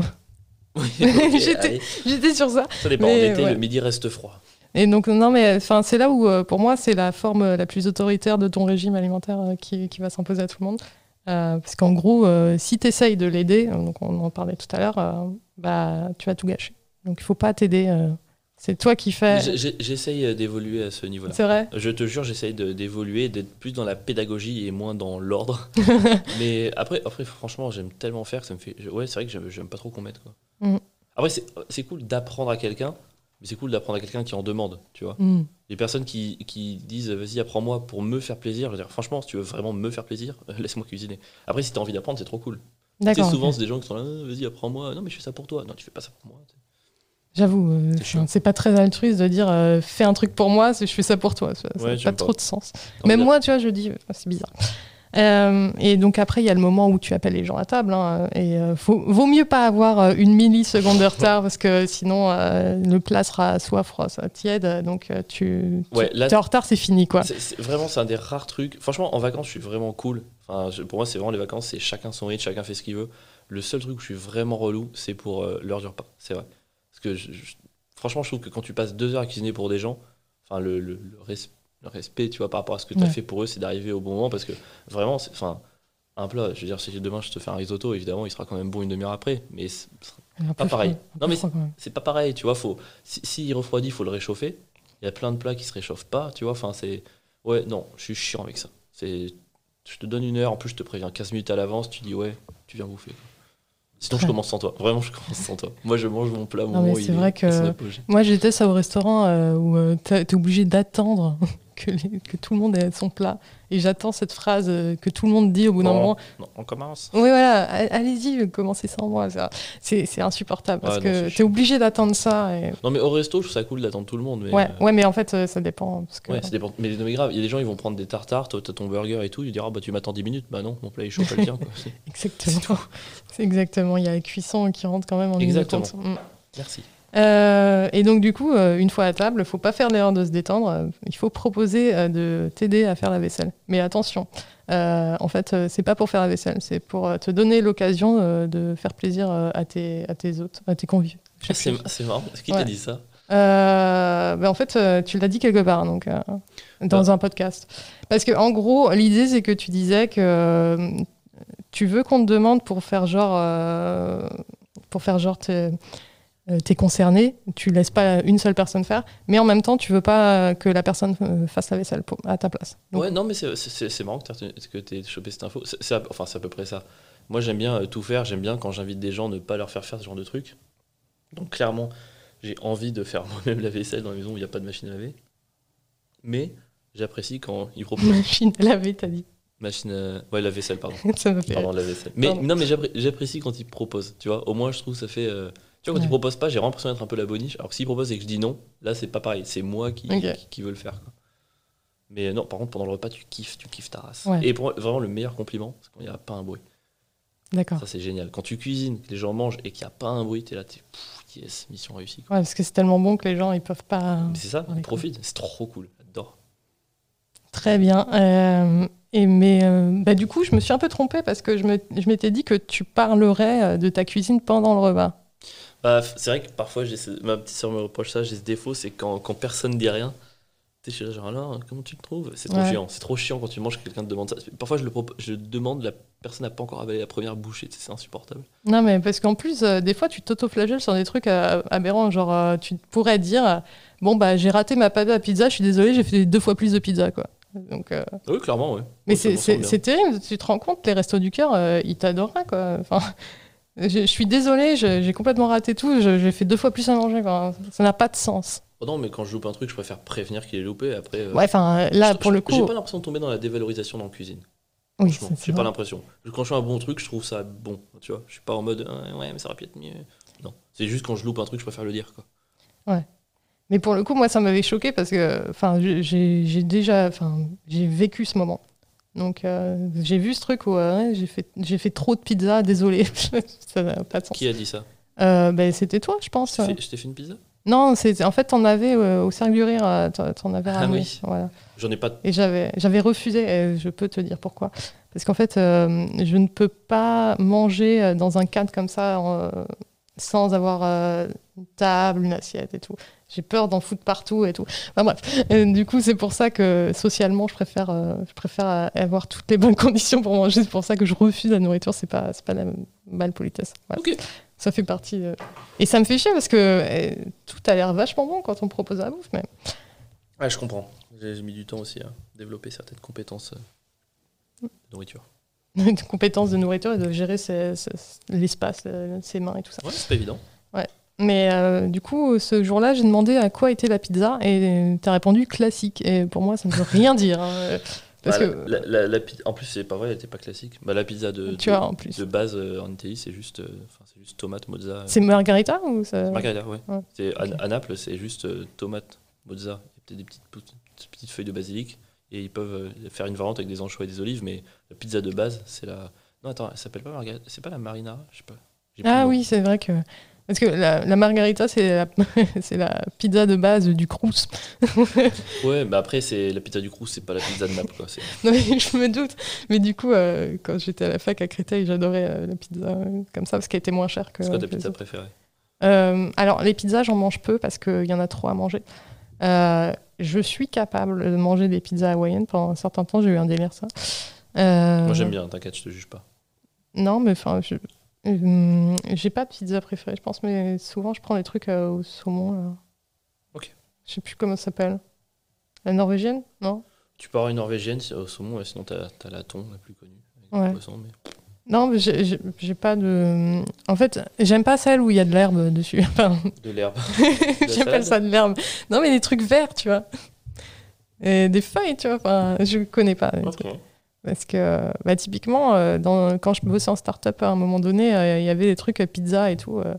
Speaker 2: Oui,
Speaker 1: J'étais-
Speaker 2: ok, allez.
Speaker 1: J'étais sur ça.
Speaker 2: Ça dépend,
Speaker 1: Mais,
Speaker 2: en été,
Speaker 1: ouais.
Speaker 2: le midi reste froid.
Speaker 1: Et donc, non, mais enfin, c'est là où, euh, pour moi, c'est la forme euh, la plus autoritaire de ton régime alimentaire euh, qui, qui va s'imposer à tout le monde. Euh, parce qu'en gros, euh, si tu essayes de l'aider, euh, donc on en parlait tout à l'heure, euh, bah, tu vas tout gâcher. Donc, il faut pas t'aider. euh, c'est toi qui fais.
Speaker 2: J'ai- j'ai- J'essaye d'évoluer à ce niveau-là.
Speaker 1: C'est vrai.
Speaker 2: Je te jure, j'essaye de- d'évoluer, d'être plus dans la pédagogie et moins dans l'ordre. Mais après, après franchement, j'aime tellement faire que ça me fait. je- Ouais, c'est vrai que j'aime- j'aime pas trop qu'on m'aide. Quoi.
Speaker 1: Mm.
Speaker 2: Après, c'est- c'est cool d'apprendre à quelqu'un, mais c'est cool d'apprendre à quelqu'un qui en demande, tu vois.
Speaker 1: Hmm.
Speaker 2: Les personnes qui, qui disent vas-y, apprends-moi pour me faire plaisir, je veux dire, franchement, si tu veux vraiment me faire plaisir, euh, laisse-moi cuisiner. Après, si t'as envie d'apprendre, c'est trop cool. Tu sais,
Speaker 1: D'accord.
Speaker 2: souvent,
Speaker 1: ok.
Speaker 2: euh, c'est des gens qui sont là, Ah, vas-y, apprends-moi. Non, mais je fais ça pour toi. Non, tu fais pas ça pour moi.
Speaker 1: J'avoue, euh,
Speaker 2: C'est chaud.
Speaker 1: c'est pas très altruiste de dire euh, fais un truc pour moi, c'est- je fais ça pour toi. Ça
Speaker 2: Ouais,
Speaker 1: n'a pas
Speaker 2: j'aime pas.
Speaker 1: trop de sens.
Speaker 2: Tant
Speaker 1: Même
Speaker 2: bien.
Speaker 1: moi, tu vois, je dis, euh, c'est bizarre. Euh, et donc après, il y a le moment où tu appelles les gens à table. hein, et euh, faut- vaut mieux pas avoir euh, une milliseconde de retard parce que sinon euh, le plat sera soit froid, soit tiède. Donc euh, tu, tu-
Speaker 2: Ouais, là-
Speaker 1: t'es en retard, c'est fini quoi.
Speaker 2: C'est- c'est- vraiment, c'est un des rares trucs. Franchement, en vacances, je suis vraiment cool. Enfin, je- pour moi, c'est vraiment les vacances, c'est chacun son rythme, chacun fait ce qu'il veut. Le seul truc où je suis vraiment relou, c'est pour euh, l'heure du repas. C'est vrai. Parce que je- je- franchement, je trouve que quand tu passes deux heures à cuisiner pour des gens, enfin, le, le- le res- le respect, tu vois, par rapport à ce que tu as
Speaker 1: Ouais.
Speaker 2: fait pour eux, c'est d'arriver au bon moment. Parce que vraiment, c'est- enfin, un plat, je veux dire, si demain je te fais un risotto, évidemment, il sera quand même bon une demi-heure après. Mais c'est-
Speaker 1: Un
Speaker 2: pas
Speaker 1: peu
Speaker 2: pareil.
Speaker 1: froid, un
Speaker 2: Non,
Speaker 1: peu
Speaker 2: mais
Speaker 1: froid, quand même.
Speaker 2: c'est pas pareil, tu vois. Faut, si, s'il refroidit, il faut le réchauffer. Il y a plein de plats qui se réchauffent pas, tu vois. Enfin, c'est. Ouais, non, je suis chiant avec ça. C'est... Je te donne une heure, en plus, je te préviens 15 minutes à l'avance, tu dis ouais, tu viens bouffer. quoi. Sinon, je
Speaker 1: Ouais.
Speaker 2: commence sans toi. Vraiment, je commence sans toi. Moi, je mange mon plat au
Speaker 1: Non,
Speaker 2: moment
Speaker 1: mais
Speaker 2: où il
Speaker 1: c'est vrai
Speaker 2: est à son
Speaker 1: que-
Speaker 2: apogée.
Speaker 1: Moi, j'étais ça au restaurant euh, où euh, t'as- t'es obligé d'attendre que, les- que tout le monde ait son plat. Et j'attends cette phrase euh, que tout le monde dit au bout d'un
Speaker 2: Bon,
Speaker 1: moment.
Speaker 2: non, on commence.
Speaker 1: Oui, voilà, a- allez-y, euh, commencez sans moi. ça. C'est c'est insupportable parce
Speaker 2: Ouais, non,
Speaker 1: que
Speaker 2: c'est
Speaker 1: t'es
Speaker 2: chiant.
Speaker 1: obligé d'attendre ça. et-
Speaker 2: Non, mais au resto, je trouve ça cool d'attendre tout le monde. Mais,
Speaker 1: Ouais,
Speaker 2: euh,
Speaker 1: ouais, mais en fait, euh, ça dépend. Parce que...
Speaker 2: ouais, ça dépend. Mais non, mais grave, il y a des gens, ils vont prendre des tartares, toi, t'as ton burger et tout, ils diront, ah, bah, tu m'attends 10 minutes. Bah non, mon plat est chaud, pas le tien. quoi.
Speaker 1: Exactement. C'est exactement. Il y a la cuisson qui rentre quand même en ligne de
Speaker 2: Exactement.
Speaker 1: compte. Mm.
Speaker 2: Merci.
Speaker 1: Euh, et donc, du coup, euh, une fois à table, faut pas faire l'erreur de se détendre. euh, Il faut proposer euh, de t'aider à faire la vaisselle. Mais attention, euh, en fait, euh, c'est pas pour faire la vaisselle, c'est pour euh, te donner l'occasion euh, de faire plaisir euh, à tes, à tes hôtes, à tes convives. Je sais
Speaker 2: Ah, C'est
Speaker 1: plus.
Speaker 2: c'est marrant. Est-ce qu'il
Speaker 1: Ouais.
Speaker 2: t'a dit ça
Speaker 1: Euh, ben en fait, euh, tu l'as dit quelque part, donc euh, dans
Speaker 2: Bah.
Speaker 1: un podcast. Parce que en gros, l'idée c'est que tu disais que euh, tu veux qu'on te demande pour faire genre, euh, pour faire genre t'es euh, t'es concerné, tu laisses pas une seule personne faire, mais en même temps, tu veux pas euh, que la personne euh, fasse la vaisselle pour- à ta place. Donc,
Speaker 2: ouais, non, mais c'est- c'est c'est marrant que tu aies chopé cette info. C'est- c'est à- enfin, c'est à peu près ça. Moi, j'aime bien euh, tout faire. J'aime bien quand j'invite des gens ne pas leur faire faire ce genre de truc. Donc, clairement, j'ai envie de faire moi-même la vaisselle dans la maison où il n'y a pas de machine à laver. Mais j'apprécie quand ils proposent
Speaker 1: Machine à laver, t'as dit.
Speaker 2: machine à... Ouais, la vaisselle, pardon.
Speaker 1: Ça me fait rire.
Speaker 2: Pardon, la vaisselle. Mais
Speaker 1: Pardon.
Speaker 2: non, mais j'appré- j'apprécie quand ils proposent. Tu vois, au moins, je trouve que ça fait. euh, Tu vois, quand
Speaker 1: Ouais.
Speaker 2: ils proposent pas, j'ai vraiment l'impression d'être un peu la boniche. Alors que s'ils proposent et que je dis non, là, c'est pas pareil. C'est moi qui,
Speaker 1: Ok.
Speaker 2: qui, qui veux le faire. quoi. Mais euh, non, par contre, pendant le repas, tu kiffes, tu kiffes ta race.
Speaker 1: Ouais.
Speaker 2: Et pour- vraiment, le meilleur compliment, c'est quand il n'y a pas un bruit.
Speaker 1: D'accord.
Speaker 2: Ça, c'est génial. Quand tu cuisines, que les gens mangent et qu'il n'y a pas un bruit, t'es là, t'es pff, yes, mission réussie. quoi.
Speaker 1: Ouais, parce que c'est tellement bon que les gens ils peuvent pas.
Speaker 2: Mais c'est ça,
Speaker 1: Ouais,
Speaker 2: profite. C'est trop cool. J'adore.
Speaker 1: Très bien. Euh, et mais euh, bah, du coup, je me suis un peu trompée parce que je me- je m'étais dit que tu parlerais euh, de ta cuisine pendant le repas.
Speaker 2: Bah, f- c'est vrai que parfois, j'ai ce- ma petite soeur me reproche ça, j'ai ce défaut, c'est quand, quand personne dit rien. Tu sais, je suis là, genre, alors, comment tu te trouves C'est trop
Speaker 1: Ouais.
Speaker 2: chiant. C'est trop chiant quand tu manges que quelqu'un te demande ça. Parfois, je le propo- je demande, la personne n'a pas encore avalé la première bouchée, tu sais, c'est insupportable.
Speaker 1: Non, mais parce qu'en plus, euh, des fois, tu t'autoflagelles sur des trucs euh, aberrants. Genre, euh, tu pourrais dire euh, Bon, bah, j'ai raté ma pâte à pizza, je suis désolée, j'ai fait deux fois plus de pizza, quoi. Donc, euh,
Speaker 2: Oui, clairement, ouais.
Speaker 1: mais
Speaker 2: Ouais, ça
Speaker 1: c'est-
Speaker 2: me
Speaker 1: c'est
Speaker 2: semble
Speaker 1: c'est terrible, tu te rends compte, les restos du cœur, euh, ils t'adoreraient, quoi. Enfin, je, je suis désolée, je- j'ai complètement raté tout, je- j'ai fait deux fois plus à manger, quoi. Ça n'a pas de sens.
Speaker 2: bien. Oh non, mais quand je loupe un truc, je préfère prévenir qu'il est loupé. Après, euh,
Speaker 1: Ouais, enfin, euh, là,
Speaker 2: je-
Speaker 1: pour
Speaker 2: je-
Speaker 1: le coup.
Speaker 2: J'ai pas l'impression de tomber dans la dévalorisation dans la cuisine.
Speaker 1: oui,
Speaker 2: Franchement,
Speaker 1: c'est-
Speaker 2: j'ai
Speaker 1: c'est
Speaker 2: pas l'impression. Quand je fais un bon truc, je trouve ça bon. Tu vois, je suis pas en mode, Ah, ouais, mais ça aurait pu être mieux. Non, c'est juste quand je loupe un truc, je préfère le dire, quoi.
Speaker 1: Mais pour le coup, moi, ça m'avait choqué parce que, enfin, je- j'ai j'ai déjà, enfin, j'ai vécu ce moment. Donc, euh, j'ai vu ce truc où euh, ouais, j'ai fait, j'ai fait trop de pizza. Désolé, ça n'a pas de sens.
Speaker 2: Qui a dit ça
Speaker 1: Euh, ben, c'était toi, je pense.
Speaker 2: Je t'ai fait- je t'ai fait une pizza
Speaker 1: Non, c'est en fait, t'en avais euh, au Cirque du Rire, euh, t'en t'en avais
Speaker 2: Ah
Speaker 1: ramené.
Speaker 2: oui.
Speaker 1: Voilà.
Speaker 2: J'en ai pas
Speaker 1: Et j'avais, j'avais refusé. Et je peux te dire pourquoi. Parce qu'en fait, euh, je ne peux pas manger euh, dans un cadre comme ça euh, sans avoir euh, une table, une assiette et tout. J'ai peur d'en foutre partout et tout. Enfin bref. Et du coup, c'est pour ça que socialement, je préfère, euh, je préfère euh, avoir toutes les bonnes conditions pour manger. C'est pour ça que je refuse la nourriture. C'est pas, c'est pas la malpolitesse. Voilà.
Speaker 2: Ok.
Speaker 1: Ça fait partie. euh. Et ça me fait chier parce que euh, tout a l'air vachement bon quand on propose la bouffe, mais
Speaker 2: Ouais, je comprends. J'ai j'ai mis du temps aussi à développer certaines compétences euh, de nourriture.
Speaker 1: de compétences de nourriture et de gérer ses- ses- l'espace, euh, ses mains et tout ça.
Speaker 2: Ouais, c'est pas évident.
Speaker 1: Mais euh, du coup, ce jour-là, j'ai demandé à quoi était la pizza et t'as répondu classique. Et pour moi, ça ne veut rien dire. hein. Parce
Speaker 2: Bah,
Speaker 1: que
Speaker 2: la- la- la pi- en plus, c'est pas vrai, elle était pas classique. Bah, la pizza de,
Speaker 1: tu
Speaker 2: de-
Speaker 1: vois, en plus.
Speaker 2: de base euh, en Italie, c'est juste, euh, enfin, c'est juste tomate, mozza. euh,
Speaker 1: C'est margarita ou ça
Speaker 2: Margarita, ouais.
Speaker 1: Ouais,
Speaker 2: C'est- à-
Speaker 1: ok.
Speaker 2: À, Naples, c'est juste euh, tomate, mozza, et peut-être des petites, petites- petites feuilles de basilic. Et ils peuvent euh, faire une variante avec des anchois et des olives, mais la pizza de base, c'est la. Non, attends, elle s'appelle pas Margarita. C'est pas la marinara Je sais pas. J'ai plus le
Speaker 1: Ah
Speaker 2: nom.
Speaker 1: oui, c'est vrai que. Parce que la, la margarita, c'est la, c'est la pizza de base du Crous.
Speaker 2: Ouais, bah après, c'est la pizza du Crous, c'est pas la pizza de Naples, quoi. C'est-
Speaker 1: Non, mais je me doute. Mais du coup, euh, quand j'étais à la fac à Créteil, j'adorais euh, la pizza euh, comme ça parce qu'elle était moins chère que.
Speaker 2: C'est quoi ta
Speaker 1: que les
Speaker 2: pizza
Speaker 1: autres.
Speaker 2: préférée
Speaker 1: Euh, alors, les pizzas, j'en mange peu parce qu'il y en a trop à manger. Euh, je suis capable de manger des pizzas hawaïennes pendant un certain temps. J'ai eu un délire, ça. Euh,
Speaker 2: Moi, j'aime bien, t'inquiète, je te juge pas.
Speaker 1: Non, mais enfin, je- euh, j'ai pas de pizza préférée, je pense, mais souvent je prends les trucs euh, au saumon. Là.
Speaker 2: Ok.
Speaker 1: Je sais plus comment ça s'appelle. La norvégienne Non
Speaker 2: Tu pars une norvégienne c'est au saumon, ouais, sinon t'as t'as la thon la plus connue. avec le
Speaker 1: Ouais.
Speaker 2: poisson, mais-
Speaker 1: Non, mais j'ai- j'ai j'ai pas de. En fait, j'aime pas celle où il y a de l'herbe dessus. Enfin,
Speaker 2: De l'herbe.
Speaker 1: J'appelle ça de l'herbe. Non, mais des trucs verts, tu vois. Et des feuilles, tu vois. Enfin, je connais pas. les trucs.
Speaker 2: Ah,
Speaker 1: Parce que, bah, typiquement, euh, dans- quand je bossais en start-up à un moment donné, euh, il y avait des trucs euh, pizza et tout. euh,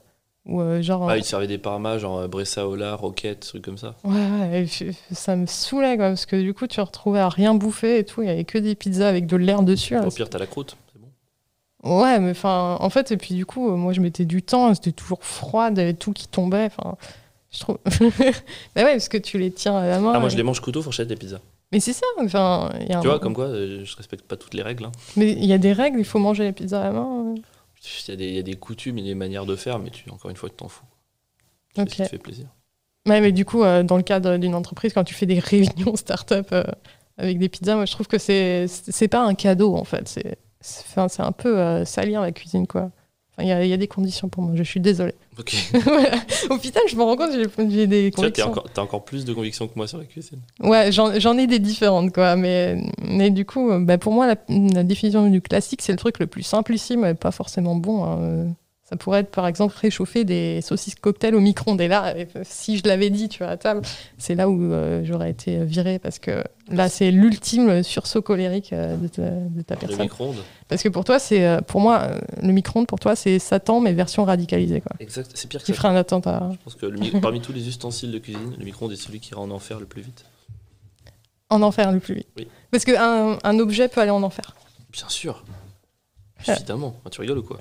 Speaker 1: où, euh, genre,
Speaker 2: Ah, ils te servaient des parmas, genre euh, Bressaola, Roquette, trucs comme ça.
Speaker 1: Ouais, ouais, et f- f- ça me saoulait, quoi, parce que du coup, tu retrouvais à rien bouffer et tout. Il y avait que des pizzas avec de l'air dessus. là.
Speaker 2: Au pire, t'as la croûte, c'est bon.
Speaker 1: Ouais, mais enfin, en fait, et puis du coup, euh, moi, je mettais du temps, c'était toujours froid, il y avait tout qui tombait. Enfin, je trouve. bah ouais, parce que tu les tiens à la main.
Speaker 2: Ah, moi je
Speaker 1: et-
Speaker 2: les mange couteau, fourchette et pizza.
Speaker 1: Mais c'est ça, enfin. il y a un-
Speaker 2: Tu vois, comme quoi, euh, je respecte pas toutes les règles. hein.
Speaker 1: Mais il y a des règles, il faut manger la pizza à la main. euh.
Speaker 2: Il y, a des- il y a des coutumes et des manières de faire, mais tu, encore une fois, tu t'en fous. Tu fais
Speaker 1: euh. Ok.
Speaker 2: ce qui te fait plaisir.
Speaker 1: Ouais, mais du coup, euh, dans le cadre d'une entreprise, quand tu fais des réunions start-up euh, avec des pizzas, moi, je trouve que c'est c'est pas un cadeau, en fait. C'est c'est- enfin, c'est un peu euh, salir la cuisine, quoi. Enfin, Il y, a- il y a des conditions pour moi, je suis désolée.
Speaker 2: Ok.
Speaker 1: Voilà. Au final, je me rends compte que j'ai- j'ai des
Speaker 2: tu vois, t'es
Speaker 1: convictions.
Speaker 2: encore, t'as encore plus de convictions que moi sur la cuisine.
Speaker 1: Ouais, j'en j'en ai des différentes, quoi. Mais, mais du coup, euh, bah, pour moi, la, la définition du classique, c'est le truc le plus simplissime et pas forcément bon. hein. Euh, Ça pourrait être, par exemple, réchauffer des saucisses cocktail au micro-ondes. Et là, euh, si je l'avais dit, tu vois, à table, c'est là où euh, j'aurais été virée parce que là, c'est l'ultime sursaut colérique euh, de ta, de ta
Speaker 2: Le
Speaker 1: personne.
Speaker 2: micro-ondes.
Speaker 1: Parce que pour toi, c'est, euh, pour moi, euh, le micro-ondes, pour toi, c'est Satan, mais version radicalisée, quoi.
Speaker 2: Exact. C'est pire que
Speaker 1: Qui
Speaker 2: ça.
Speaker 1: ferait un attentat. hein.
Speaker 2: Je pense que le mi- parmi tous les ustensiles de cuisine, le micro-ondes est celui qui ira en enfer le plus vite.
Speaker 1: En enfer, le plus vite.
Speaker 2: Oui.
Speaker 1: Parce qu'un un objet peut aller en enfer.
Speaker 2: Bien sûr. Évidemment. Ah, tu rigoles ou quoi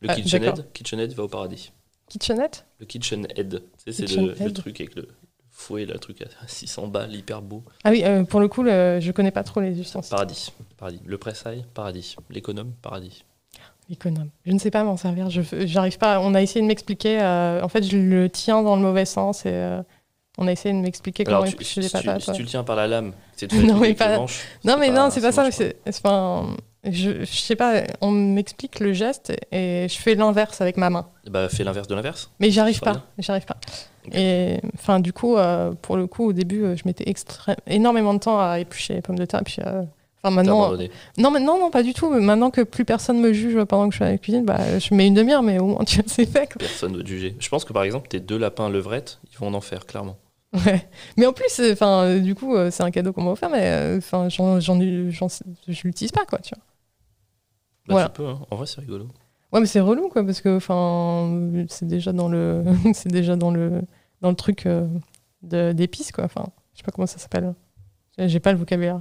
Speaker 2: Le
Speaker 1: Ah, d'accord.
Speaker 2: KitchenAid, KitchenAid va au paradis.
Speaker 1: Kitchenette
Speaker 2: Le KitchenAid, tu sais, c'est le,
Speaker 1: KitchenAid.
Speaker 2: le truc avec le fouet, le truc à 600 balles, hyper beau.
Speaker 1: Ah oui, euh, pour le coup, le- je connais pas trop les ustensiles.
Speaker 2: Paradis. Paradis. Le pressail, paradis. L'économe, paradis.
Speaker 1: Économe. Je ne sais pas m'en servir. Je j'arrive pas. On a essayé de m'expliquer. euh, en fait, je le tiens dans le mauvais sens et euh, on a essayé de m'expliquer comment
Speaker 2: Alors, tu,
Speaker 1: éplucher
Speaker 2: si,
Speaker 1: des
Speaker 2: tu,
Speaker 1: patates.
Speaker 2: si
Speaker 1: ouais.
Speaker 2: tu le tiens par la lame, c'est de
Speaker 1: Non, mais
Speaker 2: avec les
Speaker 1: pas-
Speaker 2: manches,
Speaker 1: Non, mais non, c'est pas ça.
Speaker 2: marche
Speaker 1: c'est- c'est- Enfin, je, je sais pas. On m'explique le geste et je fais l'inverse avec ma main.
Speaker 2: Bah, fais l'inverse de l'inverse.
Speaker 1: Mais j'arrive
Speaker 2: Ça va
Speaker 1: pas, j'arrive pas.
Speaker 2: Ok.
Speaker 1: Et enfin, du coup, euh, pour le coup, au début, euh, je mettais extré- énormément de temps à éplucher les pommes de terre. Puis, euh, enfin,
Speaker 2: T'as
Speaker 1: maintenant,
Speaker 2: abandonné.
Speaker 1: Non, mais non, non, pas du tout. Mais Maintenant que plus personne me juge pendant que je suis à la cuisine, bah, je mets une demi-heure, mais au moins, tu vois, c'est fait. quoi.
Speaker 2: Personne ne veut te juger. Je pense que par exemple, tes deux lapins levrettes, ils vont en enfer, clairement.
Speaker 1: Ouais. Mais en plus, euh, 'fin, euh, du coup, euh, c'est un cadeau qu'on m'a offert, mais euh, 'fin, j'en, j'en, ai- j'en- je l'utilise pas, quoi, tu vois.
Speaker 2: Bah,
Speaker 1: Voilà.
Speaker 2: tu peux, hein. En vrai, c'est rigolo.
Speaker 1: Ouais, mais c'est relou, quoi, parce que, enfin, c'est déjà dans le, c'est déjà dans le, dans le truc euh, de- d'épices, quoi. Enfin, je sais pas comment ça s'appelle. J'ai j'ai pas le vocabulaire.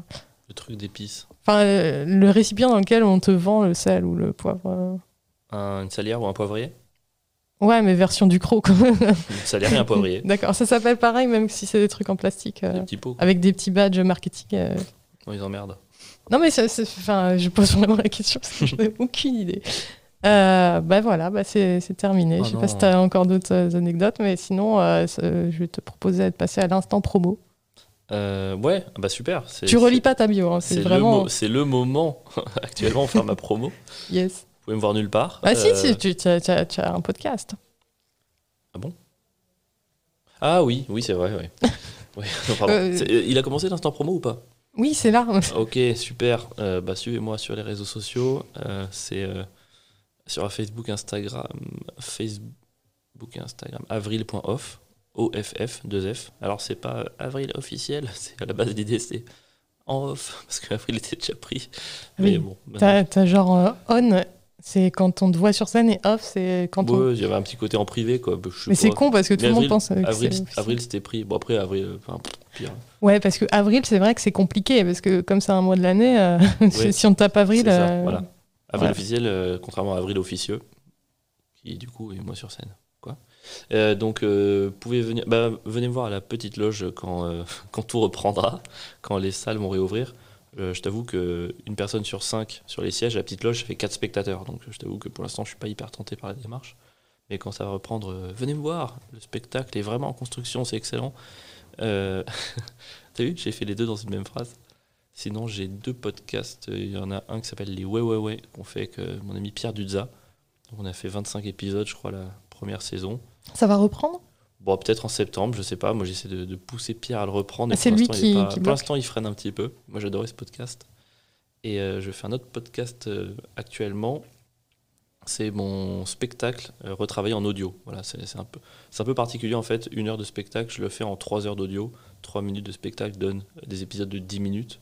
Speaker 2: Le truc d'épices.
Speaker 1: Enfin, euh, le récipient dans lequel on te vend le sel ou le poivre. euh.
Speaker 2: Un- une salière ou un poivrier
Speaker 1: Ouais, mais version du croc, quoi.
Speaker 2: Une salière et un poivrier.
Speaker 1: D'accord, ça s'appelle pareil, même si c'est des trucs en plastique. euh.
Speaker 2: Des petits pots. quoi.
Speaker 1: avec des petits badges marketing. euh.
Speaker 2: Non, ils emmerdent.
Speaker 1: Non, mais ça, c'est- enfin, je pose vraiment la question parce que je n'ai aucune idée. Euh, bah voilà, bah c'est c'est terminé.
Speaker 2: Oh
Speaker 1: je sais
Speaker 2: non.
Speaker 1: pas si tu as encore d'autres euh, anecdotes, mais sinon, euh, ça- je vais te proposer de passer à l'instant promo.
Speaker 2: Euh, ouais, ah bah super. c'est-
Speaker 1: Tu relis
Speaker 2: c'est-
Speaker 1: pas ta bio, hein, c'est
Speaker 2: C'est le,
Speaker 1: vraiment.
Speaker 2: mo- c'est le moment. Actuellement, on fait ma promo. Vous
Speaker 1: Yes.
Speaker 2: pouvez me voir nulle part.
Speaker 1: Ah si,
Speaker 2: Euh,
Speaker 1: si, tu tu as, tu as- tu as un podcast.
Speaker 2: Ah oui, oui, c'est vrai, ouais. Ouais, non, pardon.
Speaker 1: Euh,
Speaker 2: C'est- euh, Il a commencé l'instant promo ou pas
Speaker 1: Oui, c'est là.
Speaker 2: Ok, super. Euh, bah, Suivez-moi sur les réseaux sociaux. Euh, c'est euh, sur Facebook, Instagram, Facebook, Instagram, avril.off, OFF, 2F. Alors, c'est pas avril officiel, c'est à la base l'idée, c'est en off, parce qu'après, il était déjà pris.
Speaker 1: Oui.
Speaker 2: Mais bon, maintenant-
Speaker 1: T'as t'as genre euh, on, c'est quand on te voit sur scène, et off, c'est quand on.
Speaker 2: Ouais, j'avais un petit côté en privé, quoi. Je sais
Speaker 1: Mais c'est
Speaker 2: pas.
Speaker 1: con parce que tout
Speaker 2: Mais
Speaker 1: le monde
Speaker 2: avril-
Speaker 1: pense. euh, que
Speaker 2: Avril,
Speaker 1: c'est-
Speaker 2: avril c'était pris. Bon, après, avril, euh, enfin, pff, pire.
Speaker 1: Ouais, parce que avril, c'est vrai que c'est compliqué parce que comme c'est un mois de l'année, euh,
Speaker 2: Ouais.
Speaker 1: si on tape avril,
Speaker 2: C'est ça,
Speaker 1: euh,
Speaker 2: voilà. Avril
Speaker 1: ouais.
Speaker 2: officiel, euh, contrairement à avril officieux, qui du coup est moi sur scène. Quoi. Euh, donc, euh, pouvez venir, bah, venez me voir à la petite loge quand, euh, quand tout reprendra, quand les salles vont réouvrir. Euh, je t'avoue que une personne sur cinq sur les sièges, à la petite loge, ça fait quatre spectateurs. Donc, je t'avoue que pour l'instant, je suis pas hyper tenté par la démarche. Mais quand ça va reprendre, euh, venez me voir. Le spectacle est vraiment en construction, c'est excellent. Euh, T'as vu, j'ai fait les deux dans une même phrase. Sinon, j'ai deux podcasts. Il y en a un qui s'appelle Les Ouais Ouais Ouais, qu'on fait avec euh, mon ami Pierre Dudza. Donc, on a fait 25 épisodes, je crois, la première saison.
Speaker 1: ça va reprendre.
Speaker 2: Bon, peut-être en septembre, je sais pas. Moi, j'essaie de, de pousser Pierre à le reprendre. mais
Speaker 1: Ah, c'est
Speaker 2: pour
Speaker 1: lui
Speaker 2: l'instant, il est
Speaker 1: qui-
Speaker 2: pas-
Speaker 1: qui
Speaker 2: Pour
Speaker 1: bloque.
Speaker 2: l'instant, il freine un petit peu. Moi, j'adorais ce podcast. Et euh, je fais un autre podcast euh, actuellement. C'est mon spectacle euh, retravaillé en audio. Voilà, c'est c'est un, peu- c'est un peu particulier en fait. Une heure de spectacle, je le fais en trois heures d'audio. Trois minutes de spectacle donnent des épisodes de 10 minutes.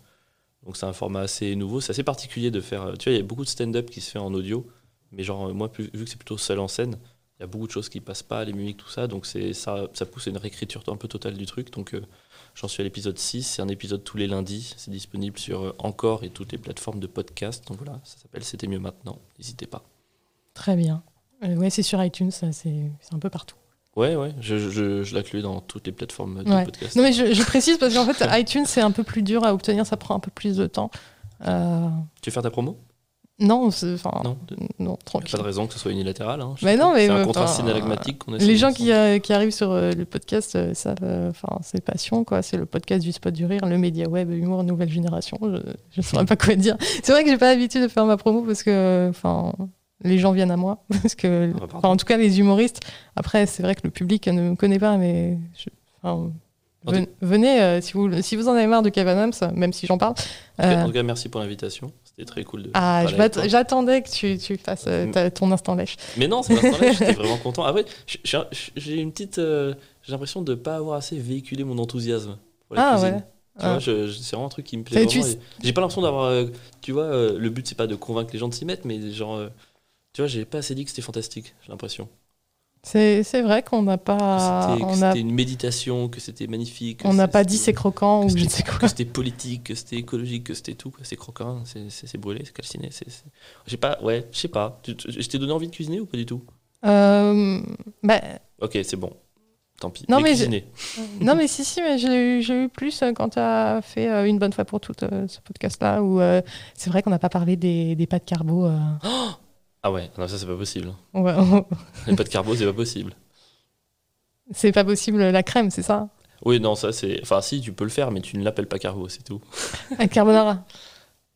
Speaker 2: Donc c'est un format assez nouveau. C'est assez particulier de faire. euh, Tu vois, il y a beaucoup de stand-up qui se fait en audio. Mais genre, euh, moi, pu- vu que c'est plutôt seul en scène, il y a beaucoup de choses qui passent pas, les musiques, tout ça. Donc c'est ça, ça pousse à une réécriture un peu totale du truc. Donc euh, j'en suis à l'épisode 6. C'est un épisode tous les lundis. C'est disponible sur euh, Encore et toutes les plateformes de podcast. Donc voilà, ça s'appelle C'était mieux maintenant. N'hésitez pas.
Speaker 1: Très bien. Euh, ouais, c'est sur iTunes, ça, c'est c'est un peu partout.
Speaker 2: Ouais, ouais, je, je, je, je l'inclus dans toutes les plateformes de
Speaker 1: Ouais.
Speaker 2: podcast.
Speaker 1: Non mais je, je précise parce qu'en fait iTunes c'est un peu plus dur à obtenir, ça prend un peu plus de temps. Euh,
Speaker 2: Tu veux faire ta promo
Speaker 1: non, c'est- enfin
Speaker 2: Non.
Speaker 1: non,
Speaker 2: Y a Pas
Speaker 1: tranquille.
Speaker 2: de raison que ce soit unilatéral. hein. Je-
Speaker 1: Mais non, mais
Speaker 2: C'est un
Speaker 1: euh,
Speaker 2: contrat
Speaker 1: enfin,
Speaker 2: synalagmatique qu'on a
Speaker 1: Les
Speaker 2: signé
Speaker 1: gens
Speaker 2: ensemble.
Speaker 1: qui, euh, qui arrivent sur euh, le podcast euh, savent, euh, enfin c'est passion quoi, c'est le podcast du spot du rire, le média web, humour nouvelle génération. Je ne saurais pas quoi dire. C'est vrai que j'ai pas l'habitude de faire ma promo parce que euh, enfin les gens viennent à moi parce que
Speaker 2: Ah bah, pardon.
Speaker 1: enfin, en tout cas les humoristes. Après c'est vrai que le public euh, ne me connaît pas mais je- enfin,
Speaker 2: En
Speaker 1: ven- venez euh, si vous si vous en avez marre de Kevin Hams, même si j'en parle.
Speaker 2: En tout cas-
Speaker 1: euh,
Speaker 2: En tout cas, merci pour l'invitation. C'était très cool de.
Speaker 1: Ah, je
Speaker 2: parler avec
Speaker 1: m'att-
Speaker 2: toi.
Speaker 1: j'attendais que tu, tu fasses euh, ta- ton instant lèche.
Speaker 2: Mais non, c'est l'instant là, j'étais vraiment content. Après, je- je- je- j'ai une petite. euh, j'ai l'impression de ne pas avoir assez véhiculé mon enthousiasme. Pour la
Speaker 1: Ah
Speaker 2: cuisine.
Speaker 1: ouais.
Speaker 2: Tu
Speaker 1: Ah.
Speaker 2: vois, je- je- c'est vraiment un truc qui me
Speaker 1: Ça,
Speaker 2: plaît.
Speaker 1: tu-
Speaker 2: vraiment et J'ai pas l'impression d'avoir. euh, tu vois, euh, le but, c'est pas de convaincre les gens de s'y mettre, mais genre. euh, tu vois, j'ai pas assez dit que c'était fantastique, j'ai l'impression.
Speaker 1: C'est c'est vrai qu'on n'a
Speaker 2: Que
Speaker 1: pas,
Speaker 2: c'était- que
Speaker 1: Ah, on
Speaker 2: c'était
Speaker 1: a,
Speaker 2: une méditation, que c'était magnifique. que
Speaker 1: on n'a
Speaker 2: c'est-
Speaker 1: pas dit c'est
Speaker 2: c'était-
Speaker 1: croquant ou
Speaker 2: que
Speaker 1: je ne
Speaker 2: c'était-
Speaker 1: sais quoi.
Speaker 2: que c'était politique, que c'était écologique, que c'était tout, quoi. c'est croquant, c'est- c'est c'est brûlé, c'est calciné. c'est- c'est- J'ai pas, ouais, je sais pas. Tu- tu- Je t'ai donné envie de cuisiner ou pas du tout
Speaker 1: Euh, bah,
Speaker 2: Ok, c'est bon. Tant pis.
Speaker 1: Non,
Speaker 2: mais
Speaker 1: mais je-
Speaker 2: cuisiner.
Speaker 1: non mais si si mais j'ai eu, j'ai eu plus euh, quand tu as fait euh, une bonne fois pour toutes euh, ce podcast là où euh, c'est vrai qu'on n'a pas parlé des, des pâtes carbo. euh,
Speaker 2: Ah ouais, non, ça c'est pas possible.
Speaker 1: on va- on-
Speaker 2: Les pâtes carbo, c'est pas possible.
Speaker 1: c'est pas possible la crème c'est ça
Speaker 2: Oui, non, ça c'est. Enfin, si, tu peux le faire, mais tu ne l'appelles pas carbo, c'est tout.
Speaker 1: La carbonara.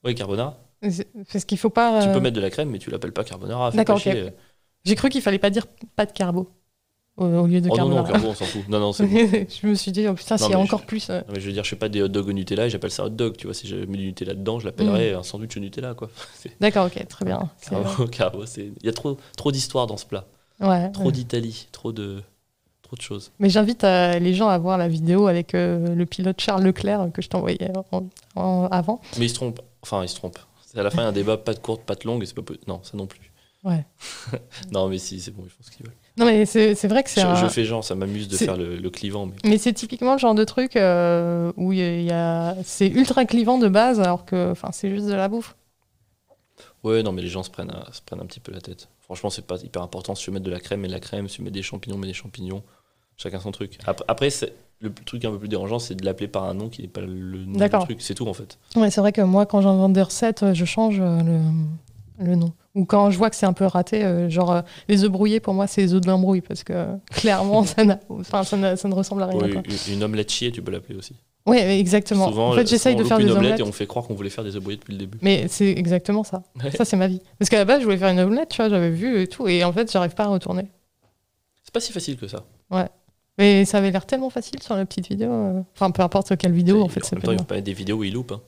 Speaker 2: Oui, carbonara.
Speaker 1: C'est- Parce qu'il faut pas.
Speaker 2: Tu
Speaker 1: euh,
Speaker 2: peux mettre de la crème, mais tu l'appelles pas carbonara. fais
Speaker 1: D'accord,
Speaker 2: pas
Speaker 1: ok.
Speaker 2: chier.
Speaker 1: J'ai cru qu'il fallait pas dire pâte carbo au, au lieu de
Speaker 2: Oh non, non,
Speaker 1: carbonara.
Speaker 2: carbo, on s'en fout. Non, non, c'est bon.
Speaker 1: je me suis dit oh putain
Speaker 2: Non,
Speaker 1: s'il y a
Speaker 2: mais
Speaker 1: encore
Speaker 2: je-
Speaker 1: plus. euh,
Speaker 2: Non, mais je veux dire, je fais pas des hot dogs au Nutella et j'appelle ça hot dog. Tu vois, si j'avais mis du Nutella dedans, je l'appellerais un sandwich au Nutella, quoi. C'est-
Speaker 1: D'accord ok très bien. Mm. C'est-
Speaker 2: Carbo, carbo, c'est. Il y a trop, trop d'histoire dans ce plat.
Speaker 1: Ouais,
Speaker 2: Trop
Speaker 1: ouais.
Speaker 2: d'Italie, trop de. Trop de choses.
Speaker 1: Mais j'invite euh, les gens à voir la vidéo avec euh, le pilote Charles Leclerc euh, que je t'envoyais en- en- avant.
Speaker 2: Mais ils se trompent. Enfin, ils se trompent. C'est à la fin, il y a un débat pas de courte, pas de longue, et c'est pas. peu- Non, ça non plus.
Speaker 1: Ouais.
Speaker 2: non, mais si, c'est bon, ils font ce qu'ils veulent.
Speaker 1: Non, mais c'est c'est vrai que
Speaker 2: Je,
Speaker 1: c'est un-
Speaker 2: je fais genre, ça m'amuse de
Speaker 1: c'est-
Speaker 2: faire le, le clivant, mais
Speaker 1: Mais c'est typiquement le genre de truc euh, où il y a- il y a... c'est ultra clivant de base alors que enfin, c'est juste de la bouffe.
Speaker 2: ouais, non, mais les gens se prennent, à- se prennent un petit peu la tête. Franchement, c'est pas hyper important. Si tu mets de la crème, mets de la crème. Si tu mets des champignons, mets des champignons. Chacun son truc. Ap- Après, c'est- le truc un peu plus dérangeant, c'est de l'appeler par un nom qui n'est pas le nom du
Speaker 1: D'accord.
Speaker 2: truc. C'est tout en fait.
Speaker 1: Ouais, c'est vrai que moi quand j'invente des recettes, euh, je change euh, le... le nom. Ou quand je vois que c'est un peu raté, euh, genre euh, les œufs brouillés pour moi c'est les œufs de l'embrouille parce que euh, clairement ça, n'a- enfin, ça, n'a- ça ne ressemble à rien.
Speaker 2: Ouais,
Speaker 1: quoi.
Speaker 2: une, une omelette chiée, tu peux l'appeler aussi.
Speaker 1: Ouais, mais exactement.
Speaker 2: Souvent,
Speaker 1: en fait j'essaye
Speaker 2: souvent,
Speaker 1: de
Speaker 2: on
Speaker 1: faire
Speaker 2: loupe
Speaker 1: des
Speaker 2: une omelette
Speaker 1: omelettes.
Speaker 2: et on fait croire qu'on voulait faire des œufs brouillés depuis le début.
Speaker 1: Mais c'est exactement ça.
Speaker 2: Ouais.
Speaker 1: Ça, c'est ma vie. Parce qu'à la base, je voulais faire une omelette, tu vois, j'avais vu et tout, et en fait, j'arrive pas à retourner.
Speaker 2: C'est pas si facile que ça.
Speaker 1: Mais ça avait l'air tellement facile sur la petite vidéo. euh. Enfin, peu importe quelle vidéo, en fait,
Speaker 2: en
Speaker 1: c'est
Speaker 2: même
Speaker 1: pas
Speaker 2: temps, ils
Speaker 1: bien.
Speaker 2: vont pas mettre des vidéos où ils loupent. hein.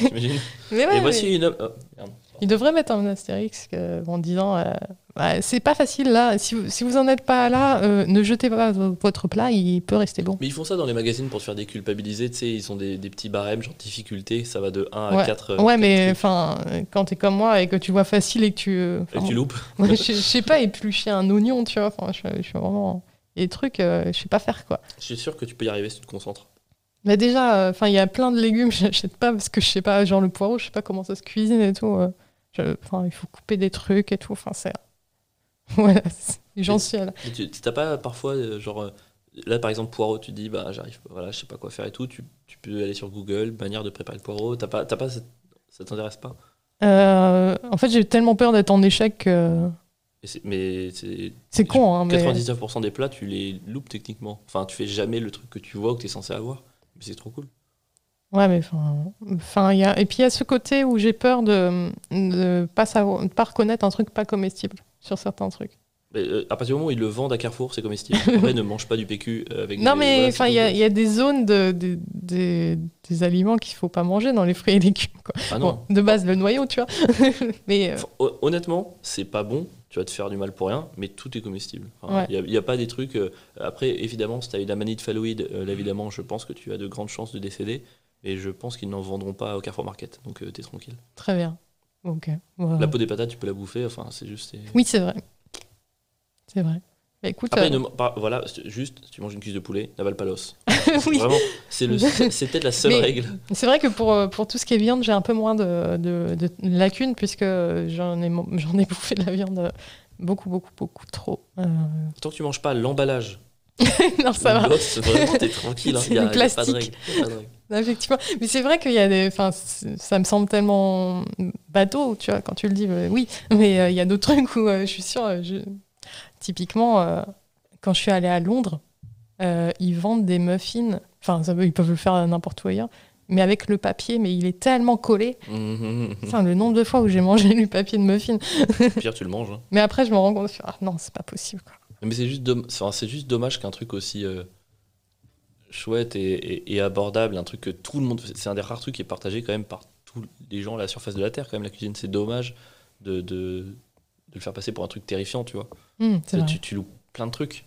Speaker 2: J'imagine.
Speaker 1: Mais ouais,
Speaker 2: Et
Speaker 1: mais-
Speaker 2: voici une. oh, merde.
Speaker 1: Il devrait mettre un astérix euh, en disant euh, bah, c'est pas facile là, si vous, si vous en êtes pas là, euh, ne jetez pas v- votre plat, il peut rester bon.
Speaker 2: Mais ils font ça dans les magazines pour te faire déculpabiliser, tu sais, ils ont des, des petits barèmes, genre difficulté, ça va de 1 à euh, 4.
Speaker 1: ouais, mais enfin, quand t'es comme moi et que tu vois facile et que tu. euh, enfin,
Speaker 2: Et tu loupes.
Speaker 1: moi, je, je sais pas éplucher un oignon, tu vois. Enfin, je, je suis vraiment. Et trucs, euh, je sais pas faire quoi.
Speaker 2: Je suis sûr que tu peux y arriver si tu te concentres.
Speaker 1: Mais déjà, euh, enfin, il y a plein de légumes, j'achète pas parce que je sais pas, genre le poireau, je sais pas comment ça se cuisine et tout. euh. Je- Enfin, il faut couper des trucs et tout. Enfin, c'est. Voilà, c'est- j'en suis à là.
Speaker 2: Et tu t'as pas parfois, euh, genre, euh, là par exemple, poireau, tu te dis, bah j'arrive, pas, voilà, je sais pas quoi faire et tout, tu, tu peux aller sur Google, manière de préparer le poireau, t'as pas, t'as pas, cette- ça t'intéresse pas.
Speaker 1: Euh, en fait, j'ai tellement peur d'être en échec que
Speaker 2: Et c'est- mais c'est.
Speaker 1: c'est con. Hein, mais...
Speaker 2: 99% des plats, tu les loupes techniquement. Enfin, tu fais jamais le truc que tu vois ou que t'es censé avoir. Mais c'est trop cool.
Speaker 1: Ouais, mais enfin, enfin, il y a... et puis il y a ce côté où j'ai peur de ne pas savoir, de pas reconnaître un truc pas comestible sur certains trucs.
Speaker 2: Mais, euh, à partir du moment où ils le vendent à Carrefour, c'est comestible. Après, ne mange pas du PQ euh, avec
Speaker 1: Non,
Speaker 2: des-
Speaker 1: mais
Speaker 2: voilà,
Speaker 1: enfin,
Speaker 2: c'est
Speaker 1: il y, a-
Speaker 2: tout.
Speaker 1: il y a des zones de, des- des- des aliments qu'il faut pas manger dans les fruits et légumes. quoi.
Speaker 2: Ah non.
Speaker 1: Bon, de base, le noyau, tu vois. mais euh,
Speaker 2: Enfin, hon- honnêtement, c'est pas bon, tu vas te faire du mal pour rien, mais tout est comestible. Il
Speaker 1: Ouais.
Speaker 2: n'y a, y a pas des trucs. euh, après, évidemment, si tu as eu la manie de phalloïde, euh, là, évidemment, je pense que tu as de grandes chances de décéder, mais je pense qu'ils n'en vendront pas au Carrefour Market, donc euh, t'es tranquille.
Speaker 1: très bien. Ok. voilà.
Speaker 2: La peau des patates, tu peux la bouffer, enfin, c'est juste. c'est-
Speaker 1: Oui, c'est vrai. C'est vrai. Bah, écoute,
Speaker 2: Après,
Speaker 1: euh,
Speaker 2: ne man- pas- voilà, c'est juste, si tu manges une cuisse de poulet, n'avale pas l'os.
Speaker 1: oui.
Speaker 2: Vraiment, c'est le- c'est c'est peut-être la seule
Speaker 1: Mais-
Speaker 2: règle.
Speaker 1: C'est vrai que pour, euh, pour tout ce qui est viande, j'ai un peu moins de, de, de lacunes puisque j'en ai, mon- j'en ai bouffé de la viande euh, beaucoup, beaucoup, beaucoup trop. Euh,
Speaker 2: Tant que tu manges pas l'emballage,
Speaker 1: non, ça
Speaker 2: ou
Speaker 1: va.
Speaker 2: l'os, vraiment, t'es tranquille.
Speaker 1: C'est
Speaker 2: Il n'y a,
Speaker 1: du
Speaker 2: y a pas de
Speaker 1: plastique.
Speaker 2: règle. y a pas de règle.
Speaker 1: Effectivement. Mais c'est vrai qu'il y a des. Enfin, c'est- ça me semble tellement bateau, tu vois, quand tu le dis, euh, oui. Mais euh, il y a d'autres trucs où euh, je suis sûre. euh, je- Typiquement, euh, quand je suis allée à Londres, euh, ils vendent des muffins. Enfin, ça peut- ils peuvent le faire n'importe où ailleurs. Mais avec le papier, mais il est tellement collé.
Speaker 2: Mhm.
Speaker 1: Putain, le nombre de fois où j'ai mangé du papier de muffin.
Speaker 2: Pire, tu le manges. hein.
Speaker 1: Mais après, je me rends compte, je fais, ah non, c'est pas possible. quoi.
Speaker 2: Mais c'est juste, domm- enfin, c'est juste dommage qu'un truc aussi euh, chouette et, et- et abordable, un truc que tout le monde. C'est un des rares trucs qui est partagé quand même par tous les gens à la surface de la Terre, quand même, la cuisine. C'est dommage de, de, de le faire passer pour un truc terrifiant, tu vois.
Speaker 1: Hmm, c'est vrai.
Speaker 2: Tu, tu loupes plein de trucs.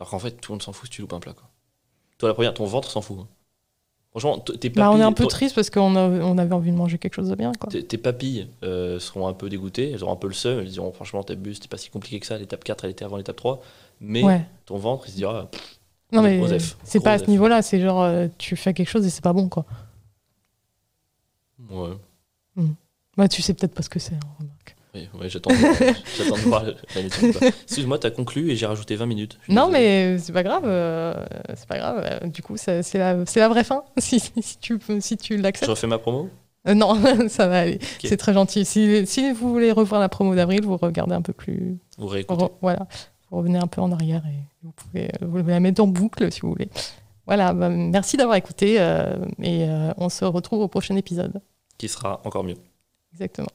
Speaker 2: Alors qu'en fait, tout le monde s'en fout si tu loupes un plat, quoi. Toi, la première, ton ventre s'en fout. hein. Franchement, t- tes
Speaker 1: Bah, on est un peu
Speaker 2: ton-
Speaker 1: triste parce qu'on a- on avait envie de manger quelque chose de bien. Quoi.
Speaker 2: tes, tes papilles euh, seront un peu dégoûtées, elles auront un peu le seum, elles diront franchement, t'abuses, c'était pas si compliqué que ça, l'étape 4, elle était avant l'étape 3. Mais
Speaker 1: Ouais.
Speaker 2: ton ventre, il se dira,
Speaker 1: Non, mais
Speaker 2: Ah, gros F,
Speaker 1: c'est
Speaker 2: gros
Speaker 1: pas à ce
Speaker 2: F.
Speaker 1: niveau-là. C'est genre, euh, tu fais quelque chose et c'est pas bon. quoi.
Speaker 2: ouais.
Speaker 1: Bah, tu sais peut-être pas ce que c'est. hein, remarque.
Speaker 2: Oui, ouais, j'attends de- j'attends de voir le- la notion, quoi. Excuse-moi, t'as conclu et j'ai rajouté 20 minutes. Je suis
Speaker 1: Non,
Speaker 2: désolé.
Speaker 1: mais c'est pas grave. euh, c'est pas grave. euh, du coup, ça- c'est la, c'est la vraie fin. Si, si tu, peux- si tu
Speaker 2: Je
Speaker 1: l'acceptes.
Speaker 2: refais ma promo
Speaker 1: Euh, non, ça va aller. C'est très gentil. Si, si vous voulez revoir la promo d'avril, vous regardez un peu plus.
Speaker 2: Vous réécoutez.
Speaker 1: re- voilà. Vous revenez un peu en arrière et vous pouvez euh, vous la mettre en boucle si vous voulez. Voilà, bah, merci d'avoir écouté euh, et euh, on se retrouve au prochain épisode.
Speaker 2: Qui sera encore mieux.
Speaker 1: Exactement.